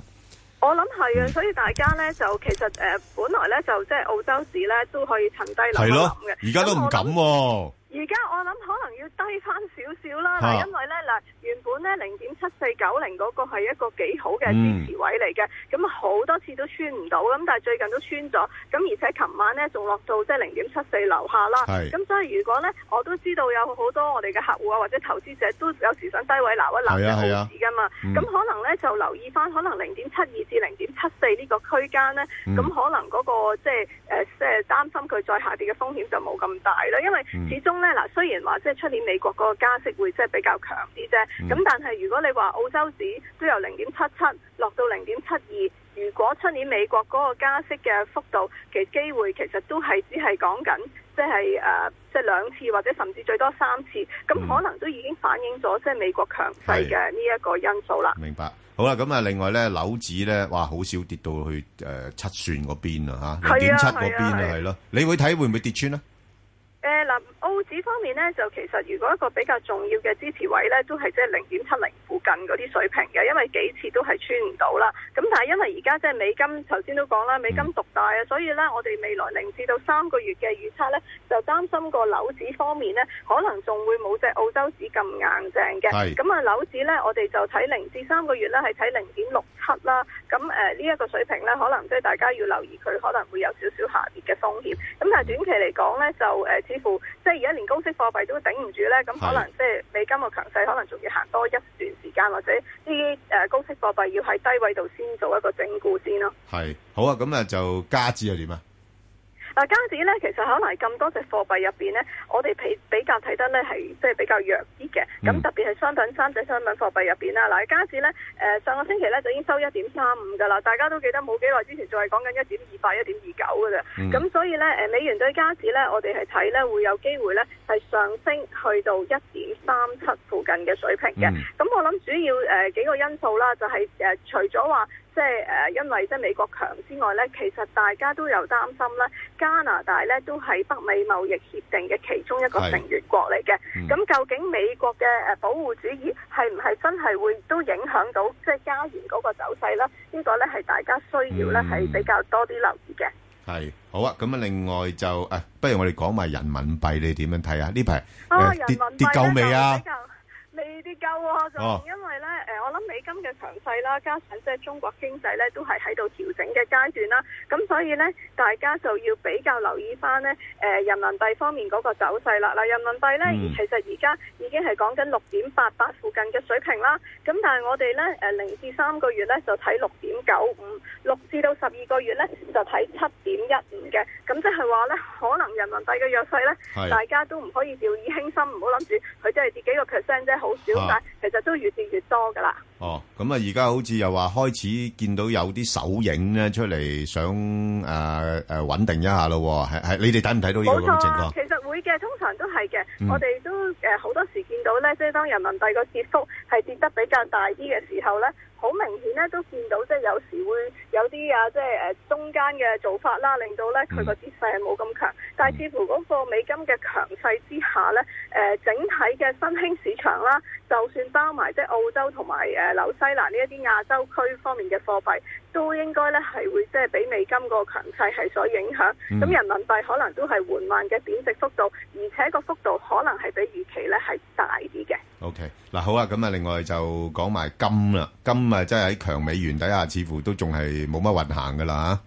Speaker 18: 我諗係
Speaker 10: 嗯
Speaker 18: 啊，所以大家咧就其實誒、呃本來咧就即係澳洲市咧都可以趁低諗一
Speaker 10: 係咯，
Speaker 18: 諗嘅。咁我諗
Speaker 10: 而家都唔敢喎。
Speaker 18: 而家我諗可能要低翻少少啦，
Speaker 10: 啊
Speaker 18: 嗱，因為咧嗱，原本咧零點七四九零嗰個係一個幾好嘅
Speaker 7: 嗯
Speaker 18: 支持位嚟嘅，咁好多次都穿唔到，咁但係最近都穿咗，咁而且琴晚咧仲落到即係零點七四樓下啦，
Speaker 7: 係
Speaker 18: 咁所以如果咧我都知道有好多我哋嘅客戶啊或者投資者都有時想低位撈一撈
Speaker 7: 係啊
Speaker 18: 嘅
Speaker 7: 係啊
Speaker 18: 澳紙噶嘛，
Speaker 7: 嗯
Speaker 18: 咁可能咧就留意翻可能零點七二至零點七四呢個區間咧，
Speaker 7: 嗯
Speaker 18: 咁可能嗰個即係誒即係擔心佢再下跌嘅風險就冇咁大啦，因為
Speaker 7: 嗯
Speaker 18: 始終咧嗱，雖然話即係出年美國嗰個加息會即係比較強啲啫，
Speaker 7: 嗯
Speaker 18: 咁、但係如果你話澳洲指都由零點七七落到零點七二。如果出年美國嗰個加息嘅幅度，其機會其實都係只係講緊，即係誒，呃即係兩次或者甚至最多三次，咁
Speaker 7: 嗯
Speaker 18: 可能都已經反映咗即係美國強勢嘅呢一個因素啦。
Speaker 10: 呃明白。好啦，咁啊，另外呢，樓指呢，哇，好少跌到去，誒，七算嗰邊啊，嚇，
Speaker 18: 係啊，
Speaker 10: 0.7嗰邊啊，
Speaker 18: 係啊，
Speaker 10: 係咯。你會睇會唔會跌穿啊？
Speaker 18: 誒嗱、澳紙方面咧，就其實如果一個比較重要嘅支持位咧，都係即係零點七零附近嗰啲水平嘅，因為幾次都係穿唔到啦。咁但係因為而家即係美金，頭先都講啦，美金獨大啊，所以咧我哋未來零至到三個月嘅預測咧，就擔心個樓指方面咧，可能仲會冇隻澳洲紙咁硬淨嘅。
Speaker 7: 係
Speaker 18: 咁啊樓指咧，我哋就睇零至三個月咧係睇零點六七啦。咁誒呢一個水平咧，可能即係大家要留意佢可能會有少少下跌嘅風險。咁但係短期嚟講咧，就誒、呃似乎即係而家連高息貨幣都頂唔住咧，咁可能即係美金嘅強勢，可能仲要行多一段時間，或者啲誒、呃高息貨幣要喺低位度先做一個整固先咯。
Speaker 10: 係。好啊，咁啊，就加指又點啊？
Speaker 18: 嗱，加指咧，其實可能係咁多隻貨幣入邊咧，我哋比比較睇得咧係即係比較弱啲嘅。咁、特別係商品三隻商品貨幣入邊啦，嗱，加指咧，誒、上個星期咧就已經收一點三五㗎啦，大家都記得冇幾耐之前仲係講緊一點二八、一點二九㗎啫。
Speaker 7: 嗯
Speaker 18: 咁、所以咧，誒美元對加指咧，我哋係睇咧會有機會咧係上升去到一點三七附近嘅水平嘅。
Speaker 7: 嗯
Speaker 18: 咁我諗主要誒、呃、幾個因素啦，就係、誒、除咗話即係誒、呃因為即係美國強之外咧，其實大家都有擔心咧，加拿大咧都係北美貿易協定嘅其中一個
Speaker 7: 係嗯
Speaker 18: 成員國嚟嘅。咁、究竟美國嘅誒保護主義係唔係真係會都影響到即係加元嗰個走勢咧？呢、個咧係大家需要
Speaker 7: 嗯
Speaker 18: 咧係比較多啲留意嘅。
Speaker 10: 系好啊，咁啊，另外就诶、不如我哋講埋人民幣，你點樣睇啊？呢排
Speaker 18: 啊，
Speaker 10: 誒
Speaker 18: 人
Speaker 10: 跌
Speaker 18: 民幣
Speaker 10: 跌夠
Speaker 18: 咧
Speaker 10: 未
Speaker 18: 就
Speaker 10: 啊
Speaker 18: 比？較未跌夠啊！就
Speaker 10: 哦
Speaker 18: 因為咧，誒，我諗美金嘅強勢啦，加上即係中國經濟咧都係喺度調整嘅階段啦，咁所以咧，大家就要比較留意翻咧，誒，人民幣方面嗰個走勢啦。嗱，人民幣咧
Speaker 7: 嗯，
Speaker 18: 其實而家已經係講緊六點八八附近嘅水平啦。咁但係我哋咧，誒，零至三個月咧就睇六點九五，六至到十二個月咧就睇七點一五嘅。咁即係話咧，可能人民幣嘅弱勢咧，
Speaker 7: 係
Speaker 18: 大家都唔可以掉以輕心，唔好諗住佢真係跌幾個 percent 啫，好少，
Speaker 10: 啊
Speaker 18: 但係其實都越跌越多㗎啦。
Speaker 10: 哦，咁啊，而家好似又話開始見到有啲手影咧出嚟，想诶诶穩定一下咯喎，係係你哋睇唔睇到呢
Speaker 18: 冇
Speaker 10: 個
Speaker 18: 錯
Speaker 10: 咁嘅情
Speaker 18: 啊，
Speaker 10: 況？
Speaker 18: 其實會嘅，通常都係嘅。
Speaker 10: 嗯
Speaker 18: 我哋都誒好多時見到咧，即係當人民幣個跌幅係跌得比較大啲嘅時候咧，好明顯咧都見到即係有時會有啲啊，即係誒中間嘅做法啦，令到咧
Speaker 10: 嗯
Speaker 18: 佢個跌勢係冇咁強。但係似乎嗰個美金嘅強勢之下咧，誒、整體嘅新興市場啦，就算包埋即係澳洲同埋誒紐西蘭呢一啲亞洲區方面嘅貨幣，都應該咧係會即係俾美金個強勢係所影響。
Speaker 7: 嗯
Speaker 18: 咁、人民幣可能都係緩慢嘅貶值幅度，而且個幅度可能係比預期咧係大啲嘅。
Speaker 10: OK，嗱好啊，咁啊，另外就講埋金啦，金啊，真係喺強美元底下，似乎都仲係冇乜運行噶啦啊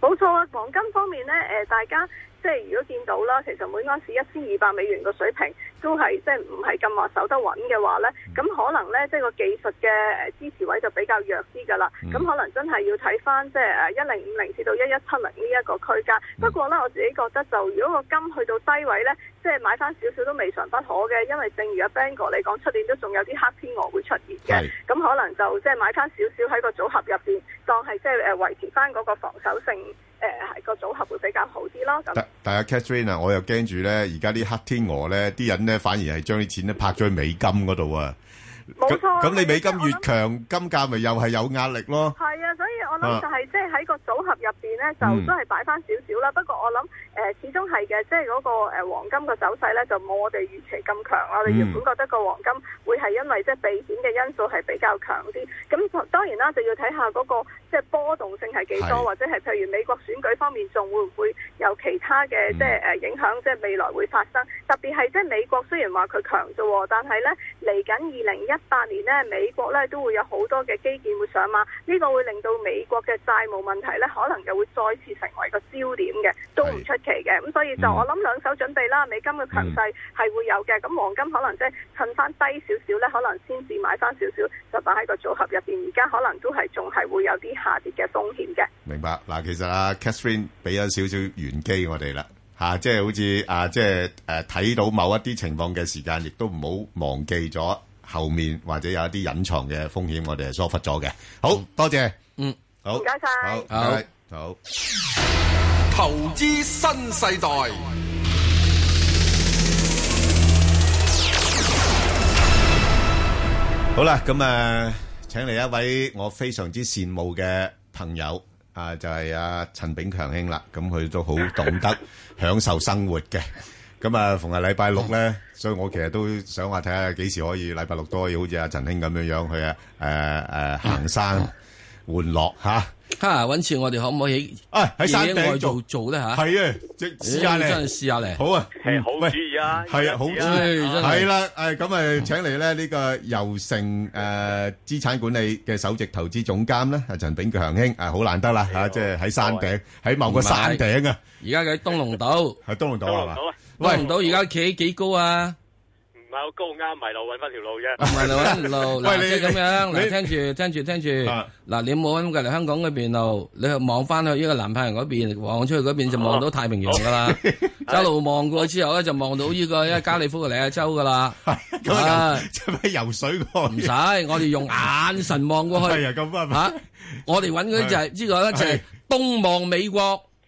Speaker 18: 冇錯啊，黃金方面呢，誒、大家即係如果見到啦，其實每安士一千二百美元個水平都係即係唔係咁話守得穩嘅話呢，咁可能呢，即係個技術嘅誒支持位就比較弱啲㗎啦。咁、可能真係要睇翻即係誒一零五零至到一一七零呢一個區間。不過呢，我自己覺得就如果個金去到低位呢，即係買翻少少都未嘗不可嘅，因為正如阿 Bang 哥你講，出年都仲有啲黑天鵝會出現嘅
Speaker 7: 係。
Speaker 18: 咁可能就即係呃買翻少少喺個組合入邊，當係即係誒維持翻嗰個防守性誒係、個組合會比較好啲咯。咁
Speaker 10: 但但係 Catherine 啊，我又驚住咧，而家啲黑天鵝咧，啲人咧反而係將啲錢咧拍咗去美金嗰度啊。
Speaker 18: 冇
Speaker 10: 咁
Speaker 18: 錯啊。
Speaker 10: 咁你美金越強，金價咪又係有壓力咯。
Speaker 18: 係啊，所以我我諗就係即係喺個組合入邊咧，就都係擺翻少少啦。不過我諗誒、呃始終係嘅，即係嗰個誒黃金嘅走勢咧，就冇我哋預期咁強啦。我哋
Speaker 7: 嗯
Speaker 18: 原本覺得個黃金會係因為即係避險嘅因素係比較強啲。咁當然啦，就要睇下嗰、個即係波動性係幾
Speaker 29: 係
Speaker 18: 多，或者係譬如美國選舉方面仲會唔會有其他嘅即係誒影響，即係未來會發生。特別係即係美國雖然話佢強啫喎，但係咧嚟緊二零一八年咧，美國咧都會有好多嘅基建會上馬，呢、個會令到美國嘅債務問題咧，可能就會再次成為個焦點嘅，都唔出奇嘅。咁所以就我諗兩手準備啦，美金嘅強勢係會有嘅，咁黃金可能即係趁翻低少少咧，可能先至買翻少少，就擺喺個組合入邊。而家可能都係仲係會有啲下跌嘅風險嘅。
Speaker 10: 明白嗱，其實阿 Catherine 俾咗少少玄機我哋啦，吓、即係好似啊，即係诶睇到某一啲情況嘅時間，亦都唔好忘記咗後面或者有一啲隱藏嘅風險，我哋係疏忽咗嘅。好多謝，
Speaker 11: 嗯，
Speaker 10: 好，
Speaker 18: 唔該晒
Speaker 10: 好，
Speaker 18: 好
Speaker 10: 好，好。
Speaker 9: 投資新世代，
Speaker 10: 好啦，咁啊，请嚟一位我非常之羨慕嘅朋友啊，就係阿陳炳強兄啦。咁佢都好懂得享受生活嘅。咁啊，逢係禮拜六咧，所以我其實都想話睇下幾時可以禮拜六都可以好似阿陳兄咁樣樣去啊誒誒行山玩樂吓。
Speaker 11: 嚇，揾次我哋可唔可以
Speaker 10: 啊喺山
Speaker 11: 野外
Speaker 10: 頂
Speaker 11: 做做咧嚇？
Speaker 10: 係啊，即試下咧，
Speaker 11: 真係試下咧。
Speaker 10: 好啊，
Speaker 11: 係好
Speaker 10: 喂
Speaker 11: 主意啊
Speaker 10: 係啊，好主
Speaker 11: 唉真係
Speaker 10: 意，系啦，诶，咁诶，請嚟咧呢個油城诶资產管理嘅首席投資總監咧，阿陳炳強兄，啊，好難得啦吓，即係喺山頂，喺某個山頂啊，
Speaker 11: 而家喺東龍島，
Speaker 10: 喺東龍島係嘛？
Speaker 11: 喂，東龍島而家企喺幾高啊？
Speaker 30: 唔係好高啱迷路，揾翻條
Speaker 11: 唔係
Speaker 30: 路啫。
Speaker 11: 啦， 揾路嗱，即係
Speaker 30: 喂你
Speaker 11: 咁樣
Speaker 30: 你
Speaker 11: 嗱，聽住聽住聽住
Speaker 30: 啊
Speaker 11: 嗱，你冇揾隔離香港嗰邊路，你去望翻去呢個南派人嗰邊，望出去嗰邊就望到太平洋噶 啦，一路望過之後咧就望到呢個加利福尼亞州噶啦，啊
Speaker 10: 咁就咪游水個？
Speaker 11: 唔使，我哋用眼神望過去。
Speaker 10: 係啊咁啊
Speaker 11: 嚇我哋揾嗰啲就係呢個咧就係東望美國。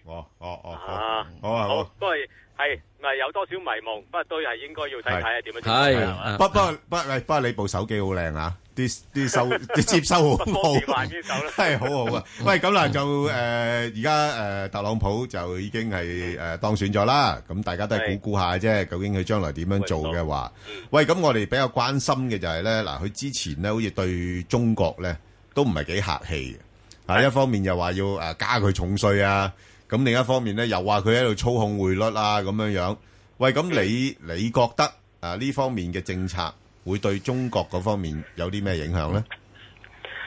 Speaker 10: 哦哦哦，
Speaker 30: 啊，
Speaker 10: 好啊好啊。
Speaker 30: 不過係咪有多少迷蒙？不過都係應該要睇睇係點樣做
Speaker 10: 係
Speaker 30: 係啊嘛
Speaker 10: 不不過不喂不過你部手機好靚啊！啲 啲收啲接收好
Speaker 30: 不
Speaker 10: 好
Speaker 30: 方便話邊手啦，
Speaker 10: 係好 好啊！喂，咁嗱就誒呃而家誒特朗普就已經係誒當選咗啦，咁大家都係估估下啫，究竟佢將來點樣做嘅話，喂，咁我哋比較關心嘅就係咧，嗱佢之前咧好似對中國咧都唔係幾客氣嘅。啊，一方面又話要誒加佢重税啊，咁另一方面咧又話佢喺度操控匯率啊咁樣樣。喂，咁你
Speaker 30: 嗯
Speaker 10: 你覺得啊呢方面嘅政策會對中國嗰方面有啲咩影響咧？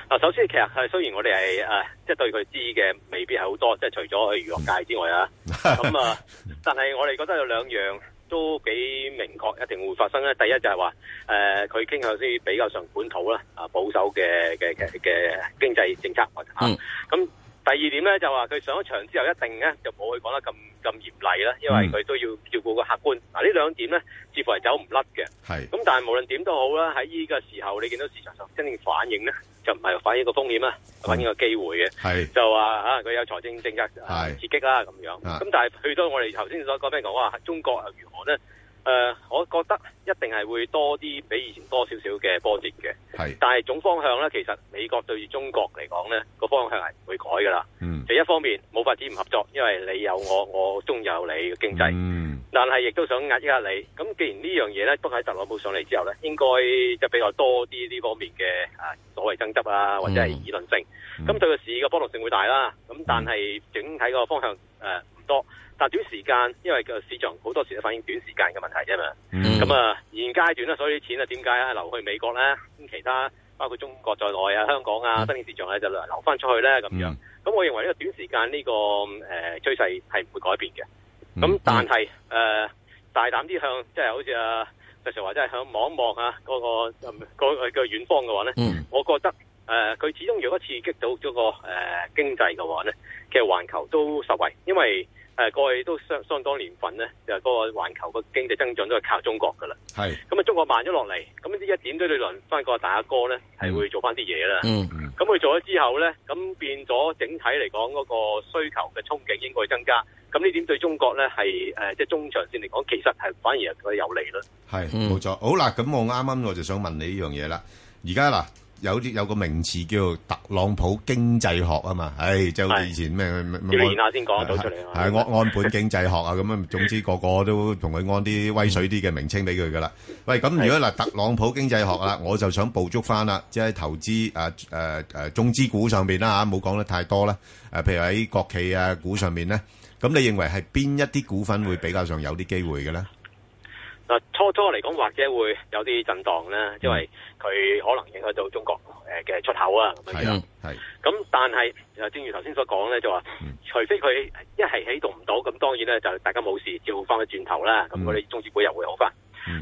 Speaker 30: 嗱，首先其實係雖然我哋係誒，即係對佢知嘅未必係好多，即係除咗去娛樂界之外 啊，咁啊，但係我哋覺得有兩樣都幾明確，一定會發生咧。第一就係話誒，佢傾向先比較上本土啦，啊保守嘅嘅嘅嘅經濟政策或者
Speaker 11: 嗯
Speaker 30: 咁第二點咧就話佢上咗場之後一定咧就冇佢講得咁咁嚴厲啦，因為
Speaker 11: 嗯
Speaker 30: 佢都要照顧個客觀。嗱呢兩點咧，似乎係走唔甩嘅。
Speaker 10: 係
Speaker 30: 咁，但係無論點都好啦，喺呢個時候你見到市場上真正反應咧，就唔係反映個風險啦，反映個機會嘅。
Speaker 10: 係
Speaker 30: 就話啊，佢有財政政策啊
Speaker 10: 係
Speaker 30: 刺激啦咁樣。
Speaker 10: 啊
Speaker 30: 咁但係去到我哋頭先所講咩講話啊中國又如何咧？誒、我覺得一定係會多啲比以前多少少嘅波折嘅。
Speaker 10: 係
Speaker 30: 但係總方向咧，其實美國對住中國嚟講咧，個方向係唔會改㗎啦。
Speaker 10: 嗯
Speaker 30: 就一方面冇法子唔合作，因為你有我，我中有你嘅經濟。
Speaker 10: 嗯
Speaker 30: 但係亦都想壓抑下你。咁既然呢樣嘢咧，都喺特朗普上嚟之後咧，應該即係比較多啲呢方面嘅啊所謂爭執啊，或者係議論性。咁、對個市嘅波動性會大啦。咁但係整體個方向誒呃唔、多。但短時間，因為個市場好多時都反映短時間嘅問題啫嘛。
Speaker 11: 嗯
Speaker 30: 咁、啊，現階段咧，所以啲錢啊點解啊流去美國咧？咁其他包括中國在內啊、香港啊、新興市場咧就流翻出去咧咁樣。咁、我認為呢個短時間呢、個誒、呃、趨勢係唔會改變嘅。咁、但係誒、呃大膽啲向，即係好似啊石 Sir 話，即係向望一望啊嗰、個嗯嗰、個個遠方嘅話咧，
Speaker 11: 嗯
Speaker 30: 我覺得誒佢、始終如果刺激到嗰、個誒、呃、經濟嘅話咧，其實環球都受惠，因為誒、呃、過去都相相當年份咧，就係嗰個環球個經濟增長都係靠中國㗎啦。
Speaker 10: 係
Speaker 30: 咁啊，中國慢咗落嚟，咁呢一點都對輪翻個大阿哥咧係會做翻啲嘢啦。
Speaker 11: 嗯
Speaker 30: 咁佢做咗之後咧，咁變咗整體嚟講嗰個需求嘅憧憬應該會增加。咁呢點對中國咧係誒，即係中長線嚟講，其實係反而係佢有利啦。
Speaker 10: 係冇錯。好啦，咁我啱啱我就想問你呢樣嘢啦。而家嗱有啲有個名詞叫特朗普經濟學啊嘛，唉，即係好似以前咩咩咩
Speaker 30: 要練下先講得到出嚟啊
Speaker 10: 係按按本經濟學啊咁樣，總 之個個都同佢安啲威水啲嘅名稱俾佢噶啦。喂，咁如果嗱特朗普經濟學啦，我就想捕捉翻啦，即係投資誒誒誒中資股上邊啦嚇，啊冇講得太多啦。誒，譬如喺國企啊股上面咧，咁你認為係邊一啲股份會比較上有啲機會嘅咧？
Speaker 30: 嗱，初初嚟講或者會有啲震盪啦，因為佢可能影響到中國誒嘅出口啊咁樣樣。
Speaker 10: 係
Speaker 30: 咁但係誒，正如頭先所講咧，就話
Speaker 10: 嗯
Speaker 30: 除非佢一係起動唔到，咁當然咧就大家冇事，照翻去轉頭啦。
Speaker 10: 嗯
Speaker 30: 咁嗰啲中資股又會好翻。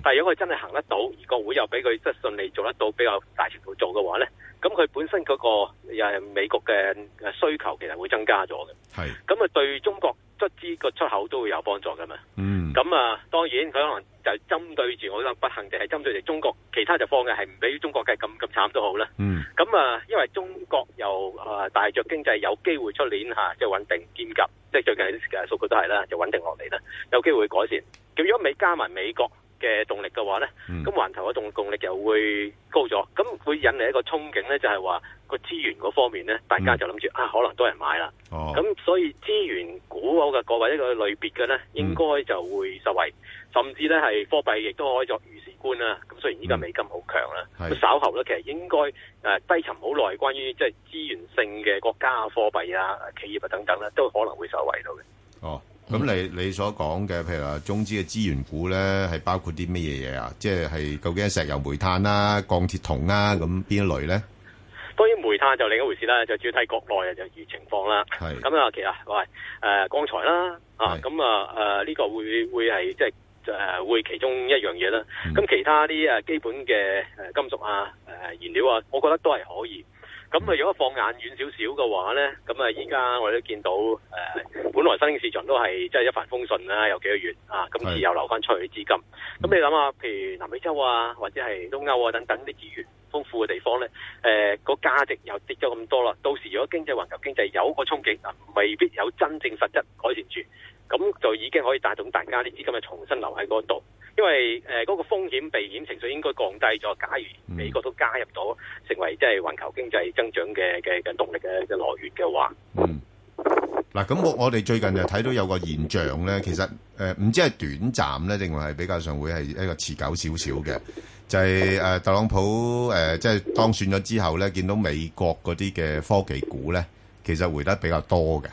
Speaker 30: 但係如果佢真係行得到，而個會又俾佢即係順利做得到，比較大程度做嘅話咧，咁佢本身嗰、個誒美國嘅誒需求其實會增加咗嘅。
Speaker 10: 係
Speaker 30: 咁啊，對中國卒之個出口都會有幫助噶嘛。
Speaker 10: 嗯
Speaker 30: 咁啊，當然佢可能就係針對住，我覺得不幸地係針對住中國，其他就放嘅係唔俾中國嘅咁咁慘都好啦。
Speaker 10: 嗯
Speaker 30: 咁啊，因為中國又啊大着經濟有機會出年嚇，即係穩定兼夾，即係最近嘅數據都係啦，就穩定落嚟啦，有機會改善。咁如果美加埋美國嘅動力嘅話咧，咁環球嘅動動力又會高咗，咁會引嚟一個憧憬咧，就係話個資源嗰方面咧，大家就諗住啊，可能多人買啦。
Speaker 10: 哦
Speaker 30: 咁所以資源股嗰個各位一個類別嘅咧，應該就會受惠，甚至咧係貨幣亦都可以作預示觀啦。咁雖然依家美金好強啦，
Speaker 10: 嗯係
Speaker 30: 咁稍後咧其實應該誒、呃低沉好耐，關於即係資源性嘅國家啊、貨幣啊、企業啊等等咧，都可能會受惠到嘅。
Speaker 10: 哦，咁你你所講嘅，譬如話中資嘅資源股咧，係包括啲乜嘢嘢啊？即係係究竟係石油、煤炭啦、鋼鐵、銅啦，咁邊一類咧？
Speaker 30: 當然煤炭就另一回事啦，就主要睇國內嘅啊就如情況啦。
Speaker 10: 係
Speaker 30: 咁啊，其實喂誒、呃、鋼材啦，啊
Speaker 10: 係
Speaker 30: 咁啊誒呢個會會係即係誒會其中一樣嘢啦。
Speaker 10: 嗯
Speaker 30: 咁、其他啲誒呃基本嘅誒金屬啊、誒、燃料啊，我覺得都係可以。咁
Speaker 10: 嗯
Speaker 30: 啊，如果放眼遠少少嘅話咧，咁啊，而家我哋都見到誒、呃本來新興市場都係即係一帆風順啦，有幾個月啊，今次
Speaker 7: 係
Speaker 30: 又流翻出去資金。咁你諗下，譬如南美洲啊，或者係東歐啊等等啲資源豐富嘅地方咧，誒、個價值又跌咗咁多啦。到時如果經濟環球經濟有個憧憬，啊未必有真正實質改善住，咁就已經可以帶動大家啲資金嘅重新留喺嗰度。因為誒嗰、個風險避險情緒應該降低咗，假如美國都加入到成為即係環球經濟增長嘅嘅嘅動力嘅嘅來源嘅話，
Speaker 10: 嗱，咁我我哋最近就睇到有個現象咧，其實呃誒唔、知係短暫咧，定係比較上會係一個持久少少嘅，就係、呃特朗普誒、呃即係當選咗之後咧，見到美國嗰啲嘅科技股咧，其實回得比較多嘅。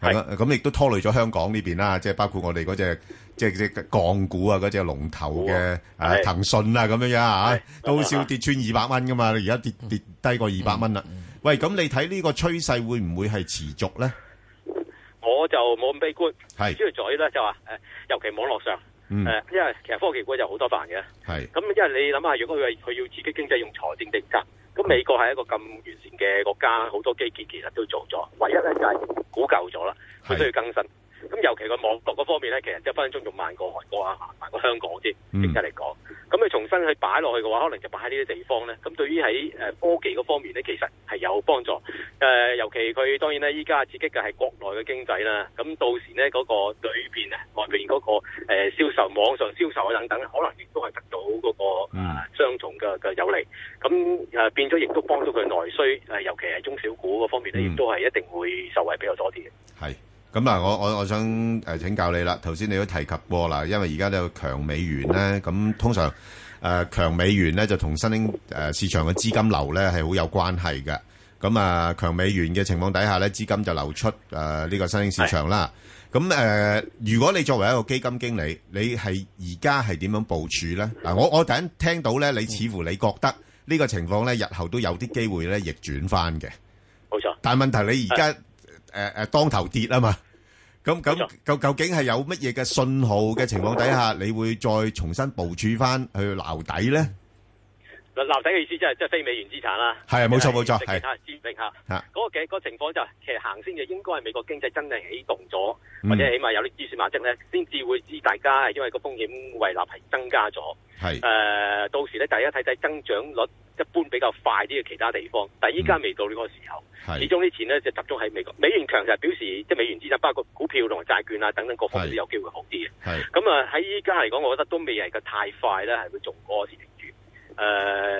Speaker 10: 係啦，咁亦都拖累咗香港呢邊啦，即係包括我哋嗰只即係只鋼股啊，嗰只龍頭嘅啊
Speaker 29: 係
Speaker 10: 騰訊啊咁樣樣嚇，都少跌穿二百蚊噶嘛，而家跌跌低過二百蚊啦。喂，咁你睇呢個趨勢會唔會係持續咧？
Speaker 30: 我就冇咁悲觀。
Speaker 10: 係
Speaker 30: 主要在於咧就話誒、尤其網絡上誒、
Speaker 10: 嗯
Speaker 30: 因為其實科技股就好多煩嘅。
Speaker 10: 係
Speaker 30: 咁因為你諗下，如果佢係佢要刺激經濟用財政政策，咁美國係一個咁完善嘅國家，好多基建其實都做咗，唯一咧就係估夠咗啦，佢需要更新。咁尤其個網絡嗰方面咧，其實一分鐘仲慢過韓國啊，慢過香港啲
Speaker 31: 嗯
Speaker 30: 整體嚟講。咁你重新去擺落去嘅話，可能就擺喺呢啲地方咧。咁對於喺誒科技嗰方面咧，其實係有幫助。誒、尤其佢當然咧，依家刺激嘅係國內嘅經濟啦。咁到時咧嗰、個裏邊啊，外邊嗰、個誒銷售、網上銷售啊等等，可能亦都係得到嗰、個、
Speaker 10: 嗯
Speaker 30: 雙重嘅嘅有利。咁誒、變咗亦都幫到佢內需誒、尤其係中小股嗰方面咧，亦都係一定會受惠比較多啲嘅。
Speaker 10: 係咁啊！我我我想誒請教你啦。頭先你都提及過啦，因為而家都有強美元咧，咁通常誒、呃、強美元咧就同新興誒市場嘅資金流咧係好有關係嘅。咁啊，強美元嘅情況底下咧，資金就流出誒呢、個新興市場啦。咁誒、呃如果你作為一個基金經理，你係而家係點樣部署咧？嗱、我我突然聽到咧，你似乎你覺得呢個情況咧，日後都有啲機會咧逆轉翻嘅。
Speaker 30: 冇錯。
Speaker 10: 但係問題你而家誒誒當頭跌啊嘛，咁咁究究竟係有乜嘢嘅信號嘅情況底 下，你會再重新部署翻去撈底咧？
Speaker 30: 嗱，鬧底嘅意思即係即係非美元資產啦，
Speaker 10: 係冇錯冇錯
Speaker 30: 即係其他資產嚇。
Speaker 10: 嚇
Speaker 30: 嗰個嘅嗰個情況就係其實行先嘅應該係美國經濟真係起動咗，
Speaker 10: 嗯
Speaker 30: 或者起碼有啲蛛絲馬跡咧，先至會知大家係因為個風險胃納係增加咗。
Speaker 10: 係
Speaker 30: 誒、呃到時咧，大家睇睇增長率一般比較快啲嘅其他地方，但係依家未到呢個時候，
Speaker 10: 嗯係
Speaker 30: 始終啲錢咧就集中喺美國。美元強就係表示即係美元資產，包括股票同埋債券啊等等各方面都有機會好啲嘅。
Speaker 10: 係
Speaker 30: 咁啊喺依家嚟講，我覺得都未係個太快咧，係會做嗰個事情住。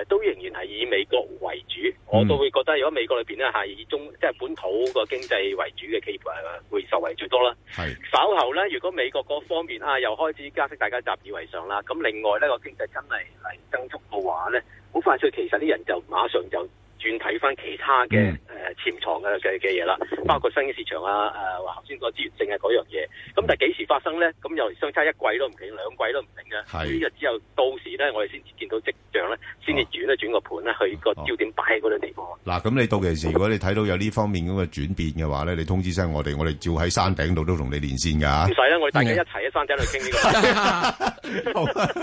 Speaker 30: 都仍然係以美國為主，
Speaker 10: 嗯
Speaker 30: 我都會覺得如果美國裏邊咧係以中即係本土個經濟為主嘅企業誒呃會受惠最多啦。
Speaker 10: 係
Speaker 30: 稍後咧，如果美國嗰方面啊又開始加息，大家習以為常啦。咁另外呢個經濟真係嚟增速嘅話咧，好快脆其實啲人就馬上就轉睇翻其他嘅誒、呃、潛藏嘅嘅嘅嘢啦，包括新興市場啊誒話頭先個資源性啊嗰樣嘢。咁但係幾時發生咧？咁又相差一季都唔定，兩季都唔定嘅。呢個之後到時咧，我哋先至見到跡象咧，先至轉一轉個盤咧，去個焦點擺喺嗰啲地方。
Speaker 10: 嗱，咁你到期時如果你睇到有呢方面咁嘅轉變嘅話咧，你通知聲我哋，我哋照喺山頂度都同你連線㗎。
Speaker 30: 唔使啦，我哋大家一齊喺山頂度傾呢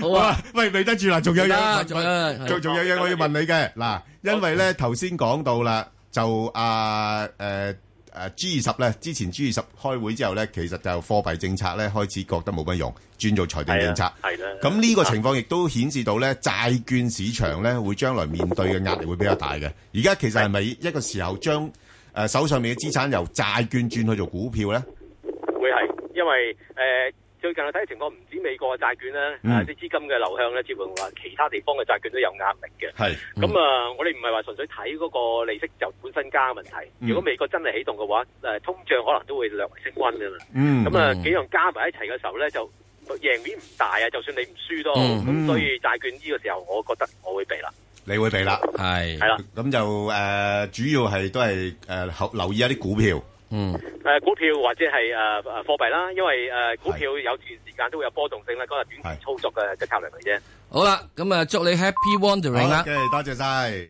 Speaker 10: 好啊，喂，未得住啦，仲有
Speaker 11: 得
Speaker 10: 嘢，
Speaker 11: 仲有嘢
Speaker 10: 仲仲有嘢我要問你嘅，嗱，因為咧頭先講到啦，就啊誒誒 G 二十咧，之前 G 二十開會之後咧，其實就貨幣政策咧開始覺得冇乜用，轉做財政政策，
Speaker 30: 係啦
Speaker 10: 咁呢個情況亦都顯示到咧債券市場咧會將來面對嘅壓力會比較大嘅。而家其實係咪一個時候將誒手上面嘅資產由債券轉去做股票咧？
Speaker 30: 個，會係因為誒、呃最近我睇嘅情況唔止美國嘅債券啦，
Speaker 10: 嗯
Speaker 30: 啊啲資金嘅流向咧，似乎話其他地方嘅債券都有壓力嘅。
Speaker 10: 係
Speaker 30: 咁啊、我哋唔係話純粹睇嗰個利息就本身加嘅問題。
Speaker 10: 嗯
Speaker 30: 如果美國真係起動嘅話，誒、呃通脹可能都會略為升溫㗎啦。
Speaker 10: 嗯
Speaker 30: 咁啊、
Speaker 10: 嗯
Speaker 30: 幾樣加埋一齊嘅時候咧，就贏面唔大啊！就算你唔輸都好，咁、
Speaker 10: 嗯
Speaker 30: 所以債券呢個時候，我覺得我會避啦。
Speaker 10: 你會俾啦，
Speaker 11: 係
Speaker 30: 係啦
Speaker 10: 咁就誒主要係都係誒後留意一啲股票，
Speaker 11: 嗯，
Speaker 30: 誒、呃股票或者係誒誒貨幣啦，因為誒、呃股票有段時間都會有波動性啦，嗰日短期操作嘅嘅策略嚟啫。
Speaker 11: 好啦，咁啊，祝你 Happy Wandering 啦。
Speaker 10: 多謝晒。